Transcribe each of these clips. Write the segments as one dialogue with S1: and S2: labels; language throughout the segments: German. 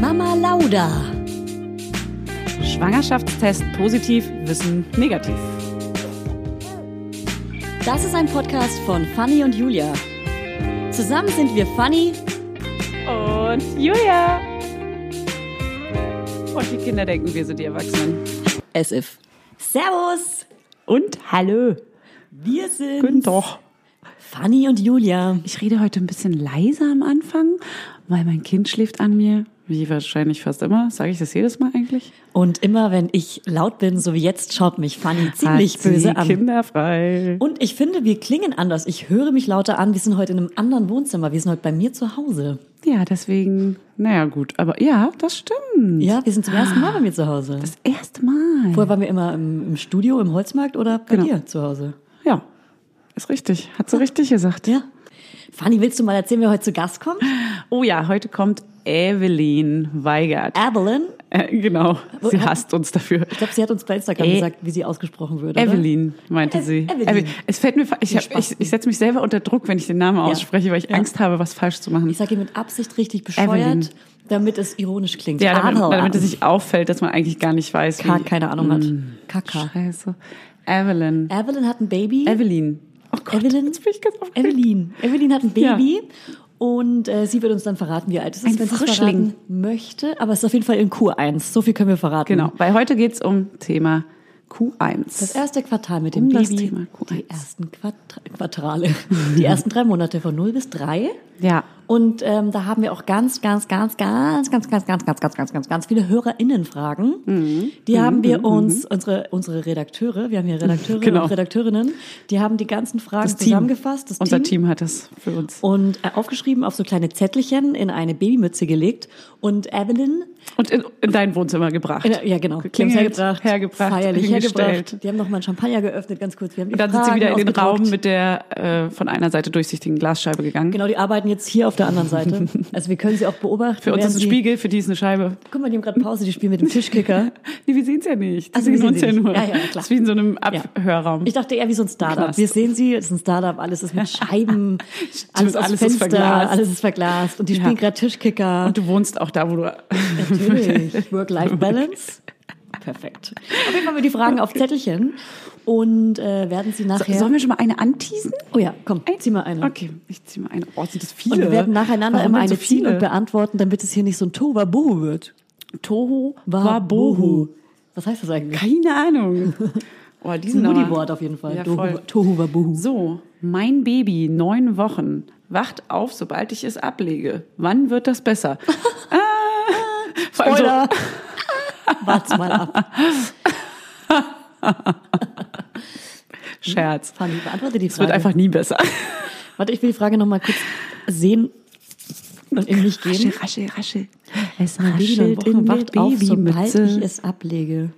S1: Mama Lauda.
S2: Schwangerschaftstest positiv, Wissen negativ.
S1: Das ist ein Podcast von Fanny und Julia. Zusammen sind wir Fanny
S2: Und Julia. Und die Kinder denken, wir sind die Erwachsenen.
S1: as if. Servus.
S2: Und hallo.
S1: Wir sind
S2: doch.
S1: Fanny und Julia.
S2: Ich rede heute ein bisschen leiser am Anfang, weil mein Kind schläft an mir. Wie wahrscheinlich fast immer. Sage ich das jedes Mal eigentlich?
S1: Und immer wenn ich laut bin, so wie jetzt, schaut mich Fanny ziemlich
S2: Hat sie
S1: böse an.
S2: Kinderfrei.
S1: Und ich finde, wir klingen anders. Ich höre mich lauter an. Wir sind heute in einem anderen Wohnzimmer. Wir sind heute bei mir zu Hause.
S2: Ja, deswegen, naja, gut. Aber ja, das stimmt.
S1: Ja, wir sind zum ersten Mal bei mir zu Hause.
S2: Das erste Mal.
S1: Vorher waren wir immer im, im Studio, im Holzmarkt oder bei
S2: Genau.
S1: dir zu Hause.
S2: Ja, ist richtig. Hat sie richtig gesagt.
S1: Ja. Fanny, willst du mal erzählen, wer heute zu Gast kommt?
S2: Oh ja, heute kommt Evelyn Weigert.
S1: Evelyn.
S2: Äh, genau,
S1: Wo-
S2: sie hasst uns dafür.
S1: Ich glaube, sie hat uns bei Instagram
S2: Ä-
S1: gesagt, wie sie ausgesprochen würde.
S2: Äh, Evelyn, meinte
S1: Ev-
S2: sie.
S1: Evelyn.
S2: Evelyn. Es fällt mir, fa- ich,
S1: Die
S2: hab- ich,
S1: Spasten.
S2: ich setze mich selber unter Druck, wenn ich den Namen ausspreche, weil ich
S1: Ja.
S2: Angst habe, was falsch zu machen.
S1: Ich sage ihr mit Absicht richtig bescheuert,
S2: Evelyn.
S1: damit es ironisch klingt.
S2: Ja, damit,
S1: Adel.
S2: damit es sich Mm. auffällt, dass man eigentlich gar nicht weiß,
S1: K
S2: wie... Hm.
S1: keine Ahnung hat. KK.
S2: Scheiße. Evelyn.
S1: Evelyn hat ein Baby.
S2: Evelyn. Oh Gott,
S1: Evelyn?
S2: jetzt bin ich ganz aufgeregt.
S1: Evelyn. Evelyn hat ein
S2: Ja.
S1: Baby. Und äh, sie wird uns dann verraten, wie alt es ist,
S2: Ein
S1: wenn sie es
S2: Frischling.
S1: verraten möchte. Aber es ist auf jeden Fall in Q1. So viel können wir verraten.
S2: Genau, weil heute geht's um Thema Q1.
S1: Das erste Quartal mit dem
S2: Um das
S1: Baby.
S2: Thema Q1.
S1: Die ersten Quart Quartale. Die ersten drei Monate von 0 bis 3.
S2: ja.
S1: Und ähm, da haben wir auch ganz, ganz, ganz, ganz, ganz, ganz, ganz, ganz, ganz, ganz, ganz, ganz viele HörerInnen-Fragen.
S2: Mhm.
S1: Die haben wir uns, unsere, unsere Redakteure, wir haben hier Redakteure
S2: Genau.
S1: und Redakteurinnen, die haben die ganzen Fragen
S2: Das Team.
S1: zusammengefasst, das
S2: Unser
S1: Team,
S2: Team hat das für uns.
S1: und äh, aufgeschrieben auf so kleine Zettelchen in eine Babymütze gelegt. Und Evelyn,
S2: Und in, in dein Wohnzimmer gebracht.
S1: äh, ja genau,
S2: Geklingelt,
S1: die haben's hergebracht,
S2: hergebracht,
S1: feierlich
S2: hingestellt.
S1: hergebracht. Die haben nochmal einen Champagner geöffnet, ganz kurz. Wir haben
S2: Und dann sind sie wieder in den
S1: aufgedruckt.
S2: Raum mit der äh, von einer Seite durchsichtigen Glasscheibe gegangen.
S1: Genau, die arbeiten jetzt hier auf der anderen Seite. Also wir können sie auch beobachten.
S2: Für uns
S1: während
S2: ist ein
S1: sie-
S2: Spiegel, für die ist eine Scheibe.
S1: Guck mal, die haben gerade Pause, die spielen mit dem Tischkicker.
S2: Nee, wir sehen es ja nicht. Die
S1: Also, wir sehen
S2: sehen uns
S1: sie
S2: ja
S1: nicht.
S2: nur.
S1: Ja, ja, klar.
S2: Das ist wie in so einem Abhörraum.
S1: Ich dachte eher wie so ein Startup.
S2: Knast.
S1: Wir sehen sie, es ist ein Startup, alles ist mit Scheiben, alles aus
S2: alles ist
S1: Fenster,
S2: verglast.
S1: alles ist verglast und die spielen gerade Tischkicker.
S2: Und du wohnst auch da, wo du.
S1: Natürlich. Work-Life-Balance. Perfekt. Auf jeden Fall haben wir die Fragen auf Zettelchen und äh, werden sie nachher.
S2: Sollen wir schon mal eine anteasen?
S1: oh ja, komm, zieh mal eine.
S2: Okay, ich zieh mal eine. Oh, sind das viele?
S1: Und wir werden nacheinander
S2: Warum
S1: immer
S2: denn
S1: eine
S2: so
S1: ziehen und
S2: viele?
S1: beantworten, damit es hier nicht so ein Tohuwabohu wird.
S2: Toho
S1: Wabohu.
S2: Wabohu.
S1: Was heißt das eigentlich?
S2: Keine Ahnung. Oh,
S1: Ein
S2: diesen
S1: Moodywort auf jeden Fall.
S2: Ja,
S1: Tohu-
S2: voll.
S1: Tohuwabohu.
S2: So, mein Baby, neun Wochen, wacht auf, sobald ich es ablege. Wann wird das besser? Ah, vor allem so-
S1: Spoiler. Wart's mal ab.
S2: Scherz.
S1: Fanny, beantworte die
S2: Es wird
S1: Frage.
S2: einfach nie besser.
S1: Warte, ich will die Frage nochmal kurz sehen und in mich gehen.
S2: raschel, raschel. Es
S1: Raschelt
S2: raschelt
S1: in
S2: in
S1: mir
S2: wacht auf,
S1: auf, sobald eh ich
S2: Babymütze.
S1: es ablege.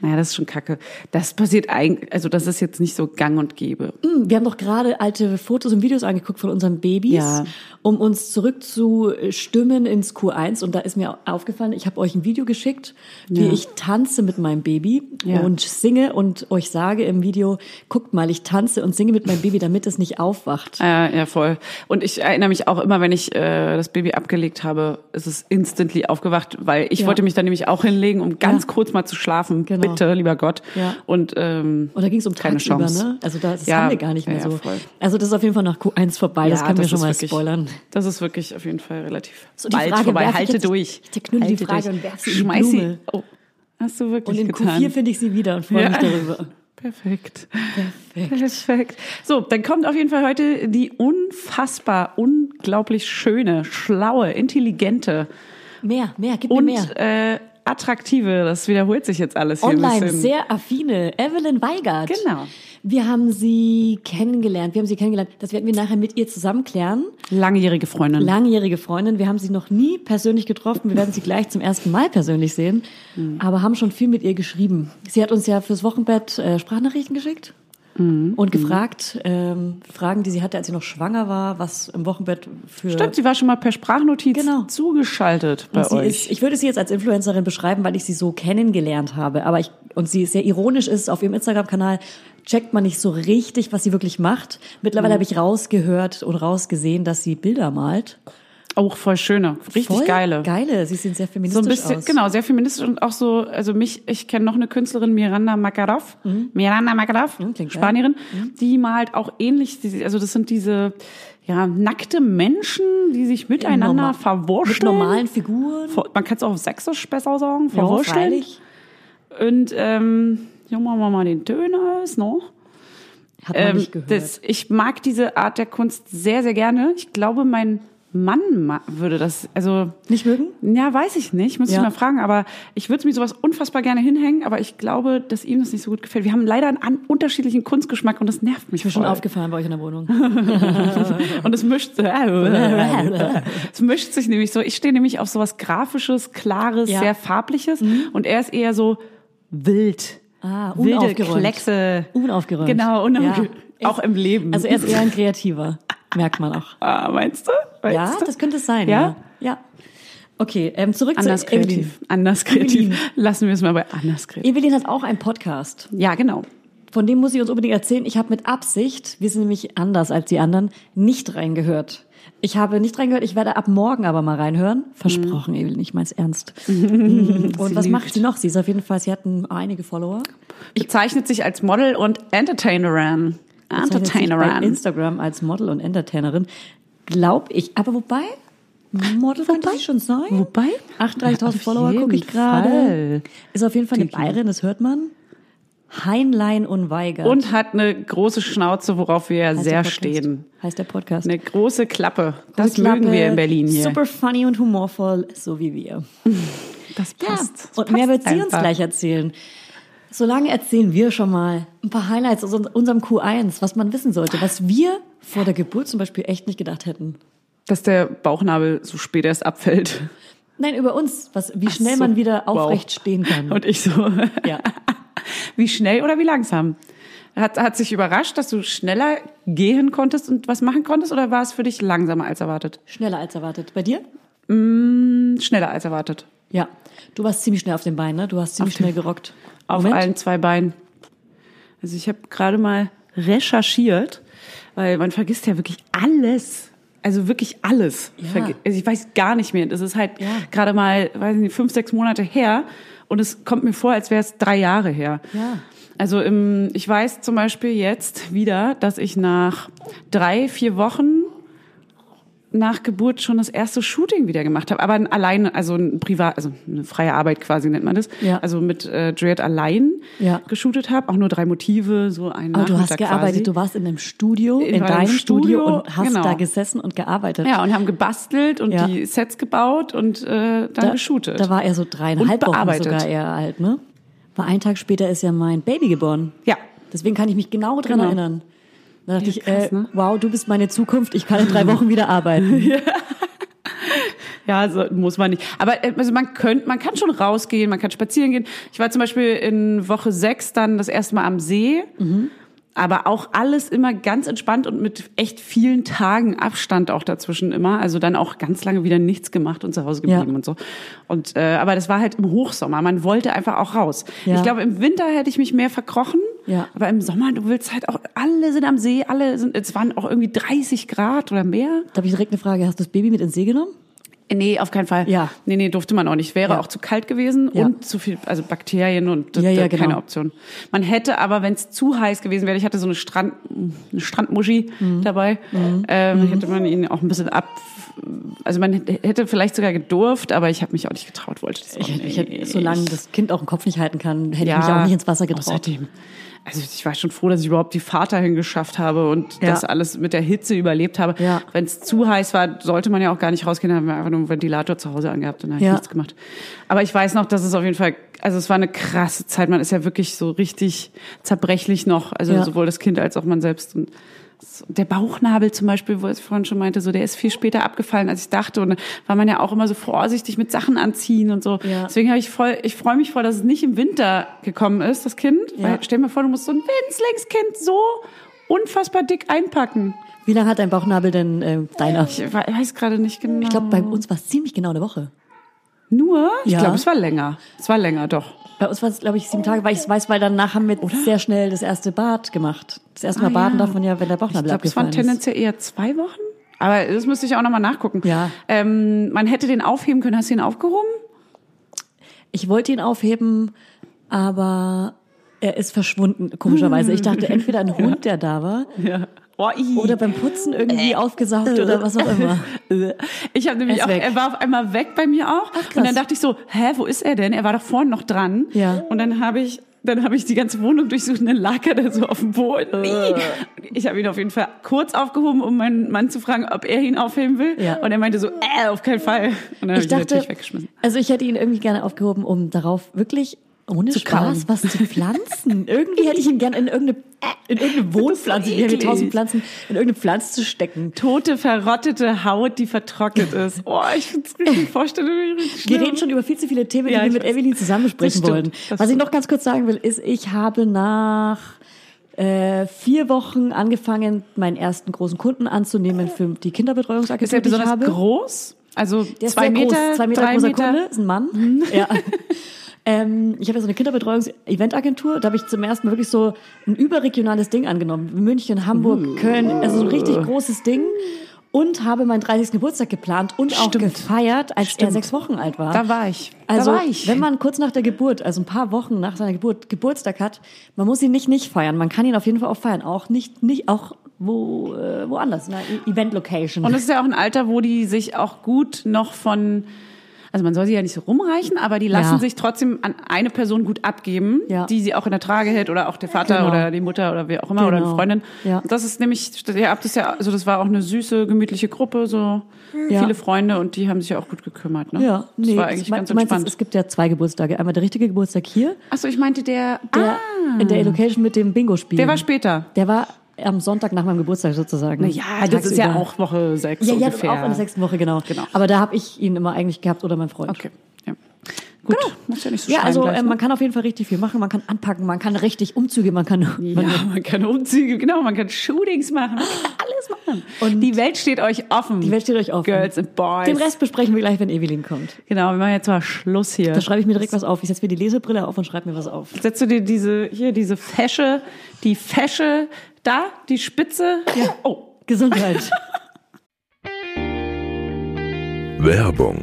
S2: Naja, das ist schon kacke. Das passiert eigentlich, also das ist jetzt nicht so gang und gäbe.
S1: Hm, Wir haben doch gerade alte Fotos und Videos angeguckt von unseren Babys,
S2: Ja.
S1: um uns zurückzustimmen ins Q1. Und da ist mir aufgefallen, ich habe euch ein Video geschickt, wie
S2: Ja.
S1: ich tanze mit meinem Baby
S2: Ja.
S1: und singe und euch sage im Video, guckt mal, ich tanze und singe mit meinem Baby, damit es nicht aufwacht.
S2: Äh, ja, voll. Und ich erinnere mich auch immer, wenn ich äh, das Baby abgelegt habe, ist es instantly aufgewacht, weil ich
S1: Ja.
S2: wollte mich dann nämlich auch hinlegen, um ganz
S1: Ja.
S2: kurz mal zu schlafen.
S1: Genau.
S2: Bitte, lieber Gott.
S1: Ja.
S2: Und, ähm,
S1: Und da ging es um
S2: keine
S1: tagsüber,
S2: Chance.
S1: ne? Also da, das
S2: Ja,
S1: haben wir gar nicht mehr
S2: ja,
S1: so.
S2: voll.
S1: Also das ist auf jeden Fall nach Q1 vorbei, das
S2: Ja,
S1: können wir schon
S2: ist
S1: mal
S2: wirklich,
S1: spoilern.
S2: Das ist wirklich auf jeden Fall relativ
S1: So, die
S2: bald
S1: Frage
S2: vorbei.
S1: werf ich
S2: Halte
S1: jetzt-
S2: durch.
S1: ich zerknülle die
S2: Halte
S1: Frage
S2: durch.
S1: und werf sie in die
S2: Schmeiß
S1: Blume.
S2: Oh, hast du
S1: Und
S2: wirklich
S1: in
S2: getan.
S1: Q4 finde ich sie wieder und freue
S2: Ja.
S1: mich darüber.
S2: Perfekt. Perfekt. Perfekt. So, dann kommt auf jeden Fall heute die unfassbar, unglaublich schöne, schlaue, intelligente
S1: Mehr, mehr, gib
S2: und
S1: mir mehr.
S2: äh, attraktive, das wiederholt sich jetzt alles hier ein
S1: Online
S2: bisschen.
S1: sehr affine Evelyn Weigert.
S2: Genau.
S1: Wir haben sie kennengelernt. Wir haben sie kennengelernt. Das werden wir nachher mit ihr zusammen klären.
S2: Langjährige Freundin.
S1: Langjährige Freundin. Wir haben sie noch nie persönlich getroffen. Wir werden sie gleich zum ersten Mal persönlich sehen.
S2: Mhm.
S1: Aber haben schon viel mit ihr geschrieben. Sie hat uns ja fürs Wochenbett äh, Sprachnachrichten geschickt.
S2: Mhm.
S1: Und gefragt, ähm, Fragen, die sie hatte, als sie noch schwanger war, was im Wochenbett für
S2: Stimmt, sie war schon mal per Sprachnotiz
S1: Genau.
S2: zugeschaltet bei
S1: Und sie
S2: euch.
S1: Ist, ich würde sie jetzt als Influencerin beschreiben, weil ich sie so kennengelernt habe. Aber ich, und sie sehr ironisch ist auf ihrem Instagram-Kanal, checkt man nicht so
S2: Mhm.
S1: richtig, was sie wirklich macht. Mittlerweile habe ich rausgehört und rausgesehen, dass sie Bilder malt.
S2: auch voll schöne, richtig
S1: Voll
S2: geile.
S1: Geile, sie sehen sehr
S2: So
S1: feministisch
S2: ein bisschen,
S1: aus.
S2: genau, sehr feministisch und auch so, also mich, ich kenne noch eine Künstlerin, Miranda Makarov, Miranda Makarov,
S1: Mhm. klingt geil. Mhm.
S2: Spanierin, die malt auch ähnlich, die- also das sind diese, ja, nackte Menschen, die sich miteinander
S1: Norma- Mit
S2: verwurschteln.
S1: normalen Figuren.
S2: Ver- Man kann es auch auf Sächsisch besser sagen,
S1: Ja,
S2: verwurschteln.
S1: freilich.
S2: und, ähm, ja, machen wir mal den Töner, ist noch.
S1: Hat man
S2: Ähm,
S1: nicht gehört.
S2: das, ich mag diese Art der Kunst sehr, sehr gerne. Ich glaube, mein Mann ma würde das, also
S1: nicht mögen?
S2: ja, weiß ich nicht, muss ich
S1: Ja.
S2: mal fragen, aber ich würde mir sowas unfassbar gerne hinhängen, aber ich glaube, dass ihm das nicht so gut gefällt. Wir haben leider einen an unterschiedlichen Kunstgeschmack und das nervt mich
S1: Ist mir schon
S2: voll.
S1: aufgefallen bei euch in der Wohnung.
S2: Und es mischt, äh, es mischt sich nämlich so. Ich stehe nämlich auf sowas grafisches, klares,
S1: Ja. Mhm.
S2: sehr farbliches und er ist eher so wild.
S1: Ah,
S2: Wilde
S1: unaufgeräumt.
S2: Kleckse.
S1: Unaufgeräumt.
S2: Genau, unaufgeräumt.
S1: Ja.
S2: Auch im Leben.
S1: Also er ist eher ein Kreativer, merkt man auch.
S2: Ah, meinst du? Meinst
S1: Ja,
S2: du?
S1: das könnte es sein.
S2: Ja?
S1: Ja. ja. Okay, ähm, zurück
S2: anders
S1: zu Evelyn.
S2: kreativ. Anders kreativ.
S1: Evelyn.
S2: Lassen wir es mal bei anders kreativ.
S1: Evelyn hat auch einen Podcast.
S2: Ja, genau.
S1: Von dem muss ich uns unbedingt erzählen. Ich habe mit Absicht, wir sind nämlich anders als die anderen, nicht reingehört. Ich habe nicht reingehört, ich werde ab morgen aber mal reinhören. Versprochen, Evelyn, ich mein's ernst. Mhm. Und was macht sie noch? Sie ist auf jeden Fall, sie hat ein- einige Follower.
S2: Bezeichnet sich als Model und Entertainerin.
S1: Bezeichnet sich Bei
S2: Entertainerin.
S1: Instagram als Model und Entertainerin, glaub ich. Aber wobei, Model könnte sie schon sein.
S2: Wobei?
S1: 38.000
S2: Ja, auf
S1: Follower gucke ich
S2: jeden
S1: gerade.
S2: Fall.
S1: Ist auf jeden Fall eine Bayerin, das hört man. Heinlein und Weiger.
S2: Und hat eine große Schnauze, worauf wir ja sehr stehen.
S1: Heißt der Podcast.
S2: Eine große Klappe. Das
S1: Große Klappe,
S2: mögen wir in Berlin hier.
S1: Super funny und humorvoll, so wie wir.
S2: Das passt. Das
S1: und
S2: passt
S1: mehr wird sie uns
S2: einfach.
S1: gleich erzählen. Solange erzählen wir schon mal ein paar Highlights aus uns- unserem Q1, was man wissen sollte, was wir vor der Geburt zum Beispiel echt nicht gedacht hätten.
S2: Dass der Bauchnabel so spät erst abfällt.
S1: Nein, über uns, was, wie schnell
S2: so.
S1: man wieder
S2: Wow.
S1: aufrecht stehen kann.
S2: Und ich so.
S1: Ja.
S2: Wie schnell oder wie langsam? Hat, hat sich überrascht, dass du schneller gehen konntest und was machen konntest oder war es für dich langsamer als erwartet? Hm,
S1: Schneller als erwartet. Bei dir?
S2: Schneller als erwartet.
S1: Ja. Du warst ziemlich schnell auf den Beinen, ne? Du hast ziemlich schnell gerockt.
S2: Auf
S1: Moment.
S2: allen zwei Beinen. Also ich habe gerade mal recherchiert, weil man vergisst ja wirklich alles. Also wirklich alles.
S1: Ja.
S2: Verge- Also ich weiß gar nicht mehr. Das ist halt
S1: Ja.
S2: gerade mal, weiß nicht, fünf, sechs Monate her. Und es kommt mir vor, als wäre es drei Jahre her.
S1: Ja.
S2: Also im, ich weiß zum Beispiel jetzt wieder, dass ich nach drei, vier Wochen nach Geburt schon das erste Shooting wieder gemacht habe, aber ein alleine, also ein privat, also eine freie Arbeit quasi nennt man das.
S1: Ja.
S2: Also mit äh, Juliette allein
S1: Ja.
S2: geshootet habe, auch nur drei Motive, so ein
S1: Aber du hast
S2: Nachmittag
S1: gearbeitet,
S2: quasi.
S1: du warst in einem Studio,
S2: In
S1: in,
S2: meinem
S1: deinem Studio,
S2: Studio,
S1: und hast
S2: genau.
S1: da gesessen und gearbeitet.
S2: ja und haben gebastelt und
S1: Ja.
S2: die Sets gebaut und äh, dann
S1: da,
S2: geshootet.
S1: Da war er so dreieinhalb
S2: Und
S1: Wochen
S2: bearbeitet.
S1: sogar eher alt, ne? Weil einen Tag später ist ja mein Baby geboren.
S2: Ja.
S1: Deswegen kann ich mich genau dran
S2: Genau.
S1: erinnern. Da dachte ich,
S2: krass,
S1: äh,
S2: ne?
S1: wow, du bist meine Zukunft, ich kann in drei Wochen wieder arbeiten.
S2: Ja, so muss man nicht. Aber äh, also man könnte, man kann schon rausgehen, man kann spazieren gehen. Ich war zum Beispiel in Woche sechs dann das erste Mal am See. Aber auch alles immer ganz entspannt und mit echt vielen Tagen Abstand auch dazwischen immer. Also dann auch ganz lange wieder nichts gemacht und zu Hause geblieben
S1: Ja.
S2: und so. Und äh, aber das war halt im Hochsommer. Man wollte einfach auch raus.
S1: Ja.
S2: Ich glaube, im Winter hätte ich mich mehr verkrochen.
S1: Ja.
S2: Aber im Sommer, du willst halt auch, alle sind am See, alle sind, es waren auch irgendwie 30 Grad oder mehr.
S1: da habe ich direkt eine Frage, hast du das Baby mit ins See genommen?
S2: Nee, auf keinen Fall.
S1: Ja.
S2: Nee, nee, durfte man auch nicht. Wäre
S1: Ja.
S2: auch zu kalt gewesen
S1: Ja.
S2: und zu viel, also Bakterien und das,
S1: Ja, ja,
S2: das- keine
S1: genau.
S2: Option. Man hätte aber, wenn es zu heiß gewesen wäre, ich hatte so eine Strand, eine Strandmuschi
S1: Mhm.
S2: dabei, ähm, hätte man ihn auch ein bisschen ab, also man hätte vielleicht sogar gedurft, aber ich habe mich auch nicht getraut, wollte das auch
S1: Ich, ich,
S2: nicht.
S1: hätte- solange das Kind auch den Kopf nicht halten kann, hätte
S2: Oh, Ja.
S1: ich mich auch nicht ins Wasser getraut.
S2: Außerdem, also ich war schon froh, dass ich überhaupt die Fahrt dahin geschafft habe und
S1: Ja.
S2: das alles mit der Hitze überlebt habe.
S1: Ja.
S2: Wenn es zu heiß war, sollte man ja auch gar nicht rausgehen, dann haben wir einfach nur einen Ventilator zu Hause angehabt und dann
S1: Ja.
S2: habe ich nichts gemacht. Aber ich weiß noch, dass es auf jeden Fall, also es war eine krasse Zeit. Man ist ja wirklich so richtig zerbrechlich noch, also
S1: Ja.
S2: sowohl das Kind als auch man selbst. Und so- der Bauchnabel zum Beispiel, wo ich vorhin schon meinte, so der ist viel später abgefallen, als ich dachte. Und dann war man ja auch immer so vorsichtig mit Sachen anziehen und so.
S1: Ja.
S2: Deswegen habe ich voll, ich freue mich voll, dass es nicht im Winter gekommen ist, das Kind.
S1: Ja.
S2: Weil stell mir vor, du musst so ein Winzlingskind so unfassbar dick einpacken.
S1: Wie lange hat dein Bauchnabel denn äh, deiner? Ich
S2: Ich we- weiß gerade nicht genau. Ich
S1: glaube, bei uns war es ziemlich genau eine Woche.
S2: nur, ich
S1: Ja.
S2: glaube, es war länger. Es war länger, doch.
S1: Bei uns war es, glaube ich, sieben Tage, weil ich weiß, weil danach haben wir sehr schnell das erste Bad gemacht. Das erste Mal
S2: Ah,
S1: baden
S2: ja.
S1: darf man ja, wenn der
S2: Ich
S1: Bauchnabel
S2: glaube, es waren
S1: abgefallen ist.
S2: tendenziell eher zwei Wochen. Aber das müsste ich auch nochmal nachgucken.
S1: Ja.
S2: Ähm, man hätte den aufheben können. Hast du ihn aufgehoben?
S1: Ich wollte ihn aufheben, aber er ist verschwunden, komischerweise. Ich dachte, entweder ein Hund, der da war,
S2: Ja. Oh, ih.
S1: oder beim Putzen
S2: Äh.
S1: irgendwie aufgesaugt oder was auch immer.
S2: ich habe nämlich
S1: Er ist
S2: auch,
S1: weg.
S2: er war auf einmal weg bei mir
S1: Ach,
S2: auch.
S1: krass.
S2: und dann dachte ich so, hä, wo ist er denn? Er war doch vorhin noch dran.
S1: Ja.
S2: Und dann habe ich, dann habe ich die ganze Wohnung durchsucht und dann lag er da so auf dem Boden.
S1: Äh.
S2: Ih. Ich habe ihn auf jeden Fall kurz aufgehoben, um meinen Mann zu fragen, ob er ihn aufheben will.
S1: Ja.
S2: Und er meinte so, äh, auf keinen Fall. Und dann habe
S1: Ich
S2: ich, ihn
S1: dachte,
S2: natürlich weggeschmissen.
S1: also ich hätte ihn irgendwie gerne aufgehoben, um darauf wirklich ohne
S2: kauen.
S1: Spaß was zu pflanzen. irgendwie hätte ich ihn gerne in irgendeine, in irgendeine Wohnpflanze, wir haben hier
S2: eklig.
S1: tausend Pflanzen, in irgendeine Pflanze zu stecken.
S2: Tote, verrottete Haut, die vertrocknet ist. Oh, ich find's richtig vorstellen.
S1: Äh. Wir reden schon über viel zu viele Themen, die
S2: Ja,
S1: wir
S2: ich
S1: mit
S2: weiß.
S1: Evelyn zusammen besprechen
S2: stimmt,
S1: wollen.
S2: das
S1: Was ich
S2: stimmt.
S1: noch ganz kurz sagen will, ist, ich habe nach äh, vier Wochen angefangen, meinen ersten großen Kunden anzunehmen für die Kinderbetreuungsagentur,
S2: Ist er
S1: die ich
S2: besonders
S1: habe.
S2: groß? Also
S1: Der ist
S2: zwei,
S1: sehr
S2: Meter,
S1: groß, zwei Meter
S2: drei
S1: großer
S2: Meter. Mhm.
S1: Kunde, ist ein Mann. Ja. ähm, ich habe ja so eine Kinderbetreuungs-Eventagentur, da habe ich zum ersten Mal wirklich so ein überregionales Ding angenommen. München, Hamburg,
S2: Uh.
S1: Köln, also so ein richtig großes Ding. Und habe meinen 30. Geburtstag geplant und auch
S2: Stimmt.
S1: gefeiert, als er
S2: Stimmt.
S1: sechs Wochen alt war.
S2: Da war ich. Da
S1: Also,
S2: war ich.
S1: wenn man kurz nach der Geburt, also ein paar Wochen nach seiner Geburt, Geburtstag hat, man muss ihn nicht nicht feiern. Man kann ihn auf jeden Fall auch feiern. Auch nicht, nicht, auch wo, äh, woanders, in einer E- Event-Location.
S2: Und es ist ja auch ein Alter, wo die sich auch gut noch von, also man soll sie ja nicht so rumreichen, aber die lassen
S1: Ja.
S2: sich trotzdem an eine Person gut abgeben,
S1: Ja.
S2: die sie auch in der Trage hält oder auch der Vater
S1: Genau.
S2: oder die Mutter oder wer auch immer oder eine
S1: Genau.
S2: Freundin.
S1: Ja.
S2: Das ist nämlich, ihr habt das ja, also das war auch eine süße, gemütliche Gruppe, so
S1: Ja.
S2: viele Freunde und die haben sich ja auch gut gekümmert. Ne?
S1: Ja,
S2: das
S1: nee,
S2: war eigentlich
S1: du
S2: ganz
S1: meinst,
S2: entspannt.
S1: Es, es gibt ja zwei Geburtstage. Einmal der richtige Geburtstag hier,
S2: Achso, ich meinte der,
S1: der,
S2: ah,
S1: in der Location mit dem Bingo-Spiel.
S2: der war später.
S1: Der war am Sonntag nach meinem Geburtstag sozusagen.
S2: Ja, das ist ja
S1: Mhm. Ah, Tagsüber.
S2: auch Woche sechs
S1: Ja, ja, das
S2: ungefähr.
S1: auch in der sechsten Woche, genau.
S2: Genau.
S1: Aber da habe ich ihn immer eigentlich gehabt oder mein Freund.
S2: Okay. Ja. Gut, genau. muss ja nicht so
S1: Ja,
S2: schreien
S1: also
S2: gleich,
S1: äh,
S2: ne?
S1: man kann auf jeden Fall richtig viel machen. Man kann anpacken, man kann richtig Umzüge, man kann... Man,
S2: Ja, man kann Umzüge, genau, man kann Shootings machen, man kann alles machen. Und
S1: Und-
S2: die Welt steht euch offen.
S1: die Welt steht euch offen.
S2: Girls and Boys.
S1: Den Rest besprechen wir gleich, wenn Evelyn kommt.
S2: Genau, wir machen jetzt mal Schluss hier.
S1: Da schreibe ich mir direkt was auf. Ich setze mir die Lesebrille auf und schreibe mir was auf.
S2: Setzt du dir diese, hier, diese Fäsche, die Fäsche da, die Spitze. Ja. Oh.
S1: Gesundheit.
S3: Werbung.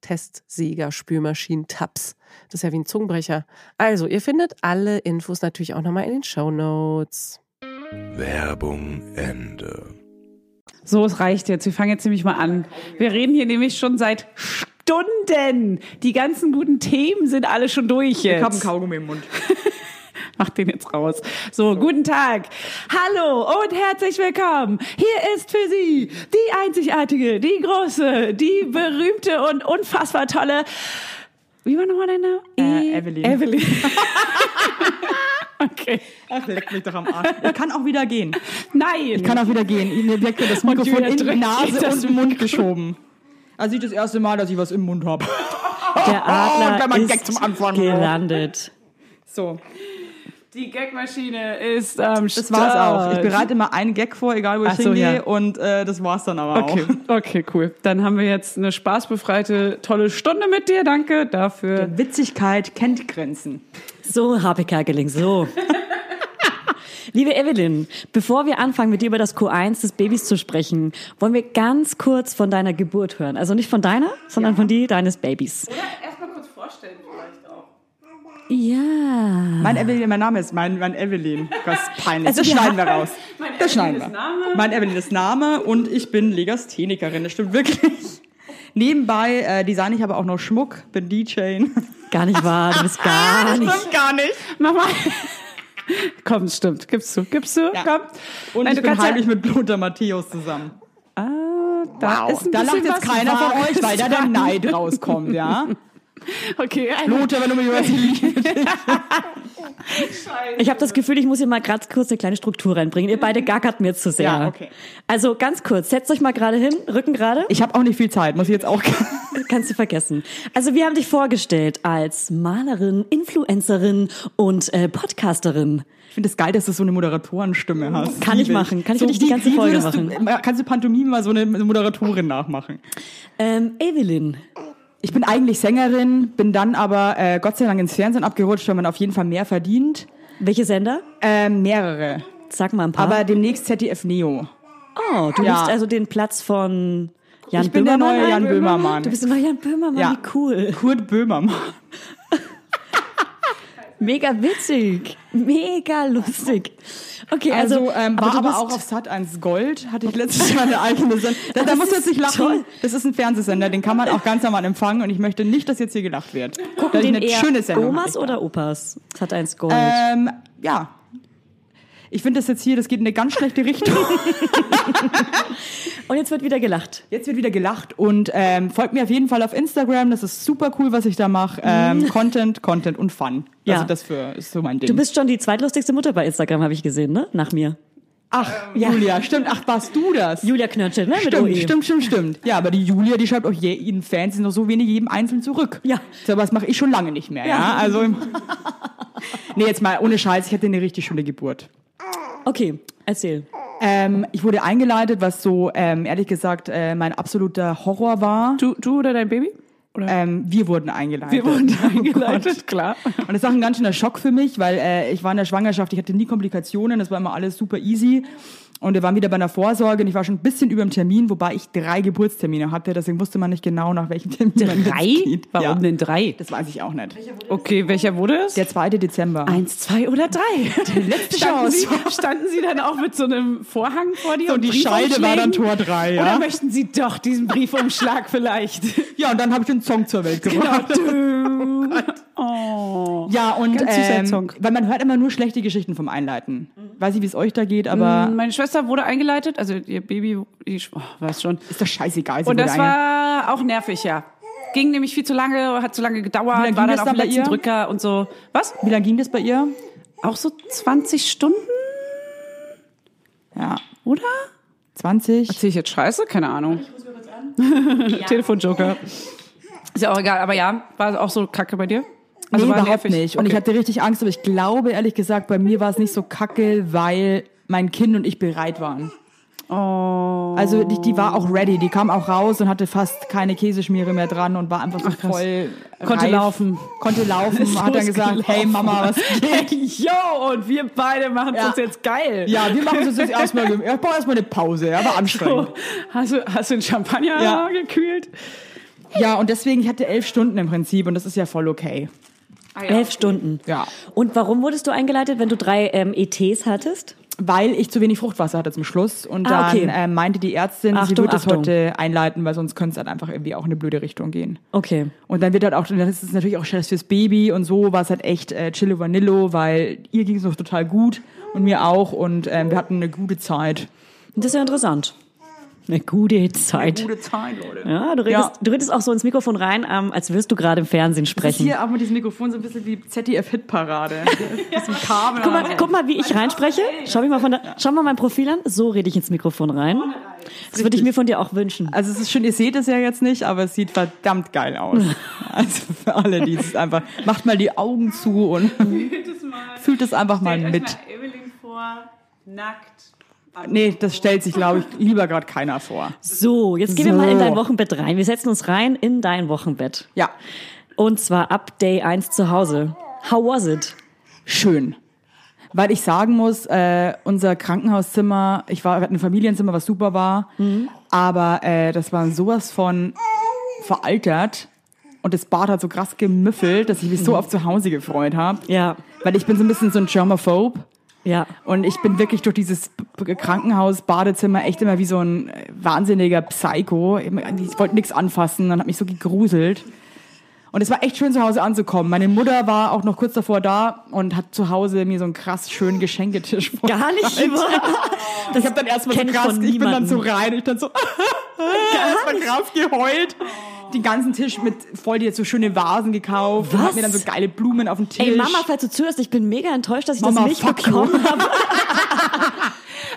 S4: Testsieger, Spülmaschinen, Tabs. Das ist ja wie ein Zungenbrecher. Also, ihr findet alle Infos natürlich auch nochmal in den Show Notes.
S3: Werbung Ende.
S2: So, es reicht jetzt. Wir fangen jetzt nämlich mal an. Wir reden hier nämlich schon seit Stunden. Die ganzen guten Themen sind alle schon durch jetzt.
S5: Ich habe einen Kaugummi im Mund.
S2: Mach den jetzt raus. So, guten Tag. Hallo und herzlich willkommen. Hier ist für Sie die einzigartige, die große, die berühmte und unfassbar tolle. Wie war nochmal dein Name?
S5: Äh,
S2: E-
S5: Evelyn.
S2: Evelyn. okay.
S5: Ach, leck mich doch am Arsch. Ich kann auch wieder gehen.
S2: Nein.
S5: Ich kann auch wieder gehen. Mir wird das Mikrofon
S2: Julia
S5: in die
S2: drückt
S5: Nase
S2: sich das
S5: und den Mund geschoben. Also ich das erste Mal, dass ich was im Mund habe.
S2: Oh,
S1: Der
S5: gleich mal
S1: Adler
S5: ein Gag
S1: ist
S5: zum Anfang.
S2: ne?
S1: gelandet.
S5: So,
S2: Die Gagmaschine ist am Start.
S5: das war's auch. Ich bereite immer einen Gag vor, egal wo ich
S2: Ach so,
S5: hingehe.
S2: ja.
S5: Und äh, das war's dann aber
S2: Okay,
S5: auch.
S2: okay, cool. Dann haben wir jetzt eine spaßbefreite, tolle Stunde mit dir. Danke
S5: Genau.
S2: dafür.
S5: Witzigkeit kennt Grenzen.
S1: So, HP Kerkeling, so. Liebe Evelyn, bevor wir anfangen, mit dir über das Q1 des Babys zu sprechen, wollen wir ganz kurz von deiner Geburt hören. Also nicht von deiner, sondern von die deines Babys.
S2: Erstmal kurz vorstellen vielleicht auch.
S1: Ja.
S5: Mein Evelyn, mein Name ist mein, mein Evelyn. Das ist peinlich.
S1: Also
S5: das
S1: wir
S5: schneiden wir raus.
S2: Mein
S5: Das schneiden wir.
S2: Evelyn ist Name.
S5: Mein Evelyn ist Name und ich bin Legasthenikerin. Das stimmt wirklich. Nebenbei äh, design ich aber auch noch Schmuck, bin DJ.
S1: Gar nicht wahr, du bist gar nicht.
S5: gar nicht.
S2: Mach mal. Komm, stimmt. Gibst du, gibst du,
S5: Ja.
S2: komm.
S5: Und
S2: Nein,
S5: ich
S2: du
S5: bin
S2: kannst ja-
S5: heimlich mit Lothar Matthäus zusammen.
S2: Ah, da ist ein
S5: da lacht
S2: bisschen
S5: jetzt
S2: was
S5: keiner von
S2: Wahres
S5: euch, weil da der
S2: dran.
S5: Neid rauskommt, ja?
S2: Okay, ein
S5: Lothar, wenn du mich hörst, ich liebe dich.
S1: Ich habe das Gefühl, ich muss hier mal grad kurz eine kleine Struktur reinbringen. Ihr beide gackert mir jetzt zu sehr.
S5: Ja, okay.
S1: Also ganz kurz, setzt euch mal gerade hin, Rücken gerade.
S5: Ich habe auch nicht viel Zeit, muss ich jetzt auch.
S1: Kannst du vergessen. Also wir haben dich vorgestellt als Malerin, Influencerin und äh, Podcasterin.
S5: Ich finde es geil, dass du so eine Moderatorenstimme hast.
S1: Kann ich
S5: Liebe
S1: machen. Kann ich
S5: so,
S1: für dich die
S5: wie-
S1: ganze
S5: wie
S1: Folge
S5: würdest Du, kannst du Pantomime mal so eine Moderatorin nachmachen?
S1: Ähm, Evelyn,
S5: Ich bin eigentlich Sängerin, bin dann aber äh, Gott sei Dank ins Fernsehen abgerutscht, weil man auf jeden Fall mehr verdient.
S1: welche Sender?
S5: Ähm, mehrere.
S1: Sag mal ein paar.
S5: Aber demnächst ZDF Neo.
S1: oh, du
S5: Ja.
S1: nimmst also den Platz von Jan
S5: Ich bin der
S1: Böhmermann
S5: neue
S1: ein?
S5: Jan Böhmermann.
S1: Du bist der neue Jan Böhmermann,
S5: Ja.
S1: wie cool.
S5: Kurt Böhmermann.
S1: Mega witzig. Mega lustig. Okay, also,
S5: Also, ähm, war
S1: du
S5: aber
S1: bist-
S5: auch auf Sat 1 Gold, hatte ich letztes Mal eine eigene Sendung. Da, da
S1: Das
S5: muss
S1: ist
S5: jetzt nicht lachen.
S1: toll.
S5: Das ist ein Fernsehsender, den kann man auch ganz normal empfangen und ich möchte nicht, dass jetzt hier gelacht wird. Guck,
S1: den
S5: eine
S1: eher
S5: schöne Sendung.
S1: Omas
S5: hatte
S1: oder Opas? Das hat eins Gold.
S5: ich. Ähm, ja. Ich finde das jetzt hier, das geht in eine ganz schlechte Richtung.
S1: Und jetzt wird wieder gelacht.
S5: Jetzt wird wieder gelacht und ähm, folgt mir auf jeden Fall auf Instagram. Das ist super cool, was ich da mache. Ähm, Content, Content und Fun.
S1: Mhm. Ja.
S5: Also das für, ist so mein Ding.
S1: Du bist schon die zweitlustigste Mutter bei Instagram, habe ich gesehen, ne? Nach mir.
S5: ach, Julia, stimmt. Ach, warst du das?
S1: Julia Knörnschild, ne? Mit
S5: Stimmt,
S1: OE.
S5: stimmt, stimmt, stimmt. Ja, aber die Julia, die schreibt auch je, ihren Fans noch so wenig jedem einzeln zurück.
S1: Ja.
S5: So, aber das mache ich schon lange nicht mehr. Ja. Also, im- nee, jetzt mal ohne Scheiß, ich hatte eine richtig schöne Geburt.
S1: Okay, erzähl.
S5: Ähm, ich wurde eingeleitet, was so ähm, ehrlich gesagt äh, mein absoluter Horror war.
S2: du, du oder dein Baby? Oder?
S5: Ähm, wir wurden eingeleitet.
S2: Wir wurden eingeleitet, klar.
S5: Und das war ein ganz schöner Schock für mich, weil äh, ich war in der Schwangerschaft, ich hatte nie Komplikationen, das war immer alles super easy. Und wir waren wieder bei einer Vorsorge und ich war schon ein bisschen über dem Termin, wobei ich drei Geburtstermine hatte, deswegen wusste man nicht genau, nach welchem Termin man jetzt
S2: Drei?
S5: geht.
S2: Warum
S5: ja.
S2: denn drei?
S5: Das weiß ich auch nicht.
S2: Okay, welcher wurde es?
S5: Der 2. Dezember.
S2: Eins, zwei oder drei. Die letzte standen
S5: Chance.
S2: Sie, standen Sie dann auch mit so einem Vorhang vor dir?
S5: So,
S2: und
S5: die Scheide war dann Tor drei, ja.
S2: Oder möchten Sie doch diesen Briefumschlag vielleicht?
S5: Ja, und dann habe ich den Song zur Welt
S2: Genau.
S5: gebracht.
S2: oh.
S5: Ja, und
S2: Ganz süßer
S5: ähm,
S2: Song. Mhm.
S5: weil man hört immer nur schlechte Geschichten vom Einleiten. Weiß ich, wie es euch da geht, aber
S2: Meine Schwester wurde eingeleitet, also ihr Baby, ich oh, weiß schon.
S5: ist das scheißegal. sie
S2: Und
S5: wurde
S2: das
S5: einge-
S2: war auch nervig, ja. Ging nämlich viel zu lange, hat zu lange
S5: Wie lange
S2: gedauert,
S5: ging
S2: war dann
S5: das
S2: auf
S5: dann
S2: dem
S5: bei
S2: letzten
S5: ihr?
S2: Drücker und so. Was?
S5: wie lange ging das bei ihr?
S2: Auch so 20 Stunden,
S5: Ja,
S2: oder?
S5: 20.
S2: Sehe ich jetzt scheiße? Keine Ahnung. Telefonjoker. Ist ja auch egal, aber ja, war auch so kacke bei dir? Also
S5: nee,
S2: war
S5: Also überhaupt
S2: nervig.
S5: nicht. Und ich hatte richtig Angst, aber ich glaube, ehrlich gesagt, bei mir war es nicht so kacke, weil mein Kind und ich bereit waren.
S2: Oh.
S5: Also die, die war auch ready, die kam auch raus und hatte fast keine Käseschmiere mehr dran und war einfach so voll
S2: Konnte
S5: reif,
S2: laufen.
S5: Konnte laufen,
S2: Ist
S5: hat dann gesagt,
S2: losgelaufen.
S5: hey Mama, was geht?
S2: Yo, und wir beide machen es
S5: Ja.
S2: uns jetzt geil.
S5: Ja, wir machen das jetzt erstmal, ich brauche erstmal eine Pause, ja, war anstrengend.
S2: So, hast, du, hast du den Champagner
S5: Ja.
S2: gekühlt?
S5: Ja, und deswegen, ich hatte elf Stunden im Prinzip und das ist ja voll okay.
S1: Elf Stunden.
S5: Ah, Ja.
S1: Und warum wurdest du eingeleitet, wenn du drei ähm, ETs E hattest?
S5: weil ich zu wenig Fruchtwasser hatte zum Schluss. Und dann
S1: Ah, okay.
S5: äh, meinte die Ärztin,
S1: Achtung,
S5: sie wird das
S1: Achtung.
S5: heute einleiten, weil sonst könnte es halt einfach irgendwie auch in eine blöde Richtung gehen.
S1: Okay.
S5: Und dann wird halt auch, das ist natürlich auch Stress fürs Baby und so war es halt echt äh, Chillo Vanillo, weil ihr ging es noch total gut und mir auch und ähm, wir hatten eine gute Zeit.
S1: Das ist ja interessant. Eine gute Zeit.
S5: Zeit, Leute.
S1: Ja, du redest,
S5: Ja.
S1: du redest auch so ins Mikrofon rein, ähm, als würdest du gerade im Fernsehen
S5: Das ist
S1: sprechen.
S5: hier auch mit diesem Mikrofon so ein bisschen wie ZDF-Hitparade. ja. Bisschen Kabel.
S1: Guck mal, guck mal, wie ich reinspreche. Schau mich mal von da, schau mal mein Profil an. So rede ich ins Mikrofon rein. Das würde ich mir von dir auch wünschen.
S5: Also es ist schön, ihr seht es ja jetzt nicht, aber es sieht verdammt geil aus. Also für alle, die es einfach, macht mal die Augen zu und fühlt es einfach mal mit.
S6: Evelyn vor, nackt.
S5: Nee, das stellt sich, glaube ich, lieber gerade keiner vor.
S1: So, jetzt gehen wir
S5: So.
S1: mal in dein Wochenbett rein. Wir setzen uns rein in dein Wochenbett.
S5: Ja,
S1: Und zwar ab Day 1 zu Hause. How was it?
S5: schön. Weil ich sagen muss, äh, unser Krankenhauszimmer, ich war, wir hatten ein Familienzimmer, was super war, aber äh, das war sowas von veraltert und das Bad hat so krass gemüffelt, dass ich mich so auf zu Hause gefreut habe.
S1: Ja,
S5: Weil ich bin so ein bisschen so ein Germaphobe.
S1: ja.
S5: Und ich bin wirklich durch dieses B- Krankenhaus, Badezimmer echt immer wie so ein äh, wahnsinniger Psycho. Ich wollte nichts anfassen und hat mich so gegruselt. Und es war echt schön, zu Hause anzukommen. Meine Mutter war auch noch kurz davor da und hat zu Hause mir so einen krass schönen Geschenketisch vor.
S1: Gar nicht wahr. Das
S5: Ich habe dann erstmal so
S1: kenn ich
S5: krass,
S1: von
S5: ich bin dann
S1: niemandem.
S5: so rein, ich dann so erstmal krass geheult.
S6: Oh.
S5: Den ganzen Tisch mit voll dir so schöne Vasen gekauft. Und
S1: Was?
S5: hat mir dann so geile Blumen auf den Tisch.
S1: Ey, Mama, falls du zuhörst, ich bin mega enttäuscht, dass ich
S5: Mama,
S1: das nicht
S5: fuck you.
S1: bekommen habe.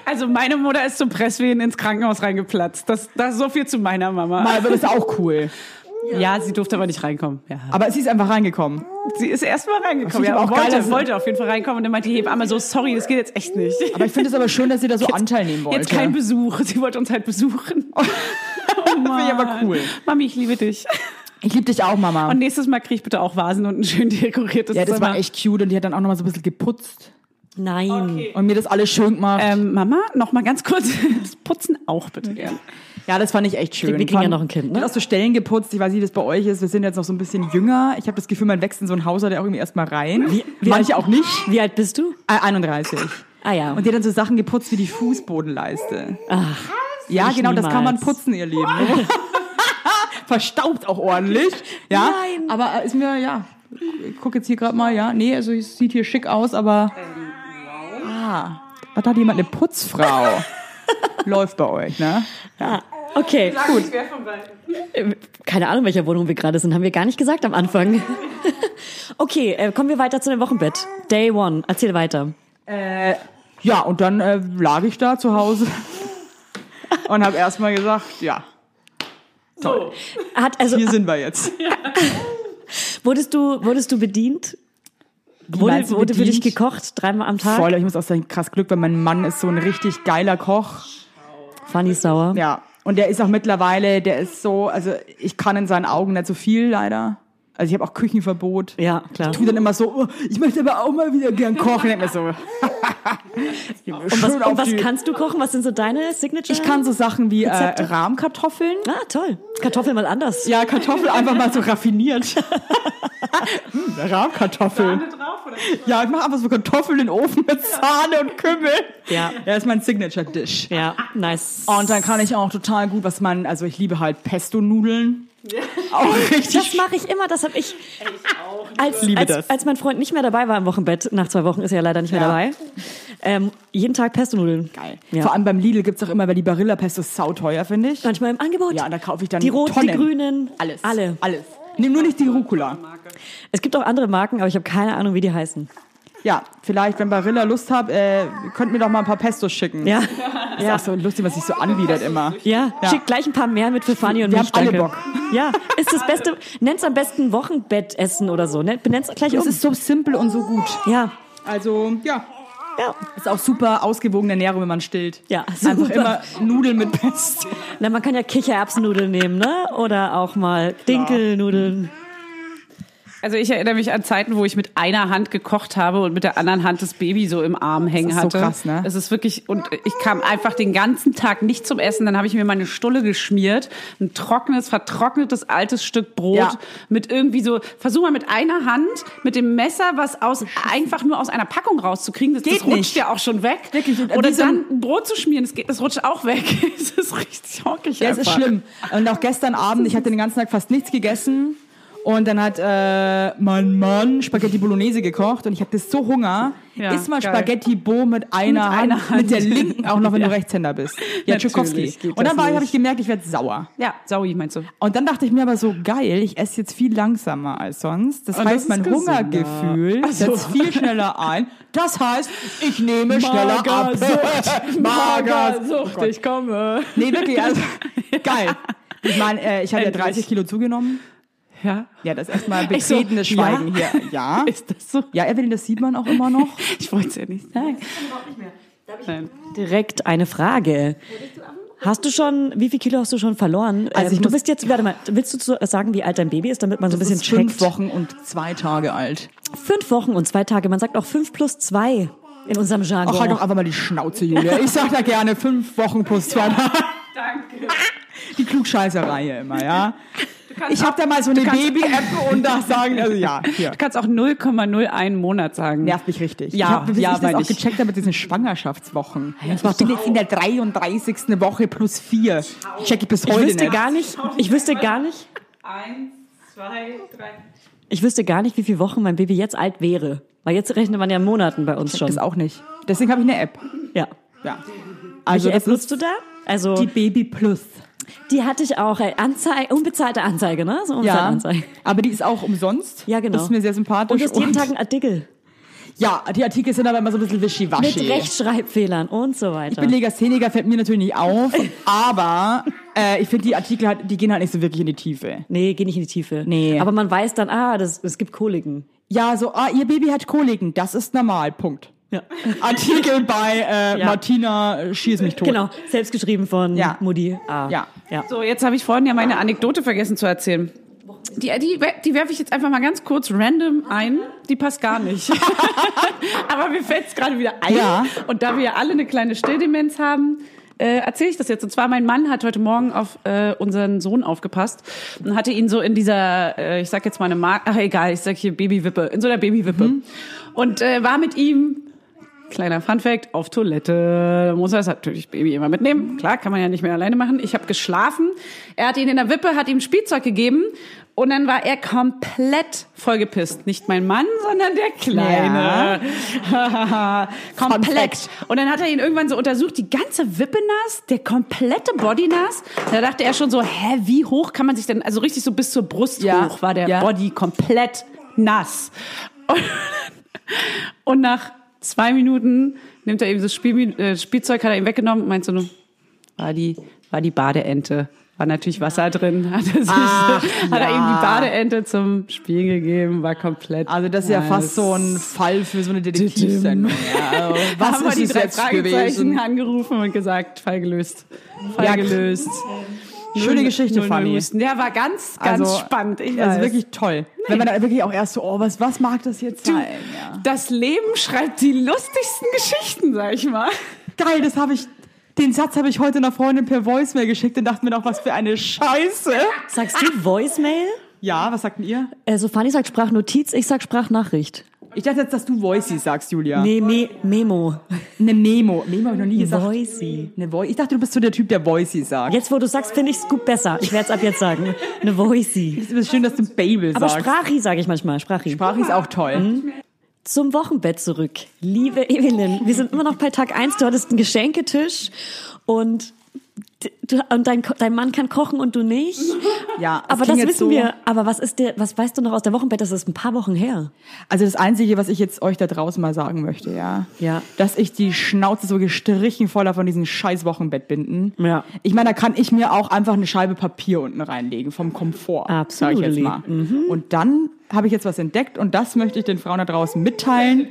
S6: Also meine Mutter ist zum Presswehen ins Krankenhaus reingeplatzt. Das, das so viel zu meiner Mama.
S5: aber das ist auch cool.
S6: Ja, sie durfte aber nicht reinkommen. Ja.
S5: Aber sie ist einfach reingekommen.
S6: Sie ist erstmal reingekommen.
S5: Das ist
S6: Ja,
S5: aber
S6: aber
S5: auch geil,
S6: wollte,
S5: dass-
S6: wollte auf jeden Fall reinkommen. Und dann meinte die Hebamme so, sorry, das geht jetzt echt nicht.
S5: Aber ich finde es aber schön, dass ihr da so Anteil nehmen wollt.
S6: Jetzt kein Besuch. Sie wollte uns halt besuchen. Oh,
S5: Finde ich aber
S6: Mann.
S5: cool.
S6: Mami, ich liebe dich.
S5: Ich liebe dich auch, Mama.
S6: Und nächstes Mal krieg ich bitte auch Vasen und ein schön dekoriertes
S5: ja, das
S6: Zimmer.
S5: war echt cute und die hat dann auch nochmal so ein bisschen geputzt
S1: Nein.
S5: und mir das alles schön gemacht.
S6: ähm, Mama, noch mal ganz kurz. Das Putzen auch bitte gerne.
S5: ja, das fand ich echt schön.
S1: wir kriegen ja
S5: Fand-
S1: noch ein Kind, ne?
S5: Ich hab auch so Stellen geputzt. Ich weiß nicht, wie das bei euch ist. Wir sind jetzt noch so ein bisschen jünger. Ich habe das Gefühl, man wächst in so ein Haus, der auch irgendwie erstmal rein.
S1: wie
S5: Manche
S1: alt-
S5: auch nicht.
S1: Wie alt bist du?
S5: Äh, 31.
S1: Ah ja. Ah,
S5: Und die hat dann so Sachen geputzt wie die Fußbodenleiste.
S1: Ach,
S5: Ja,
S1: Ich
S5: genau, das kann man
S1: niemals.
S5: putzen, ihr Lieben. Verstaubt auch ordentlich. Ja,
S1: Nein.
S5: aber äh, ist mir, ja, ich gucke jetzt hier gerade mal, ja, nee, also es sieht hier schick aus, aber. Ah, da hat jemand eine Putzfrau. Läuft bei euch, ne?
S1: okay. Gut. Äh, Keine Ahnung, in welcher Wohnung wir gerade sind, haben wir gar nicht gesagt am Anfang. okay, äh, kommen wir weiter zu dem Wochenbett. Day one. Erzähl weiter.
S5: Ja, und dann äh, lag ich da zu Hause und habe erstmal gesagt, ja,
S1: Hat, also,
S5: hier sind wir jetzt.
S1: wurdest du, wurdest du bedient? Wurde,
S5: meinst du
S1: wurde für dich
S5: bedient?
S1: gekocht? Dreimal am Tag?
S5: Voll, ich muss auch sagen, krass Glück, weil mein Mann ist so ein richtig geiler Koch.
S1: Funny sauer.
S5: Ja, und der ist auch mittlerweile, der ist so, also ich kann in seinen Augen nicht so viel leider. Also ich habe auch Küchenverbot.
S1: Ja, klar.
S5: Ich tue dann immer so, oh, ich möchte aber auch mal wieder gern kochen. Ich denk mir so.
S1: Und was, und was kannst du kochen? Was sind so deine Signature?
S5: ich kann so Sachen wie äh,
S1: Rezepte?
S5: Rahmkartoffeln.
S1: Ah, toll. Kartoffeln mal anders.
S5: Ja, Kartoffeln einfach mal so raffiniert. Hm, Rahmkartoffeln. Ja, ich mache einfach so Kartoffeln in den Ofen mit Sahne und Kümmel.
S1: Ja.
S5: Ja, ist mein Signature-Dish.
S1: Ja, nice.
S5: Ah, Und dann kann ich auch total gut, was man, also ich liebe halt Pesto-Nudeln. Auch
S1: Das
S5: richtig
S1: mache ich immer, das habe ich. Als,
S5: Liebe
S1: als,
S5: das.
S1: als mein Freund nicht mehr dabei war im Wochenbett, nach zwei Wochen ist er ja leider nicht mehr
S5: Ja.
S1: dabei, ähm, jeden Tag Pesto-Nudeln.
S5: Geil.
S1: Ja.
S5: Vor allem beim Lidl gibt's auch immer, weil die Barilla Pesto ist sauteuer, finde ich.
S1: Manchmal im Angebot.
S5: Ja, und da kaufe ich dann
S1: Die roten,
S5: Tonnen.
S1: die grünen.
S5: Alles.
S1: Alle.
S5: Alles. Nimm nur nicht die Rucola.
S1: Es gibt auch andere Marken, aber ich habe keine Ahnung, wie die heißen.
S5: Ja, vielleicht, wenn Barilla Lust habt, äh, könnt mir doch mal ein paar Pestos schicken.
S1: Ja,
S5: Ist auch so lustig, was sich so anbietet immer.
S1: ja.
S5: Ja.
S1: Schickt gleich ein paar mehr mit für Fanny und
S5: Wir
S1: mich.
S5: haben alle
S1: danke.
S5: Bock.
S1: Ja, ist das Beste. Nenn's am besten Wochenbettessen oder so. Ne? Benenn's gleich
S5: Es
S1: um.
S5: ist so simpel und so gut.
S1: ja.
S5: Also, ja.
S1: Ja.
S5: Ist auch super ausgewogene Ernährung, wenn man stillt.
S1: Ja,
S5: Einfach
S1: super.
S5: immer Nudeln mit Pesto.
S1: Na, man kann ja Kichererbsennudeln nehmen, ne? Oder auch mal Dinkelnudeln.
S6: Also ich erinnere mich an Zeiten, wo ich mit einer Hand gekocht habe und mit der anderen Hand das Baby so im Arm hängen
S5: ist so
S6: hatte.
S5: krass, ne?
S6: Es ist wirklich und ich kam einfach den ganzen Tag nicht zum Essen. Dann habe ich mir meine Stulle geschmiert, ein trockenes, vertrocknetes altes Stück Brot
S5: Ja.
S6: mit irgendwie so. Versuch mal mit einer Hand mit dem Messer was aus einfach nur aus einer Packung rauszukriegen. Das,
S5: Geht
S6: das rutscht
S5: nicht.
S6: ja auch schon weg.
S5: Wirklich, und äh,
S6: Oder
S5: wie so ein-
S6: dann ein Brot zu schmieren, das, geht, das rutscht auch weg. Es ist richtig hockig.
S5: Ja, es ist schlimm. Und auch gestern Abend, ich hatte den ganzen Tag fast nichts gegessen. Und dann hat äh, mein Mann Spaghetti Bolognese gekocht und ich hatte so Hunger.
S6: Ja,
S5: Isst mal
S6: geil.
S5: Spaghetti Bo mit einer,
S6: Mit
S5: Hand,
S6: einer Hand.
S5: mit der linken, auch noch wenn du
S6: Ja.
S5: Rechtshänder bist. Ja,
S6: Natürlich
S5: Tschukowski.
S6: geht
S5: Und
S6: das
S5: dann war ich- habe
S6: nicht.
S5: ich gemerkt, ich werde sauer.
S6: Ja, Saui meinst du?
S5: Und dann dachte ich mir aber so, geil, ich esse jetzt viel langsamer als sonst. Das
S6: Und das
S5: heißt,
S6: ist
S5: mein
S6: gesünder.
S5: Hungergefühl
S6: Ach so.
S5: setzt viel schneller ein. Das heißt, ich nehme schneller ab.
S6: Oh
S5: Oh
S6: Magersucht,
S5: Magersucht,
S6: ich komme.
S5: Nee, wirklich, also geil. Ich meine, äh, ich habe ja
S6: Endlich.
S5: 30 Kilo zugenommen.
S6: Ja.
S5: Ja, das ist erstmal
S6: Ich so,
S5: betretenes
S6: ja?
S5: Schweigen hier. Ja.
S6: Ist das so?
S5: Ja, Evelyn, das sieht man auch immer noch.
S6: Ich wollte es ja nicht sagen.
S1: Direkt eine Frage. Hast du schon, wie viel Kilo hast du schon verloren? Ähm,
S5: Also ich
S1: du
S5: muss-
S1: bist jetzt, warte mal, willst du zu, äh, sagen, wie alt dein Baby ist, damit man so ein
S5: Das
S1: bisschen
S5: ist fünf
S1: checkt?
S5: Wochen und zwei Tage alt.
S1: Fünf Wochen und zwei Tage. Man sagt auch fünf plus zwei in unserem Jargon.
S5: Ach, halt doch einfach mal die Schnauze, Julia. Ich sag da gerne fünf Wochen plus zwei Tage.
S6: Danke.
S5: Die Klugscheißerei hier immer, ja. Ich
S6: auch-
S5: habe da mal so eine
S6: kannst-
S5: Baby-App und da sagen, also ja, hier.
S6: Du kannst auch 0,01 Monat sagen.
S5: Nervt mich richtig.
S6: Ja,
S5: ich hab, bis
S6: ja,
S5: ich das
S6: weil
S5: auch
S6: ich-
S5: gecheckt habe mit diesen Schwangerschaftswochen. ich bin jetzt in der 33. Woche plus vier. Check ich bis
S1: ich
S5: heute
S1: wüsste
S5: nicht.
S1: gar nicht, ich wüsste gar nicht,
S6: Eins, zwei, drei.
S1: ich wüsste gar nicht, wie viele Wochen mein Baby jetzt alt wäre. Weil jetzt rechnet man ja in Monaten bei uns schon.
S5: Das auch nicht. Deswegen habe ich eine App.
S1: Ja.
S5: Ja.
S1: Welche
S5: Also
S1: App
S5: das ist
S1: nutzt du da? Also,
S5: die
S1: die,
S5: Baby Plus.
S1: hatte ich auch, äh, Anzeige, unbezahlte Anzeige, ne? So Anzeige.
S5: Aber die ist auch umsonst.
S1: Ja, genau.
S5: Das ist mir sehr sympathisch.
S1: Und du hast jeden Tag einen Artikel
S5: ja, die Artikel sind aber immer so ein bisschen
S1: mit
S5: wischiwaschi.
S1: Rechtschreibfehlern und so
S5: Ich
S1: weiter.
S5: bin Legastheniker, fällt mir natürlich nicht auf. aber äh, ich finde, die Artikel, halt, die gehen halt nicht so wirklich in die Tiefe.
S1: Nee, geh nicht in die Tiefe.
S5: Nee.
S1: Aber man weiß dann, ah, das, es gibt Koliken.
S5: Ja, so, ah, ihr Baby hat Koliken. Das ist normal. Punkt.
S1: Ja.
S5: Artikel bei äh,
S1: Ja.
S5: Martina äh, Schieß mich tot.
S1: Genau, selbst geschrieben von
S5: Ja.
S1: Mudi. Ah.
S5: Ja.
S1: ja.
S6: So, jetzt habe ich vorhin ja meine Anekdote vergessen zu erzählen. Die, die, die werfe ich jetzt einfach mal ganz kurz random ein. Die passt gar nicht. Aber mir fällt es gerade wieder ein.
S5: Ja.
S6: Und da wir ja alle eine kleine Stilldemenz haben, äh, erzähle ich das jetzt. Und zwar, mein Mann hat heute Morgen auf äh, unseren Sohn aufgepasst und hatte ihn so in dieser, äh, ich sag jetzt mal eine Marke, ach egal, ich sag hier Babywippe, in so einer Babywippe. Und äh, war mit ihm Kleiner Funfact, auf Toilette. Da muss er das natürlich Baby immer mitnehmen. Klar, kann man ja nicht mehr alleine machen. Ich habe geschlafen. Er hat ihn in der Wippe, hat ihm Spielzeug gegeben. Und dann war er komplett vollgepisst. Nicht mein Mann, sondern der Kleine. komplett. Und dann hat er ihn irgendwann so untersucht, die ganze Wippe nass, der komplette Body nass. Da dachte er schon so, hä, wie hoch kann man sich denn, also richtig so bis zur Brust
S5: Ja,
S6: hoch war der
S5: ja.
S6: Body komplett nass. Und und nach zwei Minuten nimmt er eben das Spielmi- äh, Spielzeug, hat er ihm weggenommen und meint so, nur, war die, war die Badeente. War natürlich Wasser drin. Hat er, sich,
S5: Ach,
S6: hat er
S5: Ah, ja.
S6: ihm die Badeente zum Spiel gegeben, war komplett.
S5: Also das ist ja
S6: nass.
S5: fast so ein Fall für so eine Detektivsendung. Ja, also,
S6: Da
S5: was
S6: haben wir
S5: ist
S6: die
S5: es
S6: drei
S5: jetzt
S6: Fragezeichen
S5: gewesen?
S6: angerufen und gesagt, Fall gelöst. Fall
S5: Ja,
S6: gelöst.
S5: Schöne Geschichte,
S6: Null, null
S5: Fanny.
S6: Husten. Ja, war ganz, ganz
S5: Also,
S6: spannend. Ich
S5: Also
S6: weiß.
S5: wirklich toll. Wenn man dann wirklich auch erst so, oh, was, was mag das jetzt
S6: Du,
S5: sein? Ja.
S6: Das Leben schreibt die lustigsten Geschichten, sag ich mal.
S5: Geil, das habe ich, den Satz habe ich heute einer Freundin per Voicemail geschickt und dachte mir noch, was für eine Scheiße.
S1: Sagst du Voicemail?
S5: Ja, was sagt denn ihr?
S1: Also Fanny sagt Sprachnotiz, ich sag Sprachnachricht.
S5: Ich dachte jetzt, dass du Voicey sagst, Julia.
S1: Nee, me Memo.
S5: Eine Memo. Memo habe ich noch nie gesagt.
S1: Voicey.
S5: Eine Voi ich dachte, du bist so der Typ, der Voicey sagt.
S1: Jetzt, wo du sagst, finde ich es gut besser. Ich werde es ab jetzt sagen. Eine Voicey.
S5: Es ist schön, dass du Babel
S1: Aber
S5: sagst.
S1: Sprachi sage ich manchmal. Sprachi.
S5: Sprache ist auch toll.
S1: Zum Wochenbett zurück. Liebe Evelyn, wir sind immer noch bei Tag 1. Du hattest einen Geschenketisch und, d- du, und dein, Ko- dein Mann kann kochen und du nicht.
S5: Ja, es
S1: Aber
S5: klingt
S1: das
S5: jetzt
S1: wissen
S5: so-
S1: wir. Aber was ist dir, was weißt du noch aus der Wochenbett? Das ist ein paar Wochen her.
S5: Also das Einzige, was ich jetzt euch da draußen mal sagen möchte, ja,
S1: Ja.
S5: dass ich die Schnauze so gestrichen voller von diesen scheiß Wochenbettbinden.
S1: Ja.
S5: Ich meine, da kann ich mir auch einfach eine Scheibe Papier unten reinlegen vom Komfort. Sag ich jetzt
S1: Absolutely.
S5: mal. Und dann habe ich jetzt was entdeckt und das möchte ich den Frauen da draußen mitteilen.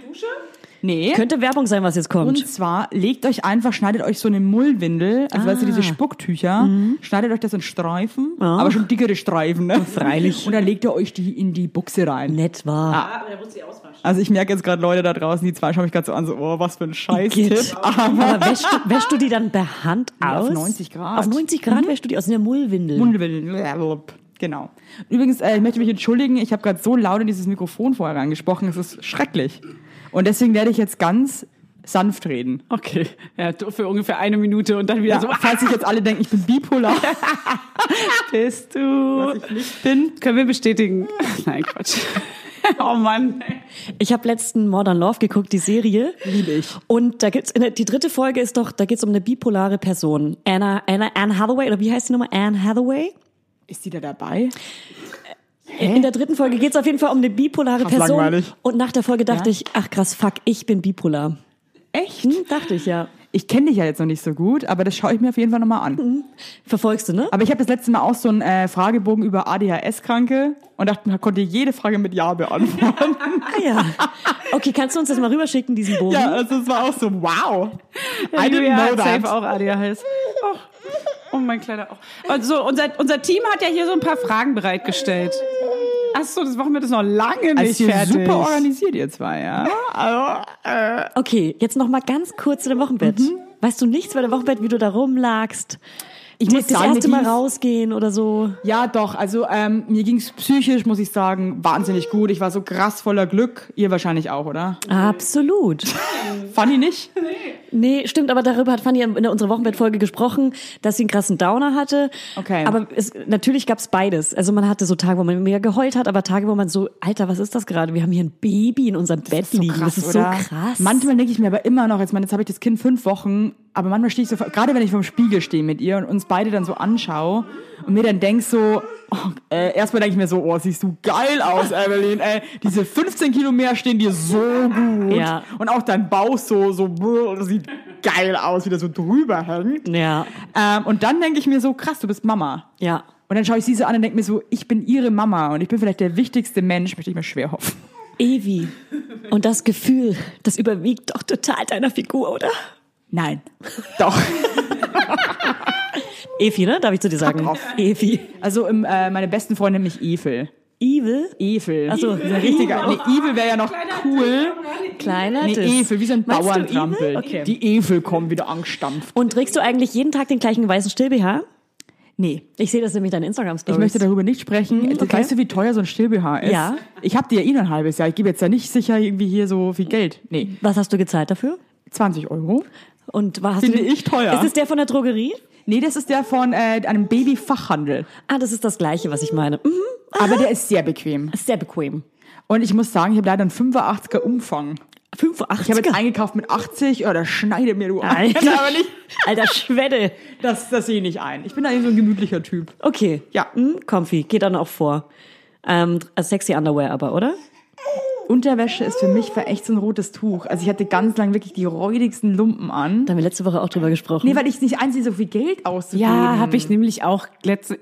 S5: Nee.
S1: Könnte Werbung sein, was jetzt kommt.
S5: Und zwar legt euch einfach, schneidet euch so eine Mullwindel, also weißt du,
S1: Ah.
S5: diese Spucktücher,
S1: Mhm.
S5: schneidet euch das in Streifen, aber schon dickere Streifen, ne? Freilich. Und dann legt ihr euch die in die Buchse rein.
S1: Nett war.
S5: Ah. Also ich merke jetzt gerade Leute da draußen, die zwei schauen mich gerade so an, so, oh, was für ein Scheiß-Tipp.
S1: Geht. Aber wäschst du, wäschst du die dann per Hand
S5: Ja,
S1: aus?
S5: auf 90 Grad. Mhm.
S1: Auf 90 Grad wäschst du die aus in der Mullwindel.
S5: Mundwindeln. Genau. Übrigens, äh, ich möchte mich entschuldigen, ich habe gerade so laut in dieses Mikrofon vorher reingesprochen, es ist schrecklich. Und deswegen werde ich jetzt ganz sanft reden.
S6: Okay, ja, für ungefähr eine Minute und dann wieder
S5: Ja,
S6: so,
S5: so, falls sich jetzt alle denken, ich bin bipolar,
S6: bist du.
S5: was ich nicht bin.
S6: Können wir bestätigen. Nein, Quatsch. Oh Mann.
S1: Ich habe letzten Modern Love geguckt, die Serie.
S5: Liebe ich.
S1: Und da gibt's in der, die dritte Folge ist doch, da geht's um eine bipolare Person. Anna, Anna, Anne Hathaway oder wie heißt die nochmal? Anne Hathaway.
S5: Ist die da dabei?
S1: In der dritten Folge geht's auf jeden Fall um eine bipolare
S5: Krass
S1: Person.
S5: langweilig.
S1: Und nach der Folge dachte ich, ach krass, fuck, ich bin bipolar.
S5: Echt?
S1: Hm, dachte ich ja.
S5: Ich kenne dich ja jetzt noch nicht so gut, aber das schaue ich mir auf jeden Fall nochmal an.
S1: Verfolgst du, ne?
S5: Aber ich habe das letzte Mal auch so einen äh, Fragebogen über ADHS-Kranke und dachte, man konnte jede Frage mit Ja beantworten.
S1: Ah ja. Okay, kannst du uns das mal rüberschicken, diesen Bogen?
S5: ja, also es war auch so, wow. I
S6: Julia
S5: didn't know
S6: hat
S5: that.
S6: Safe auch ADHS. Oh, oh mein kleiner. Oh. Also unser, unser Team hat ja hier so ein paar Fragen bereitgestellt. Ach so, das machen wir das noch lange
S5: Also
S6: nicht
S5: ihr
S6: fertig.
S5: super organisiert ihr zwei, ja.
S1: Okay, jetzt noch mal ganz kurz zu dem Wochenbett. Weißt du nichts bei dem Wochenbett, wie du da rumlagst? Ich
S5: muss
S1: das
S5: sagen,
S1: erste
S5: mir
S1: Mal
S5: ging's-
S1: rausgehen oder so.
S5: Ja, doch. Also ähm, mir ging's psychisch, muss ich sagen, wahnsinnig gut. Ich war so krass voller Glück. Ihr wahrscheinlich auch, oder?
S1: Absolut.
S5: Fanny nicht?
S1: Nee, stimmt, aber darüber hat Fanny in in unserer Wochenbettfolge gesprochen, dass sie einen krassen Downer hatte.
S5: Okay.
S1: Aber es, natürlich gab's beides. Also man hatte so Tage, wo man mega geheult hat, aber Tage, wo man so, Alter, was ist das gerade? Wir haben hier ein Baby in unserem Bett liegen. das ist so krass.
S5: Manchmal denke ich mir aber immer noch, jetzt, meine, jetzt habe ich das Kind fünf Wochen, aber manchmal stehe ich so, vor- gerade wenn ich vorm Spiegel stehe mit ihr und uns beide dann so anschaue und mir dann denk so, oh, äh, erstmal denke ich mir so, oh, siehst du geil aus, Evelyn, ey, diese 15 Kilo mehr stehen dir so gut.
S1: Ja.
S5: Und auch dein Bauch so, so, brr, das sieht geil aus, wie der so drüber hängt.
S1: ja,
S5: Ähm, und dann denke ich mir so, krass, du bist Mama.
S1: ja.
S5: Und dann schaue ich sie so an und denke mir so, ich bin ihre Mama und ich bin vielleicht der wichtigste Mensch, möchte ich mir schwer hoffen.
S1: Ewi. Und das Gefühl, das überwiegt doch total deiner Figur, oder?
S5: Nein. Doch.
S1: Evi, ne? Darf ich zu dir sagen?
S5: Kack auf.
S1: Evi.
S5: Also im, äh, meine besten Freunde nennt mich Evel.
S1: Evil?
S5: Evel.
S1: Ach so.
S5: Ein richtiger. Nee, Evel wäre ja noch cool.
S1: Kleiner
S5: Nee,
S1: Diss.
S5: Evel, wie so ein
S1: Meinst du
S5: Bauerntrampel.
S1: Evil? Okay.
S5: Die Evel kommen wieder angestampft.
S1: Und trägst du eigentlich jeden Tag den gleichen weißen Still-BH?
S5: Nee.
S1: Ich sehe das nämlich deine
S5: Ich
S1: Instagram-Stories.
S5: möchte darüber nicht sprechen.
S1: okay.
S5: Weißt du, wie teuer so ein Still-BH ist?
S1: Ja.
S5: Ich hab die Mhm, ja eh nur ein halbes Jahr. Ich gebe jetzt ja nicht sicher irgendwie hier so viel Geld. Nee.
S1: Was hast du gezahlt dafür?
S5: 20 Euro.
S1: Und war, hast
S5: Finde
S1: du
S5: ich teuer.
S1: Ist es der von der Drogerie?
S5: Nee, das ist der von äh, einem Babyfachhandel.
S1: Ah, das ist das Gleiche, was ich meine. Mhm.
S5: Aber der ist sehr bequem.
S1: Sehr bequem.
S5: Und ich muss sagen, ich habe leider einen 85er Umfang.
S1: 85.
S5: Ich habe jetzt eingekauft mit 80, oder schneide mir du ein.
S1: Alter.
S5: aber nicht,
S1: Alter Schwede.
S5: das, das sehe ich nicht ein. Ich bin eigentlich so ein gemütlicher Typ.
S1: Okay.
S5: Ja.
S1: Mhm, comfy. Geht dann auch vor. Ähm, sexy Underwear aber, oder?
S5: Unterwäsche ist für mich für echt so ein rotes Tuch. Also ich hatte ganz lang wirklich die räudigsten Lumpen an.
S1: Da haben wir letzte Woche auch drüber gesprochen.
S5: Nee, weil ich es nicht einsehe, so viel Geld auszugeben.
S6: Ja, habe ich nämlich auch letzte.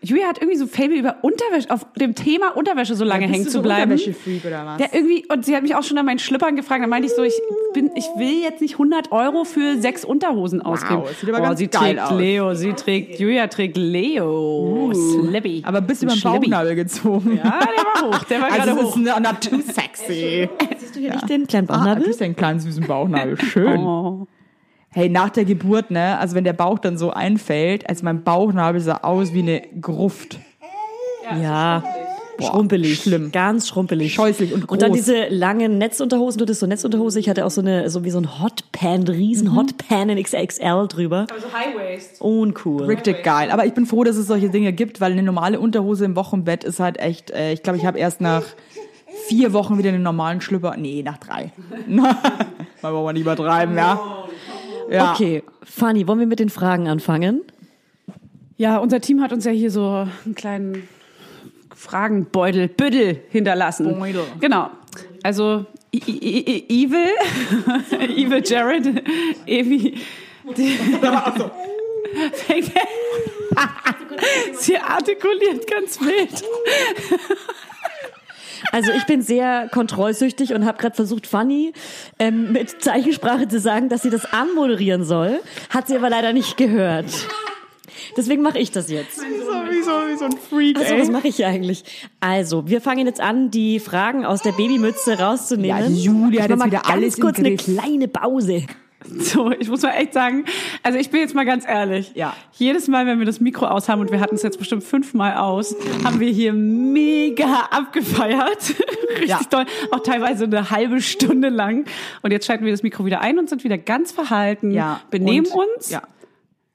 S6: Julia hat irgendwie so Fable über Unterwäsche, auf dem Thema Unterwäsche so lange
S5: Bist
S6: hängen
S5: du
S6: zu
S5: so
S6: bleiben.
S5: Unterwäschefreak oder was?
S6: Ja, irgendwie, und sie hat mich auch schon an meinen Schlüppern gefragt. Dann meinte ich so, ich bin, ich will jetzt nicht 100 Euro für sechs Unterhosen ausgeben. Oh,
S5: sieht aber ganz
S6: sie
S5: geil
S6: trägt
S5: aus. Uh.
S6: Leo, sie trägt, Julia trägt Leo. Slibby.
S5: aber bis über den
S6: Schlibby.
S5: Bauchnabel gezogen.
S6: Ja, der war hoch, der war
S5: Also
S6: gerade
S5: es
S6: hoch.
S5: ist eine, not too sexy.
S1: ich den kleinen hm?
S5: Ah, du
S1: Bauchnabel.
S5: bist ja einen kleinen süßen Bauchnabel. Schön.
S6: Oh.
S5: Hey, nach der Geburt, ne? Also wenn der Bauch dann so einfällt, also mein Bauchnabel sah aus wie eine Gruft.
S1: ja. Schrumpelig.
S5: schlimm.
S1: Ganz schrumpelig.
S5: Scheußlich und groß.
S1: Und dann diese langen Netzunterhosen, du hattest so Netzunterhose, ich hatte auch so eine, so wie so ein Hotpan, riesen Hotpan in XXL drüber.
S6: Also High Waist.
S1: Uncool.
S5: Richtig geil. Aber ich bin froh, dass es solche Dinge gibt, weil eine normale Unterhose im Wochenbett ist halt echt, äh, ich glaube, ich habe erst nach vier Wochen wieder einen normalen Schlüpper. Nee, nach drei. Mal wollen wir nicht übertreiben, ja. ja.
S1: Okay, Fanny, wollen wir mit den Fragen anfangen?
S6: Ja, unser Team hat uns ja hier so einen kleinen Fragenbeutel, Büdel hinterlassen.
S5: Beutel.
S6: Genau. Also I I I Evil, Evil Jared, Evi. die- Fängt- Sie artikuliert ganz wild.
S1: Also ich bin sehr kontrollsüchtig und habe gerade versucht, Fanny ähm, mit Zeichensprache zu sagen, dass sie das anmoderieren soll. Hat sie aber leider nicht gehört. Deswegen mache ich das jetzt.
S5: Wie so, wie so, wie so ein Freak,
S1: Also, was mache ich hier eigentlich? Also, wir fangen jetzt an, die Fragen aus der Babymütze rauszunehmen.
S5: Ja, Julia
S1: Ich
S5: hat
S1: mach
S5: jetzt
S1: mal
S5: wieder
S1: ganz
S5: alles im
S1: kurz eine
S5: Griff.
S1: kleine Pause.
S6: So, ich muss mal echt sagen, also ich bin jetzt mal ganz ehrlich.
S5: Ja.
S6: Jedes Mal, wenn wir das Mikro aus haben und wir hatten es jetzt bestimmt fünfmal aus, haben wir hier mega abgefeiert. Richtig
S5: Ja.
S6: toll. Auch teilweise eine halbe Stunde lang. Und jetzt schalten wir das Mikro wieder ein und sind wieder ganz verhalten.
S5: Ja,
S6: Benehmen
S5: und-
S6: uns.
S5: Ja,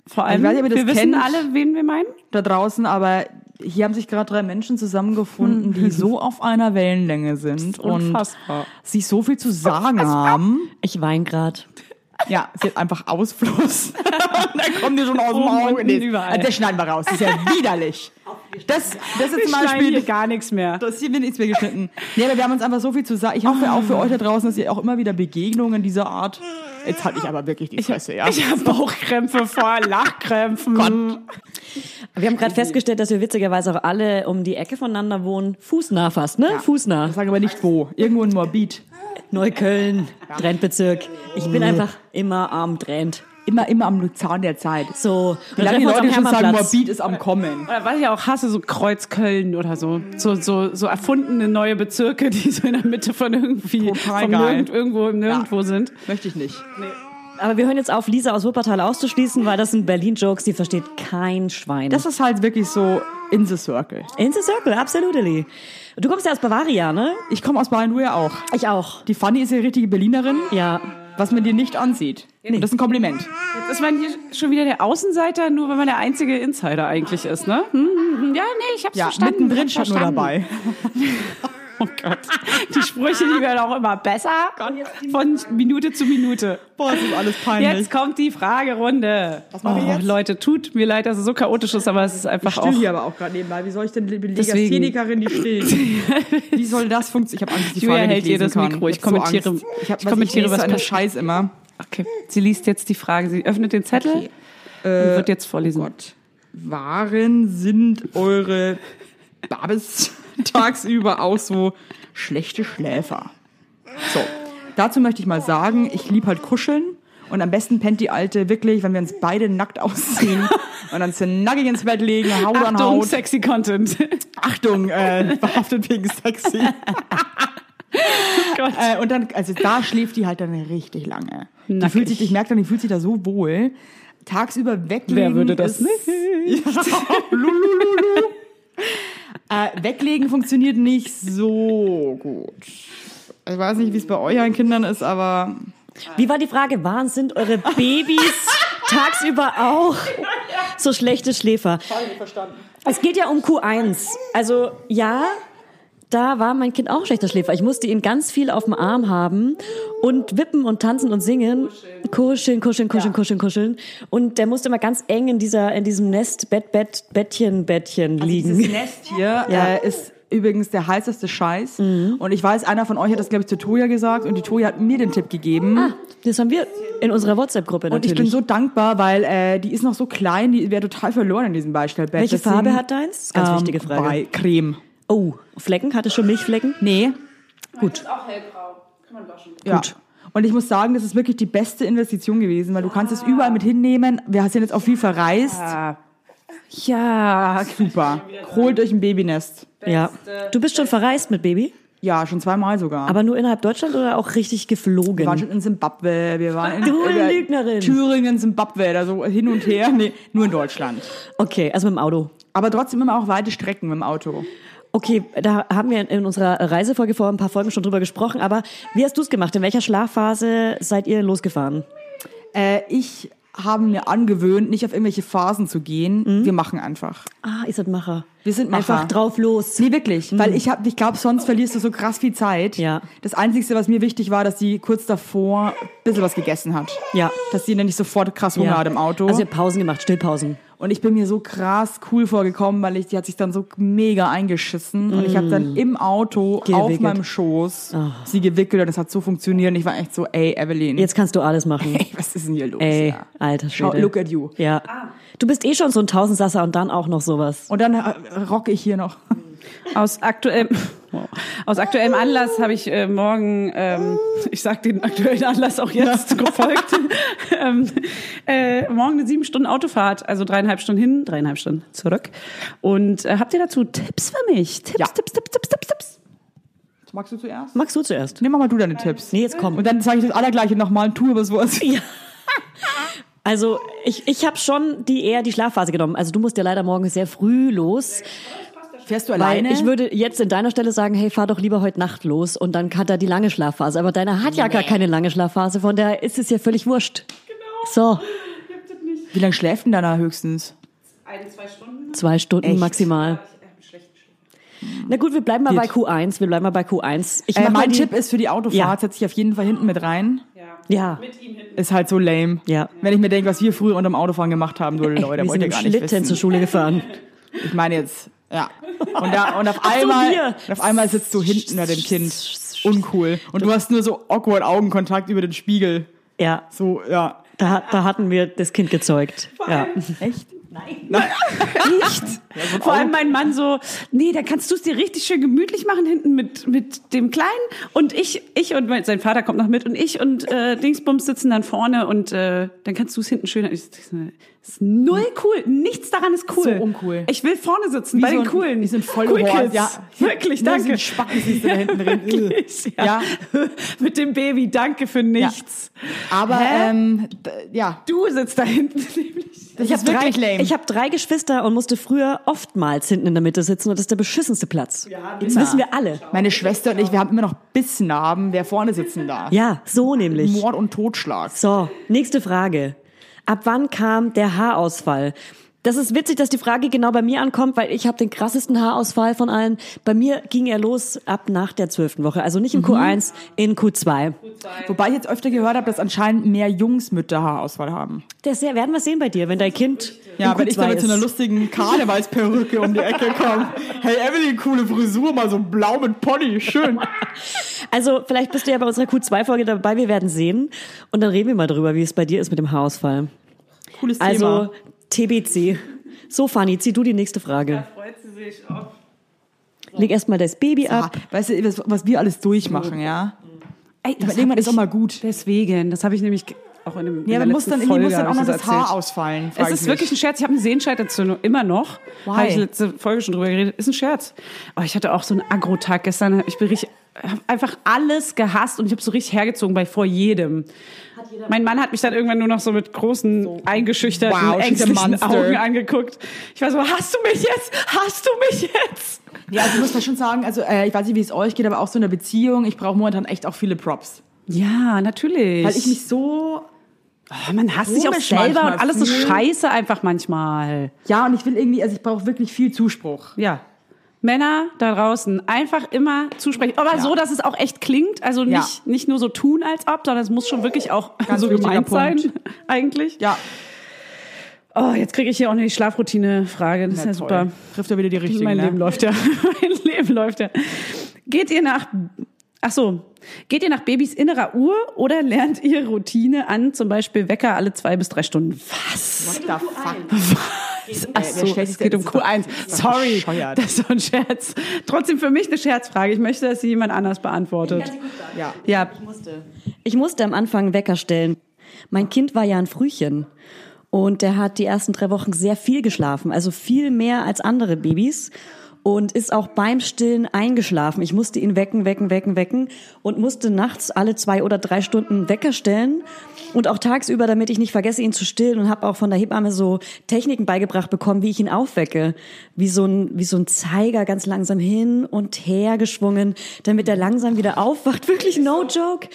S6: Vor allem,
S5: Ich weiß nicht, ob ihr
S6: wir
S5: das
S6: wissen
S5: kennt.
S6: alle, wen wir meinen.
S5: da draußen, aber hier haben sich gerade drei Menschen zusammengefunden, die so auf einer Wellenlänge sind und
S6: unfassbar.
S5: sich so viel zu sagen haben.
S1: Ich weine grad.
S5: Ja, sie hat einfach Ausfluss. da kommen die schon aus dem
S6: Oben,
S5: Auge.
S6: unten,
S5: Nee,
S6: überall.
S5: Das schneiden wir raus. Das ist ja widerlich. Das, das ist
S6: Wir
S5: zum
S6: schneiden hier
S5: Beispiel
S6: gar nichts mehr.
S5: Das hier wird nichts mehr geschnitten. Nee, aber wir haben uns einfach so viel zu sagen. Ich hoffe auch für euch da draußen, dass ihr auch immer wieder Begegnungen dieser Art. Jetzt halte ich aber wirklich die Fresse, ja.
S6: Ich habe Bauchkrämpfe vor Lachkrämpfen.
S1: Wir haben gerade festgestellt, dass wir witzigerweise auch alle um die Ecke voneinander wohnen. Fußnah fast, ne? Fußnah.
S5: Sag aber nicht wo. Irgendwo in Morbid.
S1: Neukölln, Trendbezirk. Ich
S5: Äh.
S1: bin einfach immer am Trend.
S5: Immer, immer am Zahn der Zeit.
S1: So,
S5: Wie
S1: dann
S5: lange
S1: treffen
S5: die
S1: wir uns am
S5: Leute schon sagen,
S1: Hermannplatz.
S5: Morbid ist am Kommen.
S6: Oder was Äh, ich auch hasse, so Kreuzköln oder so. So, so, so erfundene neue Bezirke, die so in der Mitte von irgendwie,
S5: Total
S6: vom
S5: geil.
S6: Nirgend, irgendwo im Nirgendwo sind.
S5: Möchte ich nicht.
S1: Aber wir hören jetzt auf, Lisa aus Wuppertal auszuschließen, weil das sind Berlin-Jokes, die versteht kein Schwein.
S5: Das ist halt wirklich so in the circle.
S1: In the Circle, absolutely. Du kommst ja aus Bavaria, ne?
S5: Ich komme aus Bayern, du ja auch.
S1: Ich auch.
S5: Die Fanny ist ja richtige Berlinerin,
S1: Ja.
S5: was man dir nicht ansieht. Und das ist ein Kompliment.
S6: Jetzt ist man hier schon wieder der Außenseiter, nur weil man der einzige Insider eigentlich ist, ne? Hm, hm, hm. Ja, nee, ich hab's
S5: Ja,
S6: verstanden.
S5: mittendrin
S6: ich hab's
S5: steht nur
S6: verstanden.
S5: dabei.
S6: Oh Gott. Die Sprüche, die werden auch immer
S5: Oh
S6: besser von Minute zu Minute.
S5: Boah, das ist alles peinlich.
S6: Jetzt kommt die Fragerunde.
S5: machen wir
S6: oh,
S5: jetzt?
S6: Leute, tut mir leid, dass es so chaotisch ist, aber es ist einfach
S5: Ich
S6: auch...
S5: still hier aber auch gerade nebenbei. Wie soll ich denn die
S6: Deswegen.
S5: Legasthenikerin, die stillt? Wie soll das funktionieren? Ich habe Angst, dass die
S6: Julia
S5: Frage
S6: hält
S5: nicht
S6: ihr
S5: lesen
S6: das
S5: kann.
S6: Mikro. Ich
S5: hab so
S6: kommentiere-
S5: Angst.
S6: ich
S5: hab,
S6: kommentiere,
S5: was
S6: was
S5: ich lese, eine
S6: passiert.
S5: Scheiß immer.
S6: Okay, sie liest jetzt die Frage. Sie öffnet den Zettel
S5: Äh,
S6: und wird jetzt vorlesen.
S5: Oh Gott. Waren sind eure Babes tagsüber auch so schlechte Schläfer? So, dazu möchte ich mal sagen, ich lieb halt kuscheln und am besten pennt die Alte wirklich, wenn wir uns beide nackt ausziehen und dann nackig ins Bett legen, Haut an
S6: Achtung,
S5: Haut.
S6: sexy Content.
S5: Achtung, äh, verhaftet wegen sexy.
S6: Oh Gott.
S5: Äh, und dann, also da schläft die halt dann richtig lange. Die
S6: Nackig.
S5: fühlt sich, ich merke dann, die fühlt sich da so wohl. Tagsüber weglegen.
S6: Wer würde das
S5: ist, nicht? Lulululu. äh, weglegen funktioniert nicht so gut. Ich weiß nicht, wie es bei euren Kindern ist, aber
S1: Wie war die Frage? Waren sind eure Babys tagsüber auch so schlechte Schläfer? Es geht ja um Q1. Also ja, da war mein Kind auch schlechter Schläfer. Ich musste ihn ganz viel auf dem Arm haben und wippen und tanzen und singen. Kuscheln, kuscheln, kuscheln, kuscheln, kuscheln. Und der musste immer ganz eng in dieser, in diesem Nest, Bett, Bett, Bettchen, Bettchen liegen.
S5: Also dieses Nest hier
S1: Ja.
S5: äh, ist übrigens der heißeste Scheiß.
S6: Mhm.
S5: Und ich weiß, einer von euch hat das, glaube ich, zu Toja gesagt und die Toja hat mir den Tipp gegeben.
S1: Ah, das haben wir in unserer WhatsApp-Gruppe
S5: Und
S1: natürlich.
S5: ich bin so dankbar, weil äh, die ist noch so klein, die wäre total verloren in diesem Beistellbett.
S1: Welche
S5: Deswegen-
S1: Farbe hat deins? Ah, Das ist Ganz
S5: Ähm,
S1: wichtige Frage.
S5: Bei Creme.
S1: Oh, Flecken? Hattest du schon Milchflecken?
S5: Nee. Ja.
S1: Gut.
S5: Und ich muss sagen, das ist wirklich die beste Investition gewesen, weil du kannst es überall mit hinnehmen. Wir sind jetzt auch viel verreist.
S6: ja,
S5: Super. Holt euch ein Babynest.
S1: Ja. Du bist schon verreist mit Baby,
S5: Ja, schon zweimal sogar.
S1: aber nur innerhalb Deutschland oder auch richtig
S5: wir waren
S1: geflogen?
S5: schon in Simbabwe, wir waren in
S1: Du
S5: äh,
S1: Lügnerin.
S5: Thüringen, Simbabwe, da so hin und her. Nee, nur in Deutschland.
S1: Okay, also mit dem Auto.
S5: Aber trotzdem immer auch weite Strecken mit dem Auto.
S1: Okay, da haben wir in unserer Reisefolge vor ein paar Folgen schon drüber gesprochen, aber wie hast du es gemacht? In welcher Schlafphase seid ihr losgefahren?
S5: Äh, ich habe mir angewöhnt, nicht auf irgendwelche Phasen zu gehen.
S1: Mhm.
S5: Wir machen einfach.
S1: Ah, ihr seid Macher.
S5: Wir sind Macher.
S1: Einfach drauf los. Hm.
S5: Nee, wirklich. Weil ich hab, ich glaube, sonst verlierst du so krass viel Zeit.
S1: Mhm. Ja.
S5: Das Einzige, was mir wichtig war, dass sie kurz davor ein bisschen was gegessen hat.
S1: Ja.
S5: Dass sie dann nicht sofort krass Hunger hat im Auto.
S1: Also ihr habt Pausen gemacht, Stillpausen.
S5: und ich bin mir so krass cool vorgekommen, weil ich, die hat sich dann so mega eingeschissen. Und ich habe dann im Auto auf
S1: Mm. Gewickelt. Ah.
S5: meinem Schoß sie gewickelt und es hat so funktioniert. Und ich war echt so, ey, Evelyn.
S1: Jetzt kannst du alles machen.
S5: Ey, was ist denn hier los?
S1: Ey,
S5: Ja.
S1: alter
S5: Schau,
S1: Schwede.
S5: look at Ah. you.
S1: Ja. Du bist eh schon so ein Tausendsasser und dann auch noch sowas.
S5: Und dann äh, rocke ich hier noch.
S6: Aus aktuellem, wow. aus aktuellem Anlass habe ich äh, morgen, ähm, ich sag den aktuellen Anlass auch jetzt gefolgt, ähm, äh, morgen eine sieben Stunden Autofahrt, also dreieinhalb Stunden hin, dreieinhalb Stunden zurück. Und äh, habt ihr dazu Tipps für mich? Tipps,
S5: Ja.
S6: Tipps, Tipps, Tipps, Tipps, Tipps.
S5: Magst du zuerst?
S1: Magst du zuerst?
S5: Nimm mal du deine Tipps.
S1: Nee, jetzt komm.
S5: Und dann zeige ich das Allergleiche nochmal und tue was was.
S1: Also ich, ich habe schon die eher die Schlafphase genommen. Also du musst ja leider morgen sehr früh los.
S5: Fährst du
S1: Weil ich würde jetzt in deiner Stelle sagen, hey, fahr doch lieber heute Nacht los und dann hat er die lange Schlafphase. Aber deiner hat ja gar keine lange Schlafphase, von daher ist es ja völlig wurscht. Genau. So,
S5: Wie lange schläft denn deiner höchstens?
S6: Eine, zwei Stunden.
S1: zwei Stunden
S5: Echt?
S1: maximal. Na gut, wir bleiben mal bei
S5: Geht.
S1: Q1. Wir bleiben mal bei Q1. Ich
S5: Äh,
S1: mach mal
S5: mein
S1: die-
S5: Tipp ist für die Autofahrt,
S1: Ja.
S5: setz dich auf jeden Fall hinten mit rein.
S1: Ja,
S5: Ist halt so lame.
S1: Ja.
S5: Wenn ich mir denke, was wir früher unterm Autofahren gemacht haben, du Leute,
S1: wir
S5: wollt
S1: sind
S5: ihr
S1: im
S5: gar nicht
S1: Schlitten zur
S5: wissen.
S1: Schule gefahren.
S5: Ich meine jetzt, ja. Und, da, und auf,
S1: so,
S5: einmal,
S1: wir.
S5: und auf einmal sitzt du hinten bei dem Kind. Uncool. Und du hast nur so awkward Augenkontakt über den Spiegel.
S1: Ja,
S5: So, ja.
S1: da, da hatten wir das Kind gezeugt. Ja.
S5: Echt?
S6: Nicht. Vor allem mein Mann so, nee, da kannst du es dir richtig schön gemütlich machen hinten mit mit dem Kleinen und ich ich und mein, sein Vater kommt noch mit und ich und äh, Dingsbums sitzen dann vorne und äh, dann kannst du es hinten schön. Ich, ist null cool, nichts daran ist cool.
S5: Hm. So uncool.
S6: Ich will vorne sitzen bei
S5: so
S6: den
S5: ein-
S6: coolen.
S5: wie so ein
S6: cool
S5: Vollhorst,
S6: Kids.
S5: ja.
S6: Wirklich,
S5: Nur so
S6: danke.
S5: ein Spacken siehst du da hinten drin.
S6: Wirklich,
S5: Ja.
S6: Äh, ja. mit dem Baby, danke für nichts.
S5: Aber,
S6: Hä?
S5: ähm, d- ja.
S6: Du sitzt da hinten nämlich.
S5: Das ist
S1: drei,
S5: wirklich lame.
S1: ich habe drei Geschwister und musste früher oftmals hinten in der Mitte sitzen und das ist der beschissenste Platz. Jetzt wissen wir alle.
S5: Meine Schwester und ich, wir haben immer noch Bissnarben, wer vorne sitzen darf.
S1: Ja, so nämlich.
S5: Mord und Totschlag.
S1: So, nächste Frage. Ab wann kam der Haarausfall? Das ist witzig, dass die Frage genau bei mir ankommt, weil ich habe den krassesten Haarausfall von allen. Bei mir ging er los ab nach der zwölften Woche, also nicht in
S5: Mhm.
S1: Q1, in Q2.
S5: Wobei ich jetzt öfter gehört habe, dass anscheinend mehr Jungs Mütter Haarausfall haben.
S1: Das werden wir sehen bei dir, wenn dein Kind
S5: Ja,
S1: in
S5: wenn
S1: Q2
S5: ich dann mit so einer
S1: ist.
S5: lustigen Karnevalsperücke um die Ecke komme. Hey Evelyn, coole Frisur, mal so blau mit Pony, schön.
S1: Also vielleicht bist du ja bei unserer Q2-Folge dabei, wir werden sehen. Und dann reden wir mal drüber, wie es bei dir ist mit dem Haarausfall.
S5: Cooles
S1: Also
S5: Thema.
S1: TBC. So, Fanny, zieh du die nächste Frage.
S6: Freut sie sich auf.
S1: Leg erstmal das Baby
S5: Ah,
S1: ab.
S5: weißt du, was, was wir alles durchmachen, ja?
S6: Ey,
S5: Ich meine, irgendwann ist auch mal gut.
S6: Deswegen, das habe ich nämlich ge- auch in dem
S5: Ja,
S6: in
S5: man
S6: der
S5: muss
S6: letzten
S5: dann, irgendwie muss
S6: Folge
S5: dann auch
S6: hab
S5: noch
S6: ich
S5: das
S6: das
S5: Haar
S6: erzählt.
S5: ausfallen. frag
S6: Es ist
S5: ich
S6: wirklich ein
S5: mich.
S6: Scherz. Ich habe eine Sehenscheidentzündung, immer noch.
S5: Why?
S6: Habe ich letzte Folge schon drüber geredet. Ist ein Scherz. Aber ich hatte auch so einen Agro-Tag gestern. Ich bin richtig, habe einfach alles gehasst und ich habe so richtig hergezogen bei vor jedem. Mein Mann hat mich dann irgendwann nur noch so mit großen, eingeschüchterten,
S5: Wow, she's a
S6: ängstlichen
S5: monster.
S6: Augen angeguckt. Ich war so, hast du mich jetzt? Hast du mich jetzt?
S5: Ja, also ich muss da schon sagen, also äh, ich weiß nicht, wie es euch geht, aber auch so in der Beziehung, ich brauche momentan echt auch viele Props.
S6: Ja, natürlich.
S5: Weil ich mich so
S6: oh, man hasst sich auch
S5: komisch
S6: selber
S5: manchmal
S6: und alles so
S5: fühle.
S6: scheiße einfach manchmal.
S5: Ja, und ich will irgendwie, also ich brauche wirklich viel Zuspruch.
S6: Ja. Männer da draußen einfach immer zusprechen, aber so, dass es auch echt klingt, also nicht
S5: Ja.
S6: nicht nur so tun als ob, sondern es muss schon wirklich auch
S5: Ganz
S6: so
S5: wichtiger
S6: gemeint sein
S5: Punkt.
S6: eigentlich.
S5: Ja,
S6: Oh, jetzt kriege ich hier auch eine Schlafroutine Frage, das ist ja
S5: toll.
S6: super.
S5: Trifft ja wieder die richtige.
S6: mein
S5: ne?
S6: Leben läuft ja. mein Leben läuft ja. Geht ihr nach Ach so, geht ihr nach Babys innerer Uhr oder lernt ihr Routine an, zum Beispiel Wecker alle zwei bis drei Stunden? Was?
S5: What the fuck?
S6: Ach
S5: Wer- wer
S6: so,
S5: stellt
S6: es
S5: sich
S6: geht
S5: denn-
S6: um
S5: das ist doch-
S6: Q1.
S5: das ist doch
S6: Sorry,
S5: bescheuert.
S6: das ist doch ein Scherz. Trotzdem für mich eine Scherzfrage. Ich möchte, dass sie jemand anders beantwortet.
S5: Ja.
S6: Ja,
S1: Ich musste am Anfang einen Wecker stellen. Mein Kind war ja ein Frühchen. Und der hat die ersten drei Wochen sehr viel geschlafen, also viel mehr als andere Babys. Und ist auch beim Stillen eingeschlafen. Ich musste ihn wecken, wecken, wecken, wecken. Und musste nachts alle zwei oder drei Stunden einen Wecker stellen. Und auch tagsüber, damit ich nicht vergesse, ihn zu stillen. Und habe auch von der Hebamme so Techniken beigebracht bekommen, wie ich ihn aufwecke. Wie so ein, wie so ein Zeiger ganz langsam hin und her geschwungen, damit er langsam wieder aufwacht. Wirklich no joke.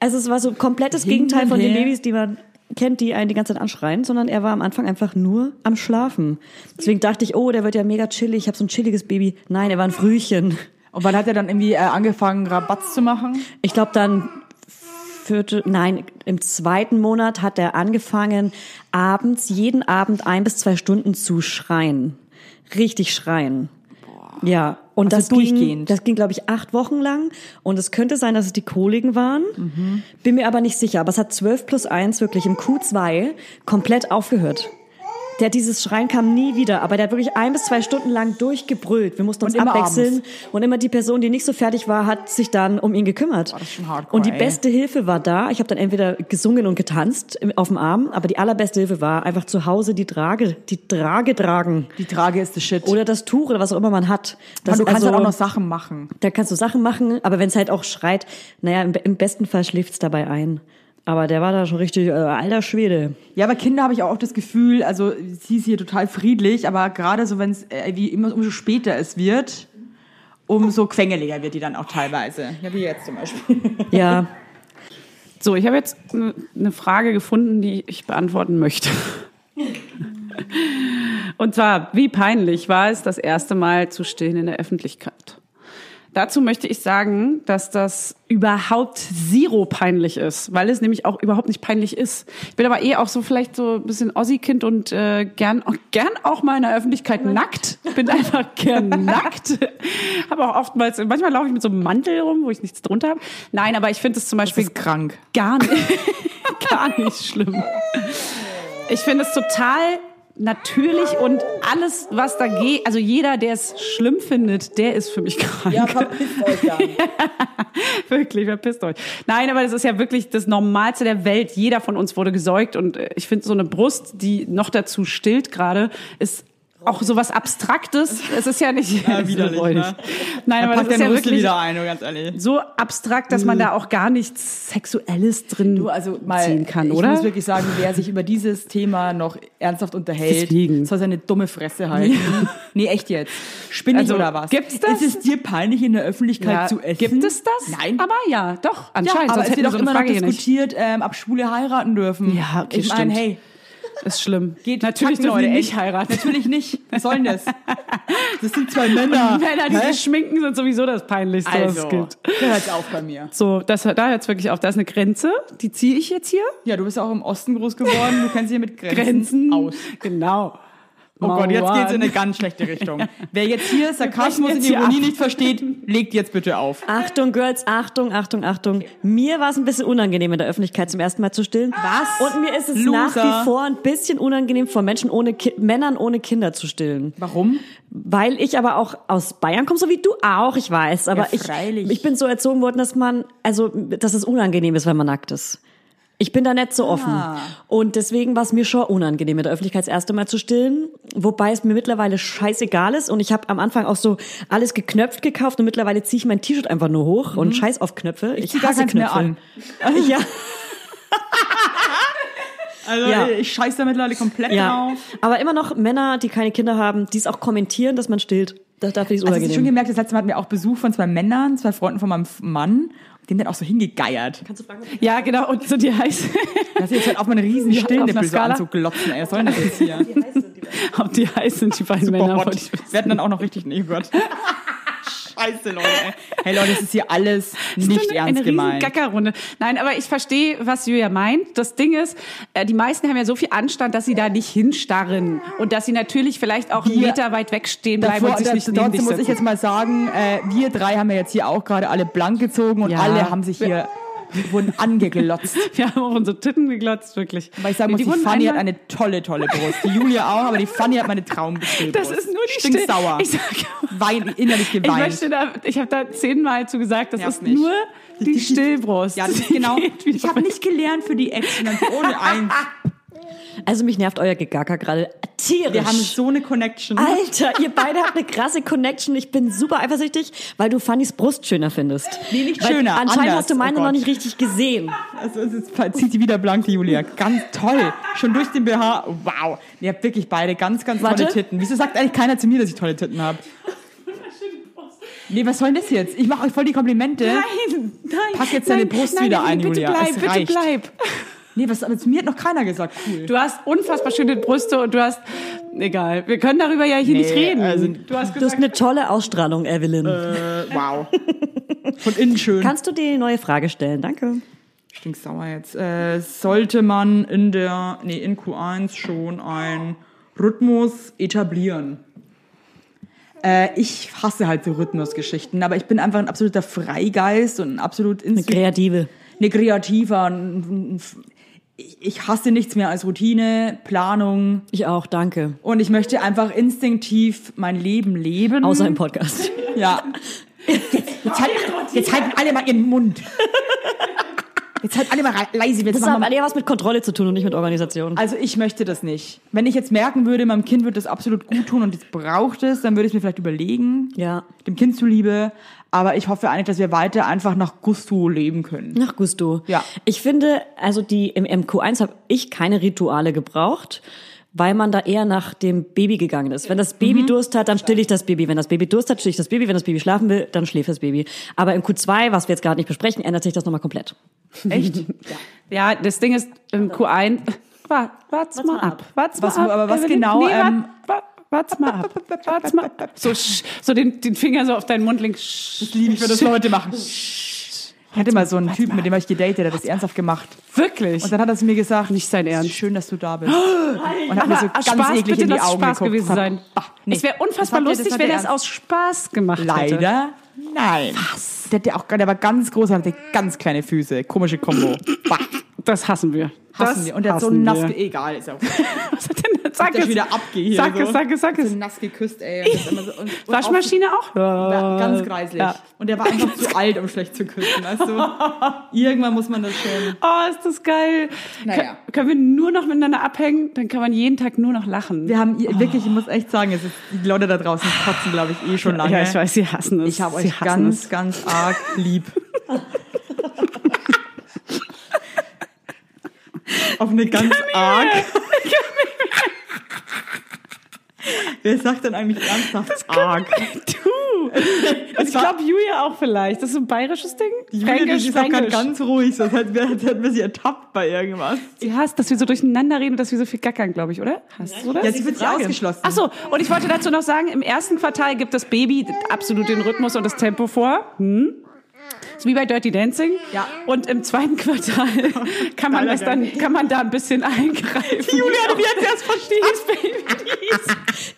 S1: Also es war so komplettes Gegenteil von den
S5: her.
S1: Babys, die man kennt, die einen die ganze Zeit anschreien, sondern er war am Anfang einfach nur am Schlafen. Deswegen dachte ich, oh, der wird ja mega chillig, ich habe so ein chilliges Baby. Nein, er war ein Frühchen.
S5: Und wann hat er dann irgendwie äh, angefangen, Rabatz zu machen?
S1: Ich glaube dann vierte, nein, im zweiten Monat hat er angefangen, abends, jeden Abend ein bis zwei Stunden zu schreien. Richtig schreien. Ja, und
S5: Also
S1: das ging,
S5: durchgehend.
S1: das ging, glaube ich, acht Wochen lang. Und es könnte sein, dass es die Koliken waren. Bin mir aber nicht sicher. Aber es hat 12 plus 1 wirklich im Q2 komplett aufgehört. Der dieses Schreien kam nie wieder, aber der hat wirklich ein bis zwei Stunden lang durchgebrüllt. Wir mussten uns
S5: Und immer
S1: abwechseln und immer die Person, die nicht so fertig war, hat sich dann um ihn gekümmert.
S5: Oh, das ist schon hardcore,
S1: und die
S5: ey.
S1: beste Hilfe war da. Ich habe dann entweder gesungen und getanzt im- auf dem Arm, aber die allerbeste Hilfe war einfach zu Hause die Trage, die Trage tragen
S5: Die Trage ist the shit.
S1: oder das Tuch oder was auch immer man hat. Das,
S5: Man, du kannst
S1: also-
S5: halt auch noch Sachen machen.
S1: da kannst du Sachen machen, aber wenn es halt auch schreit, naja, im, im besten Fall schläft's dabei ein. Aber der war da schon richtig, äh, alter Schwede.
S5: Ja, bei Kindern habe ich auch das Gefühl, also sie ist hier total friedlich, aber gerade so, wenn es äh, wie immer umso später es wird, umso quengeliger wird die dann auch teilweise. Ja, wie jetzt zum Beispiel.
S1: Ja,
S6: So, ich habe jetzt eine eine Frage gefunden, die ich beantworten möchte. Und zwar, wie peinlich war es, das erste Mal zu stillen in der Öffentlichkeit? Dazu möchte ich sagen, dass das überhaupt zero peinlich ist, weil es nämlich auch überhaupt nicht peinlich ist. Ich bin aber eh auch so vielleicht so ein bisschen Ossi-Kind und äh, gern, auch, gern auch mal in der Öffentlichkeit nackt. Bin einfach gern nackt. Habe auch oftmals, manchmal laufe ich mit so einem Mantel rum, wo ich nichts drunter habe. Nein, aber ich finde es zum Beispiel
S5: krank.
S6: gar nicht, gar nicht schlimm. Ich finde es total natürlich und alles, was da geht, also jeder, der es schlimm findet, der ist für mich krank. Ja, verpisst euch dann. wirklich, verpisst euch. Nein, aber das ist ja wirklich das Normalste der Welt. Jeder von uns wurde gesäugt und äh, ich finde so eine Brust, die noch dazu stillt gerade, ist auch sowas Abstraktes. Es ist ja nicht
S5: Ja, widerlich,
S6: räudig.
S5: ne?
S6: Nein, aber das ist ja wirklich
S5: ein, ganz ehrlich.
S6: so abstrakt, dass man da auch gar nichts Sexuelles drin
S5: Äh. Du, also mal,
S6: ziehen kann,
S5: ich
S6: oder?
S5: muss wirklich sagen, wer sich über dieses Thema noch ernsthaft unterhält,
S6: Deswegen.
S5: soll seine dumme Fresse halten. nee, echt jetzt. Spinn ich
S6: Also,
S5: oder was?
S6: gibt's das?
S5: Ist es dir peinlich, in der Öffentlichkeit
S6: ja,
S5: zu essen?
S6: Gibt es das?
S5: äh, hm? Nein.
S6: Aber ja, doch,
S5: ja,
S6: anscheinend.
S5: aber
S6: Sonst
S5: es wird
S6: hätten wir
S5: doch
S6: so eine
S5: immer noch
S6: Frage hier nicht.
S5: diskutiert, ähm, ob Schwule heiraten dürfen.
S6: Ja, okay,
S5: Ich meine,
S6: stimmt.
S5: hey,
S6: Ist schlimm.
S5: Geht
S6: Natürlich
S5: kacken,
S6: dürfen wir
S5: Leute,
S6: nicht
S5: echt.
S6: heiraten.
S5: Natürlich nicht. Was soll denn das? Das sind zwei Männer.
S6: Männer, die
S5: Hä?
S6: sich schminken, sind sowieso das Peinlichste, was
S5: also,
S6: es gibt.
S5: hört auf bei mir.
S6: So, das, da hört's wirklich auf. Da ist eine Grenze, die ziehe ich jetzt hier.
S5: Ja, du bist ja auch im Osten groß geworden. Du kennst dich ja mit Grenzen,
S6: Grenzen.
S5: aus.
S6: Genau.
S5: Oh Gott, jetzt
S6: Mauern.
S5: geht's in eine ganz schlechte Richtung. Wer jetzt hier Sarkasmus
S6: brechen
S5: und
S6: jetzt hier
S5: Ironie
S6: ab.
S5: nicht versteht, legt jetzt bitte auf.
S1: Achtung, Girls, Achtung, Achtung, Achtung. Mir war es ein bisschen unangenehm, in der Öffentlichkeit zum ersten Mal zu stillen.
S5: Was?
S1: Und mir ist es
S5: Loser.
S1: nach wie vor ein bisschen unangenehm, vor Menschen ohne Ki Männern ohne Kinder zu stillen.
S5: Warum?
S1: Weil ich aber auch aus Bayern komme, so wie du auch, ich weiß. Aber
S5: Ja, freilich.
S1: ich, ich bin so erzogen worden, dass man, also, dass es unangenehm ist, wenn man nackt ist. Ich bin da nicht so offen. Und deswegen war es mir schon unangenehm, in der Öffentlichkeit das erste Mal zu stillen. Wobei es mir mittlerweile scheißegal ist. Und ich habe am Anfang auch so alles geknöpft gekauft. Und mittlerweile ziehe ich mein T-Shirt einfach nur hoch und scheiß auf Knöpfe. Ich,
S5: zieh gar
S1: hasse
S5: keins mehr
S1: Knöpfe. ja.
S5: Also
S1: Ja.
S5: ich scheiß da mittlerweile komplett
S1: Ja,
S5: drauf.
S1: aber immer noch Männer, die keine Kinder haben, die es auch kommentieren, dass man stillt. Das darf ich
S5: Also ich hab schon
S1: unangenehm.
S5: gemerkt, das letzte Mal hatten wir auch Besuch von zwei Männern, zwei Freunden von meinem F- Mann, und die haben dann auch so hingegeiert.
S1: Kannst du fragen, ob-
S6: Ja, genau. Und so die heißt,
S5: Das ist jetzt halt auch mal eine riesen
S6: Ja, auf
S5: Stillnippel
S6: einer
S5: so
S6: Skala.
S5: anzuglotzen. Ey, was soll denn das jetzt hier?
S6: ob die heiß sind, die beiden Männer.
S5: Boah,
S6: wollte
S5: Gott.
S6: ich wissen.
S5: Wir hatten dann auch noch richtig, nee, Gott. Scheiße, Leute. ey. Hey Leute, das ist hier alles nicht
S6: eine,
S5: ernst
S6: eine riesen
S5: gemeint.
S6: Gackerrunde. Nein, aber ich verstehe, was Julia meint. Das Ding ist, äh, die meisten haben ja so viel Anstand, dass sie da nicht hinstarren und dass sie natürlich vielleicht auch einen
S5: Wir-
S6: Meter weit wegstehen bleiben
S5: Davor,
S6: und sich
S5: da,
S6: nicht neben dich
S5: trotzdem muss
S6: setzen.
S5: ich jetzt mal sagen, äh, wir drei haben ja jetzt hier auch gerade alle blank gezogen und
S6: Ja.
S5: alle haben sich hier wurden angeglotzt.
S6: Wir haben auf unsere Titten geglotzt, wirklich.
S5: Weil ich sagen
S6: Nee,
S5: muss, die,
S6: wurden
S5: Fanny hat
S6: einmal-
S5: eine tolle, tolle Brust. Die Julia auch, aber die Fanny hat meine Traumbestellbrust.
S6: Das ist nur die
S5: Stinksauer.
S6: Stimme. Ich sag
S5: Wein, innerlich
S6: Ich
S5: geweint.
S6: möchte da, ich habe da zehnmal zu gesagt, das
S5: Nervt
S6: ist
S5: mich.
S6: nur die Stillbrust.
S5: ja, das ist genau.
S6: Sie geht wieder
S5: Ich habe nicht gelernt für die Action, ganz ohne eins.
S1: Also mich nervt euer Gegacker gerade tierisch.
S5: Wir haben so eine Connection.
S1: Alter, ihr beide habt eine krasse Connection. Ich bin super eifersüchtig, weil du Fannys Brust schöner findest.
S5: Nee, nicht
S1: weil
S5: schöner,
S1: Anscheinend
S5: anders.
S1: hast du meine
S5: Oh Gott.
S1: noch nicht richtig gesehen.
S5: Also es ist, zieht sie wieder blank, die Julia. Ganz toll. Schon durch den BH. Wow. Ihr habt wirklich beide ganz, ganz tolle
S1: Warte.
S5: Titten. Wieso sagt eigentlich keiner zu mir, dass ich tolle Titten habe? Nee, was soll denn das jetzt? Ich mache euch voll die Komplimente.
S6: Nein, nein.
S5: Pack jetzt deine
S6: nein,
S5: Brust
S6: nein,
S5: wieder
S6: nein,
S5: ein,
S6: bitte
S5: Julia.
S6: Bleib,
S5: Es
S6: bitte
S5: reicht.
S6: bleib.
S5: Nee, was, aber zu mir hat noch keiner gesagt. Cool.
S6: Du hast unfassbar schöne Brüste und du hast, egal, wir können darüber ja hier nicht reden.
S5: also-
S6: du hast
S1: Du hast
S6: gesagt,
S1: eine tolle Ausstrahlung, Evelyn.
S5: Äh, wow. Von innen schön.
S1: Kannst du die neue Frage stellen? Danke.
S5: Stinksauer jetzt. Äh, sollte man in der, nee, in Q1 schon einen Rhythmus etablieren? Äh, ich hasse halt so Rhythmusgeschichten, aber ich bin einfach ein absoluter Freigeist und ein absolut ne,
S1: Eine
S5: instru-
S1: kreative.
S5: eine kreativer. ein- ein- ein- ich, ich hasse nichts mehr als Routine, Planung
S1: Ich auch, danke.
S5: und ich möchte einfach instinktiv mein Leben leben.
S1: Außer im Podcast.
S5: Ja. Jetzt, jetzt, halt, jetzt halten alle mal ihren Mund. Jetzt halt alle mal rei- leise. Jetzt
S1: Das
S5: machen
S1: hat
S5: wir
S1: eher was mit Kontrolle zu tun und nicht mit Organisation.
S5: Also ich möchte das nicht. Wenn ich jetzt merken würde, meinem Kind würde das absolut gut tun und es braucht es, dann würde ich es mir vielleicht überlegen,
S1: Ja.
S5: dem Kind zuliebe. Aber ich hoffe eigentlich, dass wir weiter einfach nach Gusto leben können.
S1: Nach Gusto.
S5: Ja.
S1: Ich finde, also die im MQ1 habe ich keine Rituale gebraucht, weil man da eher nach dem Baby gegangen ist. Wenn das Baby Durst hat, dann still ich das Baby. Wenn das Baby Durst hat, still ich das Baby. Wenn das Baby schlafen will, dann schläft das Baby. Aber im Q2, was wir jetzt gerade nicht besprechen, ändert sich das nochmal komplett.
S5: Echt?
S6: Ja, das Ding ist im Q1. Wart, wart's mal ab. Wart's mal
S5: Was-
S6: ab.
S5: aber was
S6: Evelyn.
S5: genau,
S6: Nee, wart,
S5: ähm,
S6: wart, wart's mal ab. Wart's mal ab. So, sch- so den, den Finger so auf deinen Mund legen. Das
S5: Liebe ich, würde das Leute machen. Ich hatte mal so einen Typen, mit dem habe ich gedatet, der hat das ernsthaft gemacht.
S6: Wirklich.
S5: Und dann hat er zu mir gesagt,
S6: Nicht sein Ernst.
S5: schön, dass du da bist. Und hat mir so
S6: aus
S5: ganz eklig in die
S6: lass es
S5: Augen
S6: Spaß
S5: geguckt.
S6: gewesen
S5: Hab-
S6: sein.
S5: Bah, nee.
S6: Es wäre unfassbar
S5: Das habt ihr-
S6: lustig,
S5: das habt
S6: wenn
S5: ihr
S6: er es
S5: ernst-
S6: aus Spaß gemacht hätte.
S5: Leider nein. Was? Der, hatte auch, der war ganz groß und hatte ganz kleine Füße. Komische Kombo. Bah.
S6: Das hassen wir.
S5: Hassen
S6: das
S5: wir. Und der hat so
S6: hassen
S5: nass,
S6: wir.
S5: ge- egal, ist ja auch
S6: Was hat denn Sag
S5: dass
S6: es.
S5: ich wieder abgehe hier
S6: Sag
S5: so.
S6: es, sag es, sag es.
S5: so nass geküsst, ey. Und das immer so, und, und
S6: Waschmaschine auch?
S5: Auf, Äh, ja, ganz kreislich.
S6: Ja.
S5: Und er war einfach zu alt, um schlecht zu küssen, weißt du? Irgendwann muss man das schon.
S6: Oh, ist das geil.
S5: Naja.
S6: Kö- können wir nur noch miteinander abhängen? Dann kann man jeden Tag nur noch lachen.
S5: Wir haben ihr- wirklich, ich muss echt sagen, es ist, die Leute da draußen kotzen, glaube ich, eh schon lange.
S6: Ja, ich weiß, sie hassen es.
S5: Ich habe
S6: sie
S5: euch
S6: hassen
S5: ganz,
S6: es.
S5: ganz arg lieb. Auf eine ganz arg. Wer sagt denn eigentlich ernsthaft arg?
S6: Du! Und ich
S5: war-
S6: glaube, Julia auch vielleicht. Das ist ein bayerisches Ding.
S5: Julia, die ist auch gerade
S6: fränkisch.
S5: ganz ruhig, sonst hätten wir, hätten wir sie ertappt bei irgendwas.
S6: Sie hasst, dass wir so durcheinander reden und dass wir so viel gackern, glaube ich, oder? Hast du das?
S1: Also
S5: Ja, sie wird ja ausgeschlossen.
S6: Ach so, und ich wollte dazu noch sagen, im ersten Quartal gibt das Baby absolut den Rhythmus und das Tempo vor. Hm? Ist wie bei Dirty Dancing.
S5: Ja.
S6: Und im zweiten Quartal kann man, das dann, kann man da ein bisschen eingreifen. Julia, die hat das verstehen.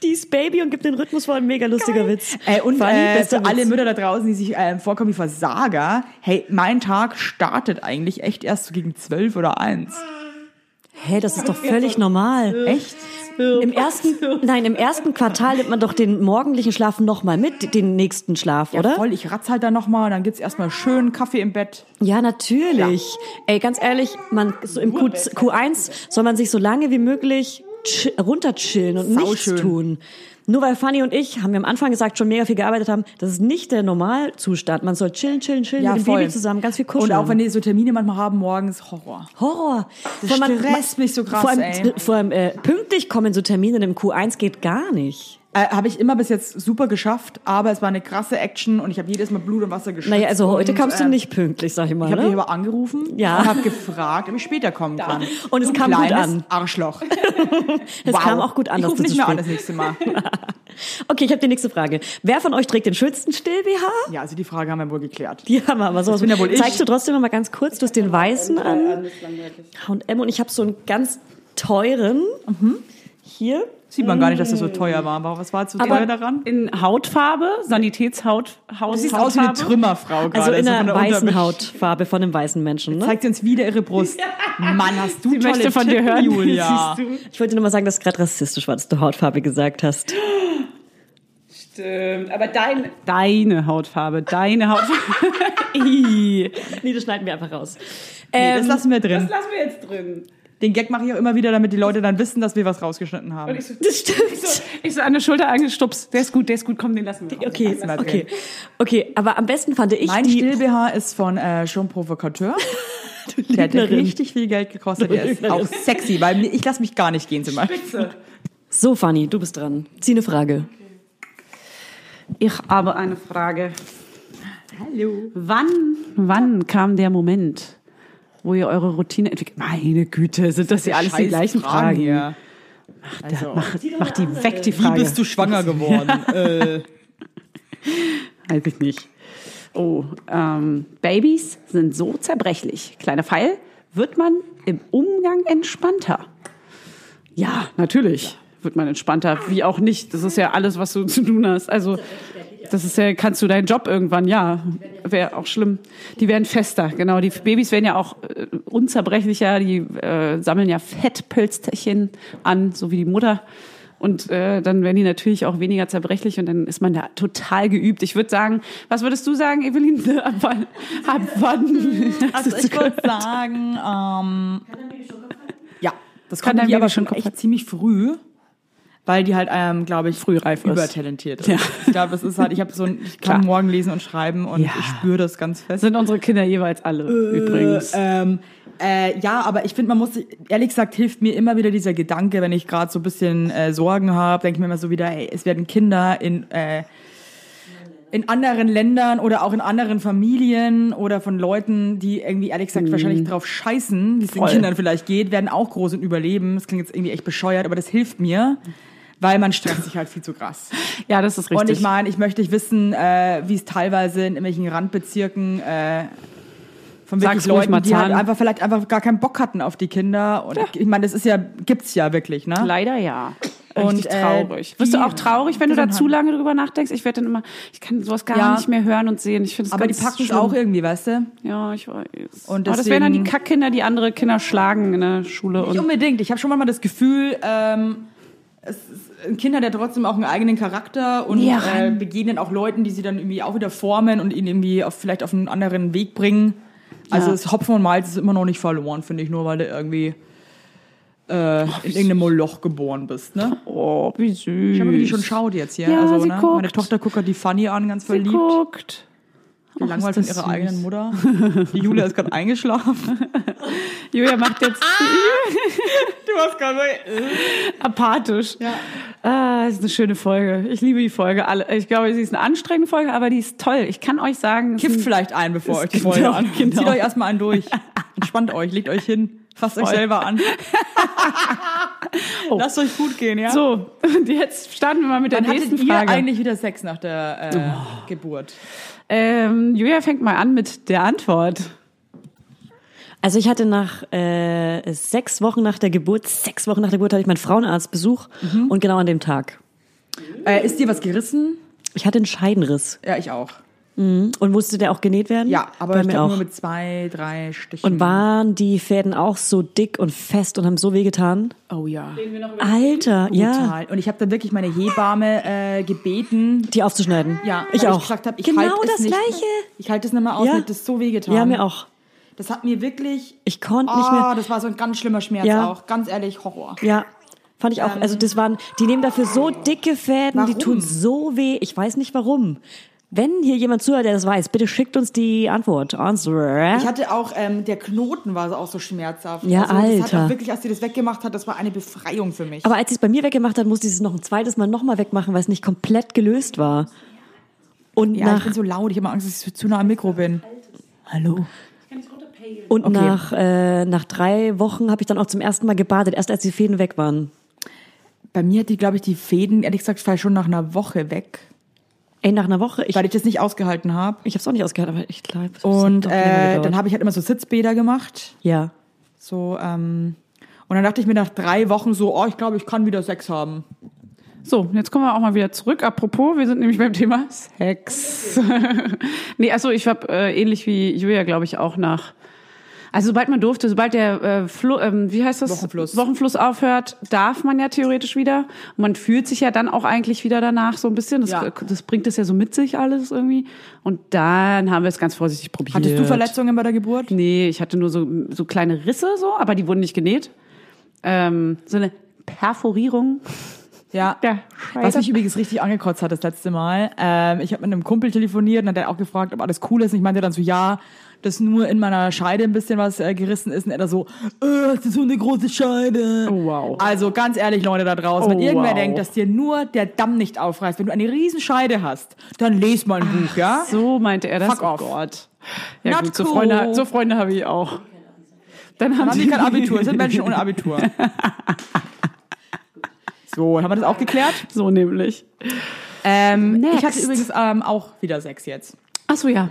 S1: Die ist Baby und gibt den Rhythmus vor, ein mega lustiger Witz.
S5: Äh, und
S1: Funny,
S5: äh,
S1: bester
S5: für alle
S1: Witz.
S5: Mütter da draußen, die sich äh, vorkommen wie Versager, hey, mein Tag startet eigentlich echt erst so gegen zwölf oder eins.
S1: Hä, das ist doch völlig normal.
S5: Echt?
S1: Im ersten, nein, im ersten Quartal nimmt man doch den morgendlichen Schlaf nochmal mit, den nächsten Schlaf, oder?
S5: Ja, voll, ich ratz halt dann nochmal und dann gibt's erstmal schön Kaffee im Bett.
S1: Ja, natürlich. Ey, ganz ehrlich, man, so im Q, Q1 soll man sich so lange wie möglich chi- runterchillen und nichts
S5: Sauschön.
S1: tun. Nur weil Fanny und ich, haben wir am Anfang gesagt, schon mega viel gearbeitet haben, das ist nicht der Normalzustand. Man soll chillen, chillen, chillen mit dem Baby zusammen, ganz viel kuscheln.
S5: Und auch wenn die so Termine manchmal haben, morgens Horror.
S1: Horror.
S5: Das
S1: Vor allem-
S5: stresst mich so krass,
S1: Vor allem,
S5: ey.
S1: vor allem äh, pünktlich kommen so Termine im Q1 geht gar nicht.
S5: Äh, habe ich immer bis jetzt super geschafft, aber es war eine krasse Action und ich habe jedes Mal Blut und Wasser geschüttet.
S1: Naja, also heute
S5: und,
S1: kamst du
S5: äh,
S1: nicht pünktlich, sag ich mal.
S5: Ich habe
S1: ne?
S5: dich aber angerufen
S1: Ja.
S5: und habe gefragt, ob ich später kommen kann.
S1: Und es
S5: Du
S1: kam gut
S5: kleines
S1: an.
S5: Arschloch.
S1: Es kam auch gut an,
S5: Ich
S1: dass
S5: ruf
S1: du
S5: nicht
S1: zu
S5: mehr an
S1: spät-
S5: das nächste Mal.
S1: Okay, ich habe die nächste Frage. Wer von euch trägt den schönsten Still-BH?
S5: Ja, also die Frage haben wir wohl geklärt.
S1: Die haben wir aber sowas.
S5: bin ja wohl ich.
S1: Zeigst du trotzdem noch mal ganz kurz, du hast den weißen an. H&M und ich habe so einen ganz teuren
S5: Mhm.
S1: hier.
S5: Sieht man gar nicht, dass das so teuer war. Mm. Aber was war so teuer daran?
S6: In Hautfarbe, Sanitätshaut, Haut,
S5: Du siehst aus wie eine Trümmerfrau gerade.
S1: Also in
S5: so
S1: einer
S5: von der
S1: weißen
S5: Unterwäsche.
S1: Hautfarbe von einem weißen Menschen. Ne?
S5: Zeigt sie uns wieder ihre Brust. Mann, hast du
S6: Ich
S5: tolle
S6: möchte von dir
S5: Titten,
S6: hören,
S5: Julia.
S6: siehst du?
S1: Ah. Ich wollte nur mal sagen, dass es gerade rassistisch war, dass du Hautfarbe gesagt hast.
S6: Stimmt, äh, aber dein, deine Hautfarbe, deine Hautfarbe. Ih.
S1: Nee, das schneiden wir einfach raus. Ähm,
S5: Nee, das lassen wir drin.
S6: lassen wir jetzt drin.
S5: Den Gag mache ich auch immer wieder, damit die Leute dann wissen, dass wir was rausgeschnitten haben.
S6: Ich so,
S1: Das stimmt.
S6: ich so an der Schulter angestupst. Der ist gut, der ist gut, komm, den lassen wir. raus.
S1: Okay,
S5: Lassen wir
S1: okay. Okay, aber am besten fand ich
S5: Mein
S1: die...
S5: Still-BH ist von äh, Jean Provocateur. Der hat
S1: Lügnerin.
S5: richtig viel Geld gekostet. Der ist auch sexy, weil ich lasse mich gar nicht gehen zum Beispiel.
S1: So, Fanny, du bist dran. Zieh eine Frage.
S6: Ich habe eine Frage. Hallo. Wann, wann kam der Moment, wo ihr eure Routine entwickelt? Meine Güte, sind das ja alles die
S5: Scheiß
S6: gleichen Fragen.
S5: hier. Also,
S6: Mach, mach die weg, die
S5: Wie
S6: Frage.
S5: bist du schwanger geworden? äh,
S6: Weiß ich nicht. Oh, ähm, Babys sind so zerbrechlich. Kleiner Pfeil, wird man im Umgang entspannter? Ja, natürlich wird man entspannter. Wie auch nicht. Das ist ja alles, was du zu tun hast. Also Das ist ja, kannst du deinen Job irgendwann, ja. Wäre auch schlimm. Die werden fester, genau. Die Babys werden ja auch äh, unzerbrechlicher, die äh, sammeln ja Fettpölsterchen an, so wie die Mutter. Und äh, dann werden die natürlich auch weniger zerbrechlich und dann ist man da total geübt. Ich würde sagen, was würdest du sagen, Eveline? Ab wann? Ab wann
S5: Also ich würde sagen, ähm, ja, das
S6: Kann
S5: kann
S6: dein
S5: die
S6: Baby
S5: aber
S6: schon
S5: schon
S6: Kopf
S5: echt ziemlich früh, weil die halt, ähm, glaube ich,
S6: Frühreif ist.
S5: übertalentiert ist. Ich glaube, es ist halt, ich habe so ein, ich kann morgen lesen und schreiben und
S6: Ja.
S5: ich spüre das ganz fest.
S6: sind unsere Kinder jeweils alle übrigens?
S5: Ähm, äh, ja, aber ich finde, man muss, ehrlich gesagt, hilft mir immer wieder dieser Gedanke, wenn ich gerade so ein bisschen äh, Sorgen habe, denke ich mir immer so wieder, ey, es werden Kinder in, äh, in anderen Ländern oder auch in anderen Familien oder von Leuten, die irgendwie, ehrlich gesagt, wahrscheinlich drauf scheißen, wie es den
S6: Voll.
S5: Kindern vielleicht geht, werden auch groß und überleben. Das klingt jetzt irgendwie echt bescheuert, aber das hilft mir, weil man stresst sich halt viel zu krass.
S6: ja, das ist richtig.
S5: Und ich meine, ich möchte nicht wissen, äh, wie es teilweise in irgendwelchen Randbezirken äh, von
S6: Sag's
S5: wirklich
S6: ruhig,
S5: Leuten, die halt
S6: Marzahn.
S5: einfach vielleicht einfach gar keinen Bock hatten auf die Kinder. Und ich meine, das ist ja, gibt's ja wirklich, ne?
S6: Leider ja.
S5: Und,
S6: Richtig
S5: äh,
S6: traurig.
S5: die-
S6: Wirst du auch traurig, wenn du da
S5: Gesundheit.
S6: zu lange drüber nachdenkst? Ich werde dann immer, ich kann sowas gar
S5: Ja.
S6: nicht mehr hören und sehen. Ich finde es
S5: Aber die
S6: ganz
S5: packen es
S6: schlimm.
S5: auch irgendwie, weißt du?
S6: Ja, ich weiß.
S5: Und
S6: Aber das wären dann die
S5: deswegen-
S6: Kackkinder, die andere Kinder schlagen in der Schule.
S5: Nicht
S6: Und
S5: unbedingt. Ich habe schon manchmal das Gefühl, ähm, es ist ein Kind hat ja trotzdem auch einen eigenen Charakter und
S6: Ja.
S5: äh, begegnen auch Leuten, die sie dann irgendwie auch wieder formen und ihn irgendwie auf, vielleicht auf einen anderen Weg bringen. Also
S6: Ja.
S5: das Hopfen und Malz ist immer noch nicht verloren, finde ich, nur weil du irgendwie äh, in irgendeinem Moloch geboren bist. Ne?
S6: oh, wie süß.
S5: Ich habe die schon schaut jetzt hier.
S6: Ja,
S5: also,
S6: sie
S5: ne?
S6: guckt.
S5: Meine Tochter guckt gerade die Fanny an, ganz
S6: Sie
S5: verliebt.
S6: guckt.
S5: Gelangweilt von
S6: ist
S5: ihrer
S6: das süß.
S5: eigenen Mutter. Die Julia ist gerade eingeschlafen.
S6: Julia macht jetzt
S5: Du hast gerade
S6: apathisch. Ja. Ah, ist eine schöne Folge. Ich liebe die Folge. Alle- Ich glaube, sie ist eine anstrengende Folge, aber die ist toll. Ich kann euch sagen, es
S5: Kifft
S6: ist ein-
S5: vielleicht ein, bevor
S6: Ist
S5: euch die
S6: genau,
S5: Folge an.
S6: genau.
S5: Zieht euch erstmal einen durch. Entspannt euch, legt euch hin, fasst euch
S6: Voll.
S5: selber an. Lasst euch gut gehen, ja?
S6: so. Und jetzt starten wir mal mit
S5: Dann
S6: der
S5: hattet
S6: nächsten
S5: ihr
S6: Frage.
S5: eigentlich wieder Sex nach der äh, Geburt.
S6: Ähm, Julia fängt mal an mit der Antwort.
S1: Also ich hatte nach äh, sechs Wochen nach der Geburt, sechs Wochen nach der Geburt hatte ich meinen Frauenarztbesuch
S5: Mhm.
S1: und genau an dem Tag.
S5: Äh, ist dir was gerissen?
S1: Ich hatte einen Scheidenriss
S5: Ja, ich auch.
S1: und musste der auch genäht werden?
S5: Ja, aber
S1: Bei
S5: ich
S1: mir
S5: glaub,
S1: auch.
S5: nur mit Mhm. zwei, drei Stichen.
S1: und waren die Fäden auch so dick und fest und haben so wehgetan?
S5: oh ja.
S1: Alter, ja,
S5: Total. Und ich habe dann wirklich meine Hebamme äh, gebeten.
S1: die aufzuschneiden.
S5: Ja,
S1: ich
S5: weil
S1: auch.
S5: Ich gesagt hab, ich
S1: genau
S5: halt es
S1: das
S5: nicht,
S1: gleiche.
S5: Ich halte es nicht mehr aus,
S1: Ja.
S5: mir hat das so wehgetan.
S1: Ja, mir auch.
S5: Das hat mir wirklich.
S1: Ich konnte
S5: Ah,
S1: nicht mehr.
S5: das war so ein ganz schlimmer Schmerz
S1: Ja.
S5: auch. Ganz ehrlich, Horror.
S1: Ja, fand ich auch. Also das waren, die nehmen dafür so dicke Fäden, die
S5: Ähm. Warum?
S1: tun so weh. Ich weiß nicht warum. Wenn hier jemand zuhört, der das weiß, bitte schickt uns die Antwort. Answer.
S5: Ich hatte auch, ähm, der Knoten war so- auch so schmerzhaft.
S1: Ja,
S5: also, Das hat
S1: Alter.
S5: auch wirklich, als sie das weggemacht hat, das war eine Befreiung für mich.
S1: Aber als sie es bei mir weggemacht hat, musste sie es noch ein zweites Mal nochmal wegmachen, weil es nicht komplett gelöst war. Und
S5: ja, ich
S1: nach,
S5: bin so laut, ich habe Angst, dass ich zu nah am Mikro bin. Hallo.
S1: und nach, äh, nach drei Wochen habe ich dann auch zum ersten Mal gebadet, erst als die Fäden weg waren.
S5: Bei mir hat die, glaube ich, die Fäden, ehrlich gesagt, vielleicht schon nach einer Woche weg,
S1: Ey, nach einer Woche. Ich,
S5: weil ich das nicht ausgehalten habe.
S1: ich habe es auch nicht ausgehalten, aber ich glaube. es hat
S5: Und
S1: noch länger
S5: äh,
S1: gedauert.
S5: dann habe ich halt immer so Sitzbäder gemacht.
S1: Ja.
S5: So, ähm, und dann dachte ich mir nach drei Wochen so, oh, ich glaube, ich kann wieder Sex haben.
S6: So, jetzt kommen wir auch mal wieder zurück. Apropos, wir sind nämlich beim Thema Sex. nee, also ich habe äh, ähnlich wie Julia, glaube ich, auch nach. Also sobald man durfte, sobald der äh, Flu, ähm, wie heißt das
S5: Wochenfluss.
S6: Wochenfluss aufhört, darf man ja theoretisch wieder. Und man fühlt sich ja dann auch eigentlich wieder danach so ein bisschen. Das, äh,
S5: Ja.
S6: das bringt es ja so mit sich alles irgendwie. Und dann haben wir es ganz vorsichtig probiert.
S5: Hattest du Verletzungen bei der Geburt?
S6: Nee, ich hatte nur so, so kleine Risse so, aber die wurden nicht genäht. Ähm, so eine Perforierung.
S5: Ja.
S6: Ja,
S5: Was mich übrigens richtig angekotzt hat das letzte Mal. Ähm, ich habe mit einem Kumpel telefoniert und hat er auch gefragt, ob alles cool ist. Und ich meinte dann so, ja, dass nur in meiner Scheide ein bisschen was äh, gerissen ist. Und er da so, äh, das ist so eine große Scheide.
S6: Oh, wow.
S5: Also ganz ehrlich, Leute da draußen, wenn
S6: Oh,
S5: irgendwer
S6: wow.
S5: denkt, dass dir nur der Damm nicht aufreißt, wenn du eine riesen Scheide hast, dann lest mal ein Buch, ja?
S6: So meinte er das.
S5: Fuck off.
S6: Oh Gott. Ja,
S5: Not
S6: gut, so
S5: cool.
S6: Freunde, so Freunde habe ich auch. Dann
S5: Dann
S6: haben
S5: haben
S6: sie
S5: die kein Abitur, sind Menschen ohne Abitur. So, haben wir das auch geklärt?
S6: So nämlich.
S5: Ähm, ich
S6: Next.
S5: hatte übrigens ähm, auch wieder Sex jetzt.
S6: Ach so, ja.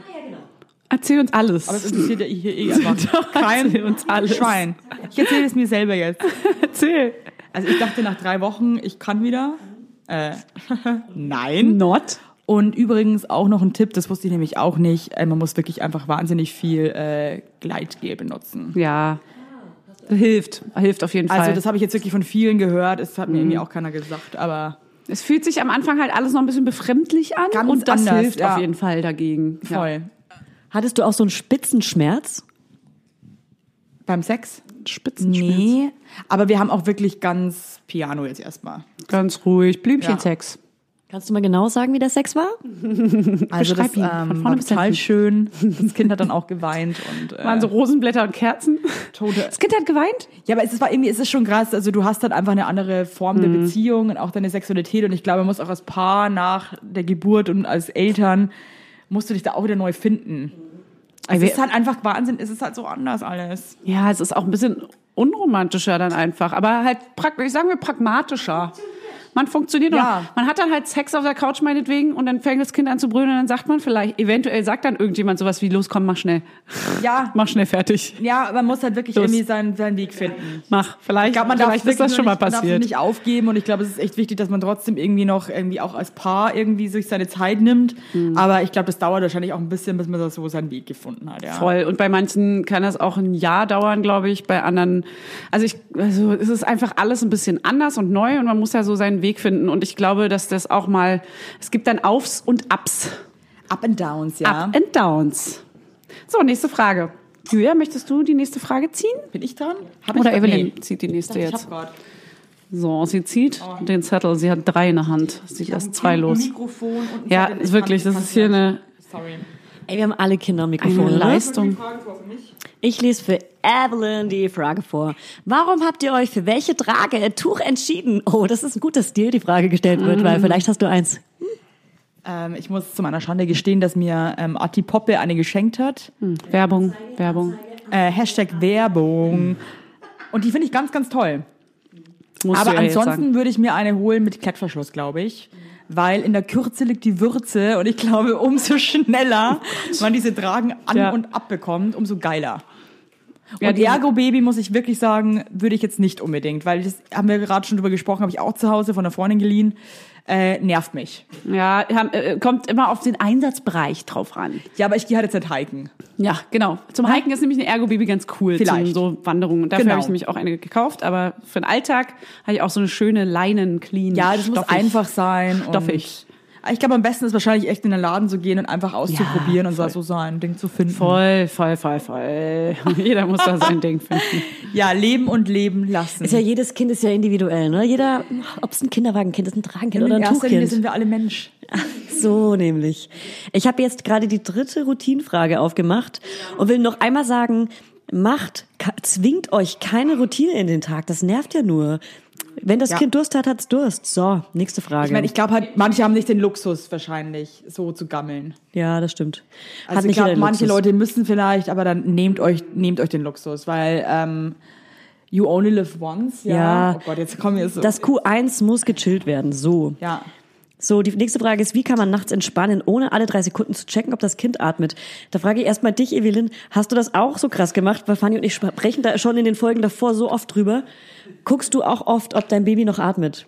S6: Erzähl uns alles.
S5: genau. Aber das interessiert ja hier eh einfach
S6: Erzähl
S5: kein
S6: uns alles.
S5: Schwein. Ich erzähle es mir selber jetzt.
S6: Erzähl.
S5: Also ich dachte nach drei Wochen, ich kann wieder. Äh, nein.
S6: Not.
S5: Und übrigens auch noch ein Tipp, das wusste ich nämlich auch nicht. äh, Man muss wirklich einfach wahnsinnig viel äh, Gleitgel benutzen.
S6: Ja.
S5: Ah,
S6: Hilft, hilft auf jeden
S5: Also
S6: Fall.
S5: das habe ich jetzt wirklich von vielen gehört. Es hat
S6: Mhm.
S5: mir irgendwie auch keiner gesagt, aber
S6: es fühlt sich am Anfang halt alles noch ein bisschen befremdlich an
S5: Ganz
S6: und das
S5: anders,
S6: hilft
S5: ja.
S6: auf jeden Fall dagegen. Ja.
S5: voll.
S1: Hattest du auch so einen Spitzenschmerz?
S5: Beim Sex?
S6: Spitzenschmerz.
S5: Aber wir haben auch wirklich ganz Piano jetzt erstmal.
S6: Ganz ruhig, Blümchensex.
S1: Kannst du mal genau sagen, wie der Sex war?
S5: Also
S6: Beschreib
S5: das
S6: ihn,
S5: ähm,
S6: von vorne
S5: war
S6: bis
S5: total
S6: hinten.
S5: schön. Das Kind hat dann auch geweint und äh,
S6: Waren so Rosenblätter und Kerzen.
S5: Tote.
S6: Das Kind hat geweint.
S5: Ja, aber es ist, war irgendwie, es ist schon krass. Also du hast dann einfach eine andere Form der
S6: Mhm.
S5: Beziehung und auch deine Sexualität. Und ich glaube, man muss auch als Paar nach der Geburt und als Eltern musst du dich da auch wieder neu
S6: Mhm.
S5: finden. Also es ist halt einfach Wahnsinn. Es ist halt so anders alles.
S6: Ja, es ist auch ein bisschen unromantischer dann einfach, aber halt praktisch, sagen wir pragmatischer. Man funktioniert
S5: Ja.
S6: noch. Man hat dann halt Sex auf der Couch meinetwegen und dann fängt das Kind an zu brüllen und dann sagt man vielleicht, eventuell sagt dann irgendjemand sowas wie, los komm, mach schnell.
S5: Ja.
S6: Mach schnell fertig.
S5: Ja, man muss halt wirklich
S6: Los.
S5: irgendwie seinen, seinen Weg finden.
S6: Mach. Vielleicht,
S5: Ich glaube, man darf
S6: vielleicht ist das
S5: wirklich nur
S6: schon mal
S5: nicht, man darf
S6: passiert.
S5: nicht aufgeben und ich glaube, es ist echt wichtig, dass man trotzdem irgendwie noch irgendwie auch als Paar irgendwie sich seine Zeit nimmt.
S6: Mhm.
S5: Aber ich glaube, das dauert wahrscheinlich auch ein bisschen, bis man das so seinen Weg gefunden hat. Ja.
S6: Voll. Und bei manchen kann das auch ein Jahr dauern, glaube ich. Bei anderen, also ich, also es ist einfach alles ein bisschen anders und neu und man muss ja so seinen Weg finden. Und ich glaube, dass das auch mal, es gibt dann Aufs und Ups,
S5: Up and Downs, ja.
S6: Up and Downs. So, nächste Frage. Julia, möchtest du die nächste Frage ziehen?
S5: Bin ich dran? Hab
S6: Oder
S5: ich
S6: Evelyn
S5: Nee.
S6: zieht die nächste
S5: Ich
S6: jetzt.
S5: hab Oh. grad.
S6: So, sie zieht den Zettel. Sie hat drei in der Hand. Sie hat erst zwei los.
S5: Mikrofon und ein
S6: Ja,
S5: Zettel.
S6: ist
S5: Ich
S6: wirklich,
S5: kann-
S6: das ist hier
S5: kann-
S6: eine,
S5: Sorry.
S1: Ey, wir haben alle Kinder am
S6: eine
S1: Mikrofon. oder?
S6: Leistung.
S1: Ich lese für Evelyn die Frage vor. Warum habt ihr euch für welche Trage Tuch entschieden? Oh, das ist ein guter Stil, die Frage gestellt wird,
S5: Mm.
S1: weil vielleicht hast du eins.
S5: Ähm, ich muss zu meiner Schande gestehen, dass mir ähm, Atti Poppe eine geschenkt hat.
S6: Werbung, Werbung.
S5: Äh, Hashtag Werbung. Und die finde ich ganz, ganz toll.
S6: Musst
S5: Aber
S6: du ja jetzt sagen.
S5: ansonsten würde ich mir eine holen mit Klettverschluss, glaube ich. Weil in der Kürze liegt die Würze und ich glaube, umso schneller man diese Tragen an
S6: Ja.
S5: und abbekommt, umso geiler.
S6: Ja,
S5: und
S6: die-
S5: Ergo Baby, muss ich wirklich sagen, würde ich jetzt nicht unbedingt, weil das haben wir gerade schon drüber gesprochen, habe ich auch zu Hause von einer Freundin geliehen. Äh, nervt mich.
S6: Ja, haben, äh, kommt immer auf den Einsatzbereich drauf an.
S5: Ja, aber ich gehe halt jetzt nicht hiken.
S6: Ja, genau. Zum Hiken ist nämlich eine Ergo-Baby ganz cool. Zum
S5: Vielleicht.
S6: so Wanderungen. Und dafür
S5: Genau.
S6: habe ich nämlich auch eine gekauft. Aber für den Alltag habe ich auch so eine schöne Leinen-Clean.
S5: Ja, das muss
S6: stoffig.
S5: einfach sein.
S6: Stoffig.
S5: Und ich glaube, am besten ist wahrscheinlich echt in den Laden zu gehen und einfach auszuprobieren und so sein Ding zu finden.
S6: Voll, voll, voll, voll. Jeder muss da sein Ding finden.
S5: Ja, leben und leben lassen.
S1: Ist ja jedes Kind ist ja individuell, ne? Jeder, ob es ein Kinderwagenkind ist, ein Tragenkind oder
S5: In
S1: ein
S5: erster Linie
S1: Tuchkind.
S5: sind wir alle Mensch.
S1: So nämlich. Ich habe jetzt gerade die dritte Routinenfrage aufgemacht und will noch einmal sagen, macht, ka- zwingt euch keine Routine in den Tag. Das nervt ja nur. Wenn das
S5: Ja.
S1: Kind Durst hat, hat's Durst. So, nächste Frage.
S5: Ich meine, ich glaube halt, manche haben nicht den Luxus wahrscheinlich, so zu gammeln.
S1: ja, das stimmt. Hat
S5: Also ich
S1: jeder
S5: glaube,
S1: den
S5: manche
S1: Luxus.
S5: Leute müssen vielleicht, aber dann nehmt euch, nehmt euch den Luxus, weil ähm, you only live once. Ja.
S1: Ja.
S5: Oh Gott, jetzt kommen wir so.
S1: Das Q1 muss gechillt werden, so.
S5: ja.
S1: So, die nächste Frage ist, wie kann man nachts entspannen, ohne alle drei Sekunden zu checken, ob das Kind atmet? Da frage ich erstmal dich, Evelyn, hast du das auch so krass gemacht? Weil Fanny und ich sprechen da schon in den Folgen davor so oft drüber. Guckst du auch oft, ob dein Baby noch atmet?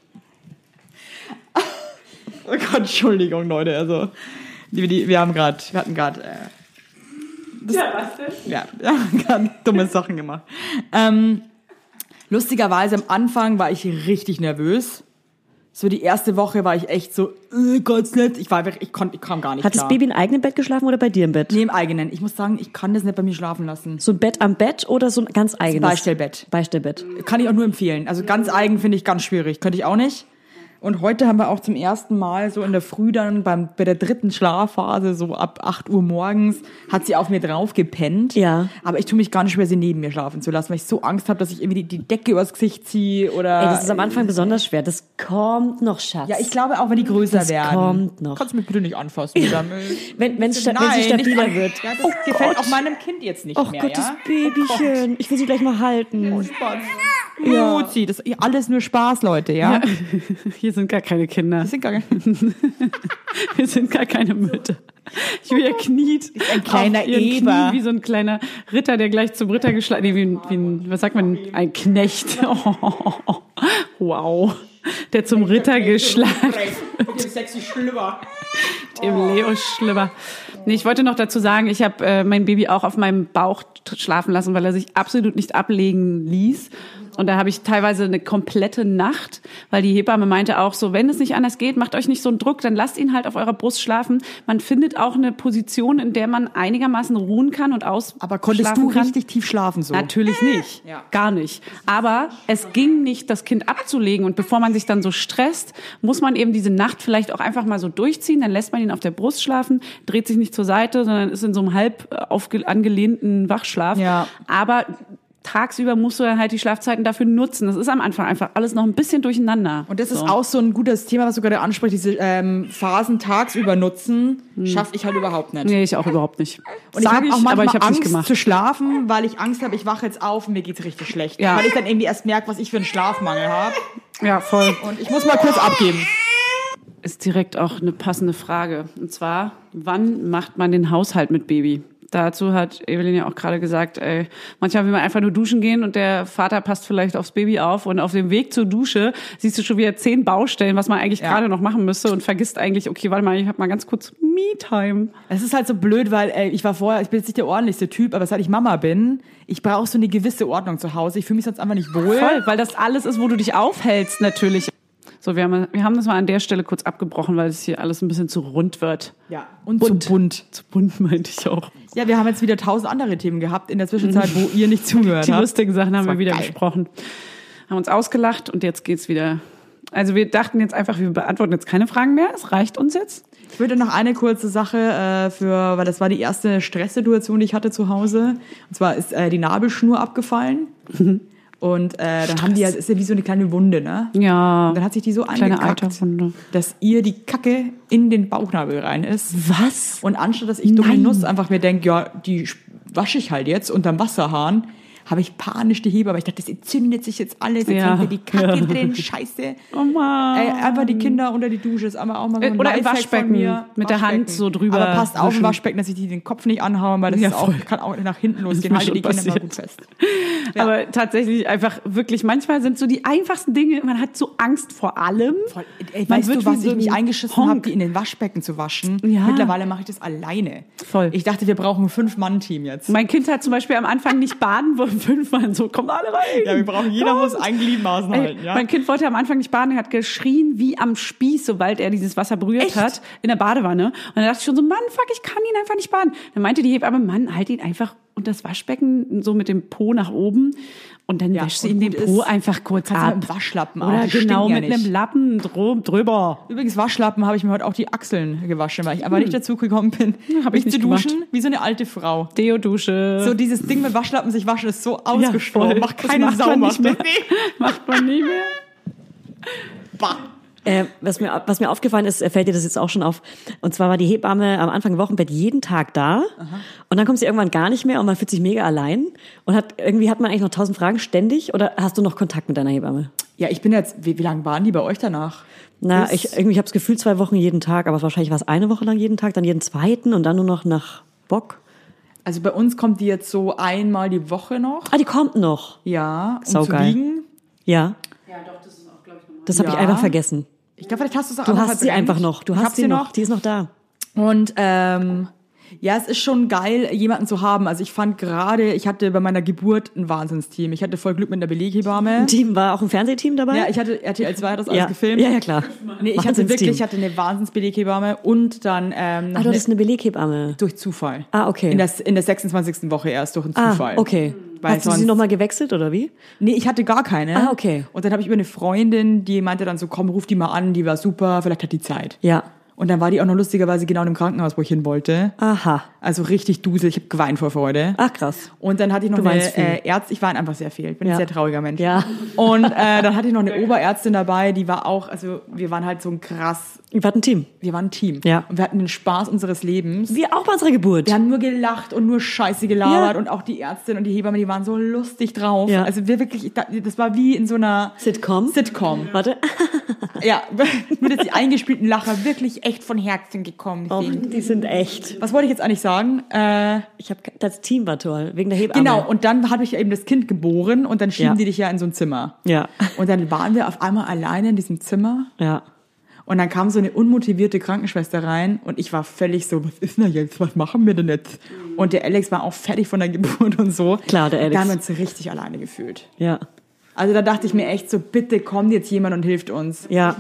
S5: Oh Gott, Entschuldigung, Leute. Also, die, die, wir haben gerade, wir hatten gerade. Äh, das- ja, was denn? Ja, wir haben gerade dumme Sachen gemacht. Ähm, lustigerweise am Anfang war ich richtig nervös. So die erste Woche war ich echt so, äh, Gott, nicht. ich war einfach, ich, konnt, ich kam gar nicht
S1: Hat
S5: klar.
S1: das Baby im eigenen Bett geschlafen oder bei dir im Bett?
S5: Nee, im eigenen. Ich muss sagen, ich kann das nicht bei mir schlafen lassen.
S1: So ein Bett am Bett oder so ein ganz eigenes?
S5: Beistellbett.
S1: Beistellbett.
S5: Kann ich auch nur empfehlen. Also ganz
S1: Mhm.
S5: eigen finde ich ganz schwierig. Könnte ich auch nicht. Und heute haben wir auch zum ersten Mal so in der Früh dann beim, bei der dritten Schlafphase, so ab 8 Uhr morgens, hat sie auf mir drauf gepennt.
S1: Ja.
S5: Aber ich tue mich gar nicht schwer, sie neben mir schlafen zu lassen, weil ich so Angst habe, dass ich irgendwie die, die Decke übers Gesicht ziehe oder.
S1: Ey, das ist am Anfang besonders schwer. Das kommt noch, Schatz.
S5: ja, ich glaube auch, wenn die größer
S1: Das
S5: werden.
S1: kommt noch.
S5: Kannst du mich bitte nicht anfassen, wieder Müll.
S1: wenn, wenn's sta- wenn sie
S5: Nein, nicht
S1: stabiler
S5: an-
S1: wird.
S5: Ja, das gefällt auch meinem Kind jetzt nicht
S1: Oh
S5: mehr.
S1: Gott, das
S5: ja?
S1: Babychen. Ich will sie gleich mal halten.
S5: Ja. Mutti, das ist alles nur Spaß, Leute, ja?
S6: Hier sind gar keine Kinder.
S5: sind gar
S6: Wir sind gar keine Mütter. Julia kniet ein
S5: kleiner
S6: auf ihren
S5: Eber.
S6: Knien wie so ein kleiner Ritter, der gleich zum Ritter geschlagen nee, wie, ein- wie ein, was sagt man, ein Knecht. Oh, wow. Der zum Ritter geschlagen
S5: Mit dem sexy Schlüpper.
S6: Dem Leo schlimmer. Nee, ich wollte noch dazu sagen, ich habe äh, mein Baby auch auf meinem Bauch t- schlafen lassen, weil er sich absolut nicht ablegen ließ. Und da habe ich teilweise eine komplette Nacht, weil die Hebamme meinte auch so, wenn es nicht anders geht, macht euch nicht so einen Druck, dann lasst ihn halt auf eurer Brust schlafen. Man findet auch eine Position, in der man einigermaßen ruhen kann und aus.
S5: Aber konntest
S6: schlafen
S5: du
S6: kann.
S5: richtig tief schlafen so? Äh.
S6: Natürlich nicht. Gar nicht. Aber es ging nicht, das Kind abzulegen. Und bevor man sich dann so stresst, muss man eben diese Nacht vielleicht auch einfach mal so durchziehen. Dann lässt man ihn auf der Brust schlafen, dreht sich nicht zur Seite, sondern ist in so einem halb äh, aufge- angelehnten Wachschlaf.
S5: Ja.
S6: Aber tagsüber musst du dann halt die Schlafzeiten dafür nutzen. Das ist am Anfang einfach alles noch ein bisschen durcheinander.
S5: Und das ist auch so ein gutes Thema, was du gerade ansprichst, diese ähm, Phasen tagsüber nutzen, schaffe ich halt überhaupt nicht.
S6: Nee, ich auch überhaupt nicht.
S5: Und
S6: Sag
S5: ich habe auch manchmal
S6: aber ich hab's
S5: Angst
S6: nicht gemacht.
S5: zu schlafen, weil ich Angst habe, ich wache jetzt auf und mir geht's richtig schlecht.
S6: Ja.
S5: Weil ich dann irgendwie erst merke, was ich für einen Schlafmangel habe.
S6: Ja, voll.
S5: Und ich muss mal kurz abgeben.
S6: ist direkt auch eine passende Frage. Und zwar, wann macht man den Haushalt mit Baby? Dazu hat Evelyn ja auch gerade gesagt, ey, manchmal will man einfach nur duschen gehen und der Vater passt vielleicht aufs Baby auf und auf dem Weg zur Dusche siehst du schon wieder zehn Baustellen, was man eigentlich gerade noch machen müsste und vergisst eigentlich, okay, warte mal, ich habe mal ganz kurz Me-Time.
S5: Es ist halt so blöd, weil ey, ich war vorher, ich bin jetzt nicht der ordentlichste Typ, aber seit ich Mama bin, ich brauche so eine gewisse Ordnung zu Hause. Ich fühle mich sonst einfach nicht wohl.
S6: Voll, weil das alles ist, wo du dich aufhältst natürlich. So, wir haben, wir haben das mal an der Stelle kurz abgebrochen, weil es hier alles ein bisschen zu rund wird.
S5: Ja. Und bunt. zu bunt.
S6: Zu bunt meinte ich auch.
S5: Ja, wir haben jetzt wieder tausend andere Themen gehabt in der Zwischenzeit, wo ihr nicht zugehört
S6: Die
S5: habt.
S6: lustigen Sachen haben
S5: war
S6: wir wieder
S5: geil.
S6: besprochen. Haben uns ausgelacht und jetzt geht's wieder. Also wir dachten jetzt einfach, wir beantworten jetzt keine Fragen mehr. Es reicht uns jetzt.
S5: Ich würde noch eine kurze Sache äh, für, weil das war die erste Stresssituation, die ich hatte zu Hause. Und zwar ist äh, die Nabelschnur abgefallen. Und äh, dann haben die ja, ist ja wie so eine kleine Wunde, ne?
S6: Ja.
S5: Und dann hat sich die so
S6: Kleine
S5: angekackt,
S6: Eiterwunde.
S5: dass ihr die Kacke in den Bauchnabel rein ist.
S6: Was?
S5: Und anstatt dass ich dumme Nuss einfach mir denke, ja, die sch- wasche ich halt jetzt unterm Wasserhahn, habe ich panisch die Hebe, aber ich dachte, das entzündet sich jetzt alles, jetzt
S6: Ja.
S5: hängt mir die Kacke drin, scheiße.
S6: Oh Mann.
S5: Ey, einfach die Kinder unter die Dusche ist aber auch mal so ein
S6: Äh, oder im
S5: Lifehack
S6: Waschbecken,
S5: von mir.
S6: mit der Hand so drüber
S5: Aber passt auf im
S6: wischen.
S5: Waschbecken, dass ich die den Kopf nicht anhauen, weil das
S6: Ja,
S5: ist auch,
S6: voll.
S5: kann auch nach hinten losgehen.
S6: mir
S5: Halte
S6: schon
S5: die Kinder mal
S6: passiert.
S5: gut fest.
S6: Aber tatsächlich einfach wirklich, manchmal sind so die einfachsten Dinge, man hat so Angst vor allem.
S5: Voll, ey,
S6: Man
S5: weißt
S6: wird
S5: du,
S6: wie
S5: was
S6: so
S5: ich mich
S6: ein
S5: eingeschissen
S6: Honk.
S5: habe, die in den Waschbecken zu waschen?
S6: Ja.
S5: Mittlerweile mache ich das alleine.
S6: Voll.
S5: Ich dachte, wir brauchen ein Fünf-Mann-Team jetzt.
S6: Mein Kind hat zum Beispiel am Anfang nicht baden wollen, fünfmal so, kommt alle rein.
S5: Ja, wir brauchen, jeder
S6: Kommt.
S5: muss ein Gliedmaßen
S6: Ey,
S5: halten, ja?
S6: Mein Kind wollte am Anfang nicht baden, er hat geschrien wie am Spieß, sobald er dieses Wasser berührt hat in der Badewanne. Und dann dachte ich schon so, Mann, fuck, ich kann ihn einfach nicht baden. Dann meinte die Hebamme, Mann, halt ihn einfach unter das Waschbecken so mit dem Po nach oben und dann
S5: Ja,
S6: wäschst du
S5: und
S6: ihm den
S5: gut
S6: Po
S5: ist,
S6: einfach kurz
S5: kannst du
S6: ab.
S5: mit dem Waschlappen auch,
S6: Oder
S5: die
S6: genau
S5: stinken ja
S6: mit einem
S5: nicht.
S6: Lappen drum, drüber.
S5: Übrigens, Waschlappen habe ich mir heute auch die Achseln gewaschen, weil ich einfach nicht dazu gekommen bin,
S6: Hm. hab ich
S5: mich
S6: nicht
S5: zu duschen wie so eine alte Frau.
S6: Deodusche.
S5: So dieses Ding mit Waschlappen sich waschen ist so ausgesprochen.
S6: voll.
S5: macht
S6: Das
S5: keine
S6: macht
S5: Sau,
S6: man
S5: macht
S6: nicht
S5: das.
S6: mehr. macht man nie mehr.
S2: Äh, was, mir, was mir aufgefallen ist, äh, fällt dir das jetzt auch schon auf. Und zwar war die Hebamme am Anfang im Wochenbett jeden Tag da. Und dann kommt sie irgendwann gar nicht mehr und man fühlt sich mega allein. Und hat, irgendwie hat man eigentlich noch tausend Fragen ständig. Oder hast du noch Kontakt mit deiner Hebamme?
S5: Ja, ich bin jetzt, wie, wie lange waren die bei euch danach?
S2: Na,
S5: Bis-
S2: ich irgendwie habe das Gefühl, zwei Wochen jeden Tag. Aber wahrscheinlich war es eine Woche lang jeden Tag, dann jeden zweiten und dann nur noch nach Bock.
S5: Also bei uns kommt die jetzt so einmal die Woche noch.
S2: Ah, die kommt noch.
S5: Ja, um
S2: Saugeil.
S5: zu wiegen.
S2: Ja. Das habe ich
S5: Ja.
S2: einfach vergessen.
S5: Ich glaube, vielleicht hast du es auch
S2: Du
S5: einfach
S2: hast sie
S5: verdrängt.
S2: einfach noch. Du
S5: Ich
S2: hast
S5: hab
S2: sie noch. Die ist noch da.
S5: Und ähm, ja, es ist schon geil, jemanden zu haben. Also ich fand gerade, ich hatte bei meiner Geburt ein Wahnsinnsteam. Ich hatte voll Glück mit einer Beleghebamme.
S2: Team war auch ein Fernsehteam dabei.
S5: Ja, ich hatte RTL 2 hat das alles
S2: ja.
S5: gefilmt.
S2: Ja, ja, klar.
S5: Nee, ich hatte
S2: Wahnsinnsteam.
S5: wirklich, ich hatte eine Wahnsinnsbeleghebamme und dann ähm, noch
S2: Ah, du
S5: eine-
S2: hattest eine Beleghebamme.
S5: durch Zufall.
S2: Ah, okay.
S5: In der, in der 26. Woche erst durch einen Zufall.
S2: Ah, okay.
S5: Weil
S2: Hast du sie
S5: sonst-
S2: nochmal gewechselt oder wie?
S5: Nee, ich hatte gar keine.
S2: Ah, okay.
S5: Und dann habe ich über eine Freundin, die meinte dann so, komm, ruf die mal an, die war super, vielleicht hat die Zeit.
S2: Ja.
S5: Und dann war die auch noch lustigerweise genau im Krankenhaus, wo ich hin wollte.
S2: Aha.
S5: Also richtig dusel, ich habe geweint vor Freude.
S2: Ach krass.
S5: Und dann hatte ich noch
S2: Ah. Du
S5: eine
S2: weinst viel.
S5: äh, Ärztin, ich war einfach sehr viel, ich bin
S2: Ja.
S5: ein sehr trauriger Mensch.
S2: Ja.
S5: Und äh, dann hatte ich noch eine Oberärztin dabei, die war auch, also wir waren halt so ein krass,
S2: Wir hatten ein Team.
S5: wir waren ein Team.
S2: Ja.
S5: Und wir hatten den Spaß unseres Lebens.
S2: Wir auch bei unserer Geburt.
S5: Wir haben nur gelacht und nur Scheiße gelabert
S2: Ja.
S5: und auch die Ärztin und die Hebamme, die waren so lustig drauf.
S2: Ja.
S5: Also wir wirklich, ich dachte, das war wie in so einer
S2: Sitcom?
S5: Sitcom.
S2: Warte.
S5: Ja, mit jetzt die eingespielten Lacher wirklich echt von Herzen gekommen.
S2: Oh,
S5: deswegen.
S2: die sind echt.
S5: Was wollte ich jetzt eigentlich sagen? Äh,
S2: Ich habe das Team war toll wegen der Hebamme.
S5: genau, und dann habe ich eben das Kind geboren und dann schieben
S2: Ja.
S5: die dich ja in so ein Zimmer.
S2: Ja.
S5: Und dann waren wir auf einmal alleine in diesem Zimmer
S2: Ja.
S5: und Und dann kam so eine unmotivierte Krankenschwester rein und ich war völlig so, was ist denn jetzt? Was machen wir denn jetzt? Und der Alex war auch fertig von der Geburt und so.
S1: Klar, der Alex.
S5: Da haben wir uns richtig alleine gefühlt.
S1: Ja.
S5: Also da dachte ich mir echt so, bitte kommt jetzt jemand und hilft uns.
S1: Ja.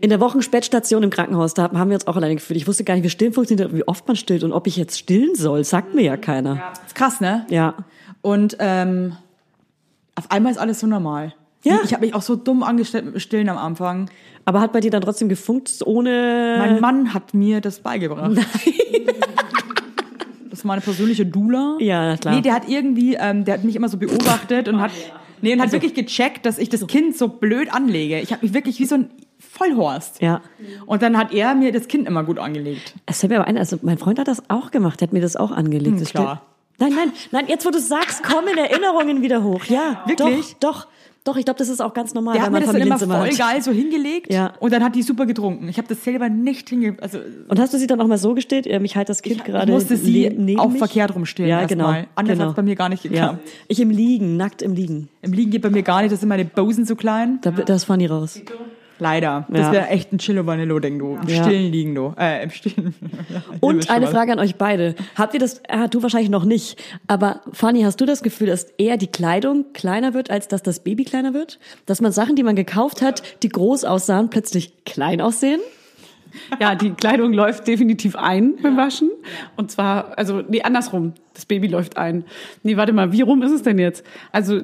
S1: In der Wochenspätstation im Krankenhaus, da haben wir uns auch alleine gefühlt. Ich wusste gar nicht, wie stillen funktioniert, wie oft man stillt und ob ich jetzt stillen soll, sagt mir ja keiner.
S5: Ist krass, ne?
S1: Ja.
S5: Und ähm, auf einmal ist alles so normal.
S1: Ja.
S5: Ich habe mich auch so dumm angestellt mit dem Stillen am Anfang.
S1: Aber hat bei dir dann trotzdem gefunkt, ohne...
S5: Mein Mann hat mir das beigebracht. Nein. Das war meine persönliche Doula.
S1: Ja, na klar. Ah,
S5: Nee, der hat irgendwie, ähm, der hat mich immer so beobachtet und hat, nee,
S1: Also
S5: und hat wirklich gecheckt, dass ich das Kind so blöd anlege. Ich habe mich wirklich wie so ein Vollhorst.
S1: ja.
S5: Und dann hat er mir das Kind immer gut angelegt.
S1: Es fällt mir aber ein, also mein Freund hat das auch gemacht, der hat mir das auch angelegt. das
S5: Hm, klar.
S1: stimmt. Nein, nein, nein, jetzt wo du es sagst, kommen Erinnerungen wieder hoch. Ja,
S5: Wirklich?
S1: Doch, doch, doch ich glaube, das ist auch ganz normal,
S5: Der
S1: wenn
S5: hat mir
S1: man
S5: das dann immer
S1: Familienzimmer
S5: voll
S1: hat.
S5: geil so hingelegt
S1: Ja.
S5: und dann hat die super getrunken. Ich habe das selber nicht hinge... Also,
S1: Und hast du sie dann auch mal so gestillt? Ähm, Ich halte das Kind gerade
S5: ich musste sie
S1: le- neben
S5: auch
S1: mich.
S5: verkehrt rumstellen.
S1: Ja,
S5: erst
S1: genau.
S5: mal. Anders
S1: genau.
S5: hat's bei mir gar nicht
S1: Ja.
S5: geklappt.
S1: Ich im Liegen, nackt im Liegen.
S5: Im Liegen geht bei mir gar nicht, das sind meine Bosen so klein.
S1: Da, Das fahren die raus.
S5: Leider. Das
S1: Ja.
S5: wäre echt ein Chillo Vanillo Ding, du. Im
S1: Ja.
S5: stillen liegen, du. Äh, im stillen. Ihr wisst
S1: Und
S5: schon
S1: eine
S5: was.
S1: Frage an euch beide. Habt ihr das, ah, du wahrscheinlich noch nicht, aber Fanny, hast du das Gefühl, dass eher die Kleidung kleiner wird, als dass das Baby kleiner wird? Dass man Sachen, die man gekauft hat, die groß aussahen, plötzlich klein aussehen?
S6: Ja, die Kleidung läuft definitiv ein beim Waschen. Und zwar, also, nee, andersrum. Das Baby läuft ein. Nee, warte mal, wie rum ist es denn jetzt? Also,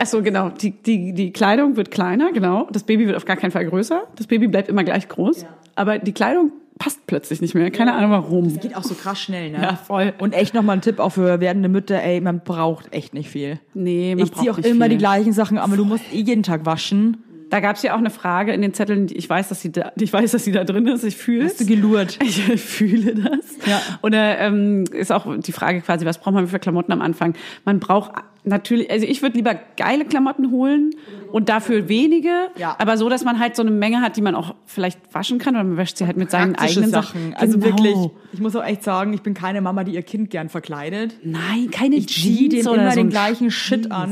S6: ach so, genau. Die, die, die Kleidung wird kleiner, genau. Das Baby wird auf gar keinen Fall größer. Das Baby bleibt immer gleich groß. Aber die Kleidung passt plötzlich nicht mehr. Keine Ahnung warum.
S5: Geht auch so krass schnell, ne?
S6: Ja, voll.
S5: Und echt nochmal ein Tipp auch für werdende Mütter, ey, man braucht echt nicht viel.
S6: Nee, man
S5: Ich ziehe
S6: braucht
S5: auch
S6: nicht
S5: immer
S6: viel.
S5: die gleichen Sachen, aber du musst eh jeden Tag waschen.
S6: Da gab's ja auch eine Frage in den Zetteln. die- Ich weiß, dass sie da, ich weiß, dass sie da drin ist. Ich fühle
S5: Bist du gelurrt?
S6: Ich fühle das.
S5: Ja.
S6: Oder ähm, ist auch die Frage quasi, was braucht man für Klamotten am Anfang? Man braucht natürlich, also ich würde lieber geile Klamotten holen und dafür wenige,
S5: Ja.
S6: aber so, dass man halt so eine Menge hat, die man auch vielleicht waschen kann oder man wäscht sie halt mit seinen
S5: Praktische
S6: eigenen
S5: Sachen.
S6: Sachen.
S5: Also
S6: Genau.
S5: wirklich, ich muss auch echt sagen, ich bin keine Mama, die ihr Kind gern verkleidet.
S6: Nein, keine
S5: Ich ziehe
S6: Jeans
S5: dem
S6: oder
S5: immer
S6: so
S5: den
S6: ein
S5: gleichen Shit an.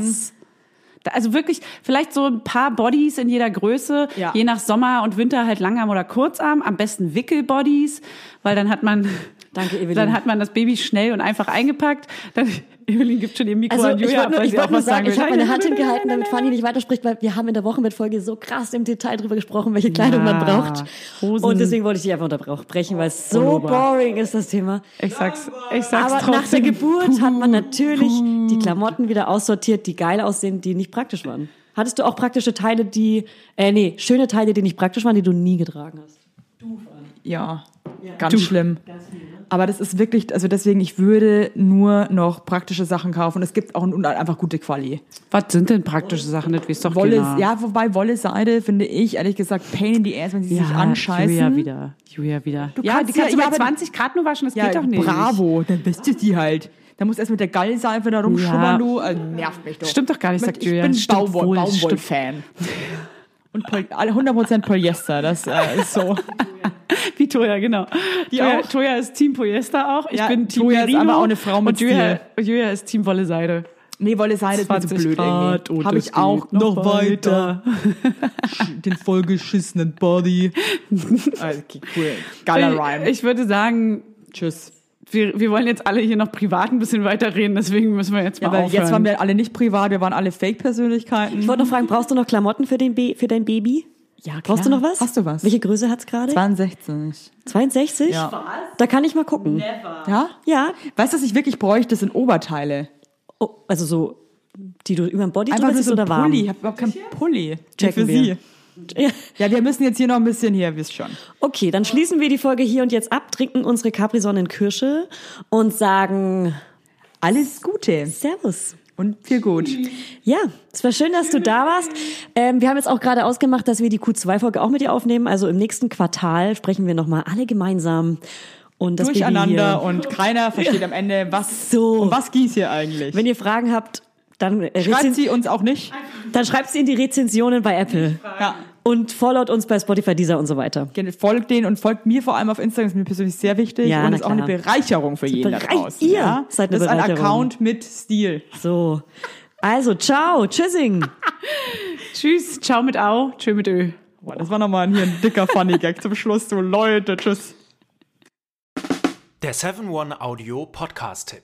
S6: Da- Also wirklich, vielleicht so ein paar Bodies in jeder Größe,
S5: Ja.
S6: je nach Sommer und Winter halt Langarm oder Kurzarm, am besten Wickelbodies, weil dann hat man
S1: Danke, Evelyn.
S6: Dann hat man das Baby schnell und einfach eingepackt. Dann Evelyn gibt schon ihr Mikro
S1: Also
S6: an
S1: ich
S6: Julia,
S1: wollte
S6: ab,
S1: nur,
S6: weil
S1: ich
S6: sie
S1: wollte
S6: auch
S1: nur
S6: was
S1: sagen,
S6: sagen
S1: ich habe
S6: will.
S1: meine Hand hingehalten, damit Fanny nicht weiterspricht, weil wir haben in der Wochenbettfolge so krass im Detail drüber gesprochen, welche Kleidung man braucht.
S6: Hosen.
S1: Und deswegen wollte ich dich einfach unterbrechen, weil es so boring ist das Thema.
S6: Ich sag's, ich sag's
S1: Aber nach der
S6: trotzdem.
S1: Geburt hat man natürlich die Klamotten wieder aussortiert, die geil aussehen, die nicht praktisch waren. Hattest du auch praktische Teile, die, äh, nee, schöne Teile, die nicht praktisch waren, die du nie getragen hast?
S5: Ja, ganz schlimm. Aber das ist wirklich, also deswegen, ich würde nur noch praktische Sachen kaufen. Es gibt auch ein- einfach gute Quali.
S6: Was sind denn praktische Sachen? Das weiß doch
S5: Wolle,
S6: keiner.
S5: ja, wobei Wolle Seide finde ich ehrlich gesagt pain in the ass, wenn sie sich anscheißen.
S6: Julia wieder, Julia wieder.
S5: Du
S6: ja,
S5: kannst
S6: die kannst
S5: ja-
S6: du
S5: ja,
S6: bei
S5: aber-
S6: 20 Grad nur waschen, das
S5: Ja,
S6: geht doch nicht.
S5: bravo, dann bist du die halt. Da musst du erst mit der Gallseife da rumschrubbern,
S6: Ja.
S5: du. Äh, nervt mich doch.
S6: Stimmt doch gar nicht, sagt
S5: ich
S6: Julia.
S5: bin
S6: Stimmt
S5: Baumwoll-
S6: wohl,
S5: Baumwoll-Fan. Und Pol alle 100% Polyester, das äh, ist so.
S6: Wie Toya, genau.
S5: Die
S6: Toya,
S5: auch?
S6: Toya ist Team Polyester auch. Ich
S5: Ja,
S6: bin Team
S5: Toya ist
S6: Merino.
S5: aber auch eine Frau mit
S6: und Julia,
S5: Stil.
S6: und Julia ist Team Wolle Seide.
S5: Nee, Wolle Seide ist mir zu
S6: 20
S5: blöd
S6: Grad
S5: irgendwie.
S6: und
S5: Habe
S6: es
S5: ich auch
S6: geht noch
S5: noch weiter. Den vollgeschissenen Body. okay, cool. Geiler Rhyme.
S6: Ich würde sagen,
S5: Tschüss.
S6: wir, wir wollen jetzt alle hier noch privat ein bisschen weiterreden, deswegen müssen wir jetzt mal
S5: Ja, weil
S6: aufhören.
S5: jetzt waren wir alle nicht privat, wir waren alle Fake-Persönlichkeiten.
S1: Ich wollte noch fragen, brauchst du noch Klamotten für, den Ba- für dein Baby?
S5: Ja,
S1: Brauchst du noch was?
S5: Hast du was?
S1: Welche Größe hat's gerade?
S5: 62.
S1: 62?
S5: Ja.
S1: Da kann ich mal gucken.
S5: Ja?
S1: Ja.
S5: Weißt du, was ich wirklich bräuchte, sind Oberteile.
S1: Oh, also so, die du über dem Body
S5: Einfach
S1: drüber
S5: nur
S1: ziehst
S5: so ein
S1: oder warm?
S5: Pulli. Ich habe überhaupt keinen Pulli.
S1: Checken
S5: für
S1: wir.
S5: Sie.
S1: Ja.
S5: Ja, wir müssen jetzt hier noch ein bisschen hier, wisst schon.
S1: Okay, dann schließen wir die Folge hier und jetzt ab, trinken unsere Capri-Sonnen-Kirsche und sagen
S5: Alles Gute
S1: Servus.
S5: und viel gut.
S1: Ja, es war schön, dass du da warst. Ähm, wir haben jetzt auch gerade ausgemacht, dass wir die Q2-Folge auch mit dir aufnehmen. Also im nächsten Quartal sprechen wir nochmal alle gemeinsam. Und das Baby
S5: Durcheinander
S1: hier- Oh.
S5: und keiner versteht am Ende, was,
S1: So.
S5: um was ging's hier eigentlich.
S1: Wenn ihr Fragen habt, dann, äh,
S5: Schreibt
S1: rezen-
S5: sie uns auch nicht.
S1: dann schreibt sie in die Rezensionen bei Apple.
S5: Ja.
S1: Und followt uns bei Spotify, Deezer und so weiter.
S5: Gerne Folgt denen und folgt mir vor allem auf Instagram, ist mir persönlich sehr wichtig.
S1: Ja,
S5: und
S1: na
S5: ist auch eine
S1: klar.
S5: Bereicherung für jeden da
S1: Berei-
S5: draußen.
S1: ihr
S5: ja?
S1: seid eine
S5: das ist ein
S1: Bereicherung.
S5: Account mit Stil.
S1: So. Also, ciao, tschüssing.
S6: Tschüss, ciao mit Au, tschö mit Ö.
S5: Boah, das war nochmal hier ein dicker Funny-Gag zum Schluss. So, Leute, tschüss.
S7: Der 7-One-Audio-Podcast-Tipp.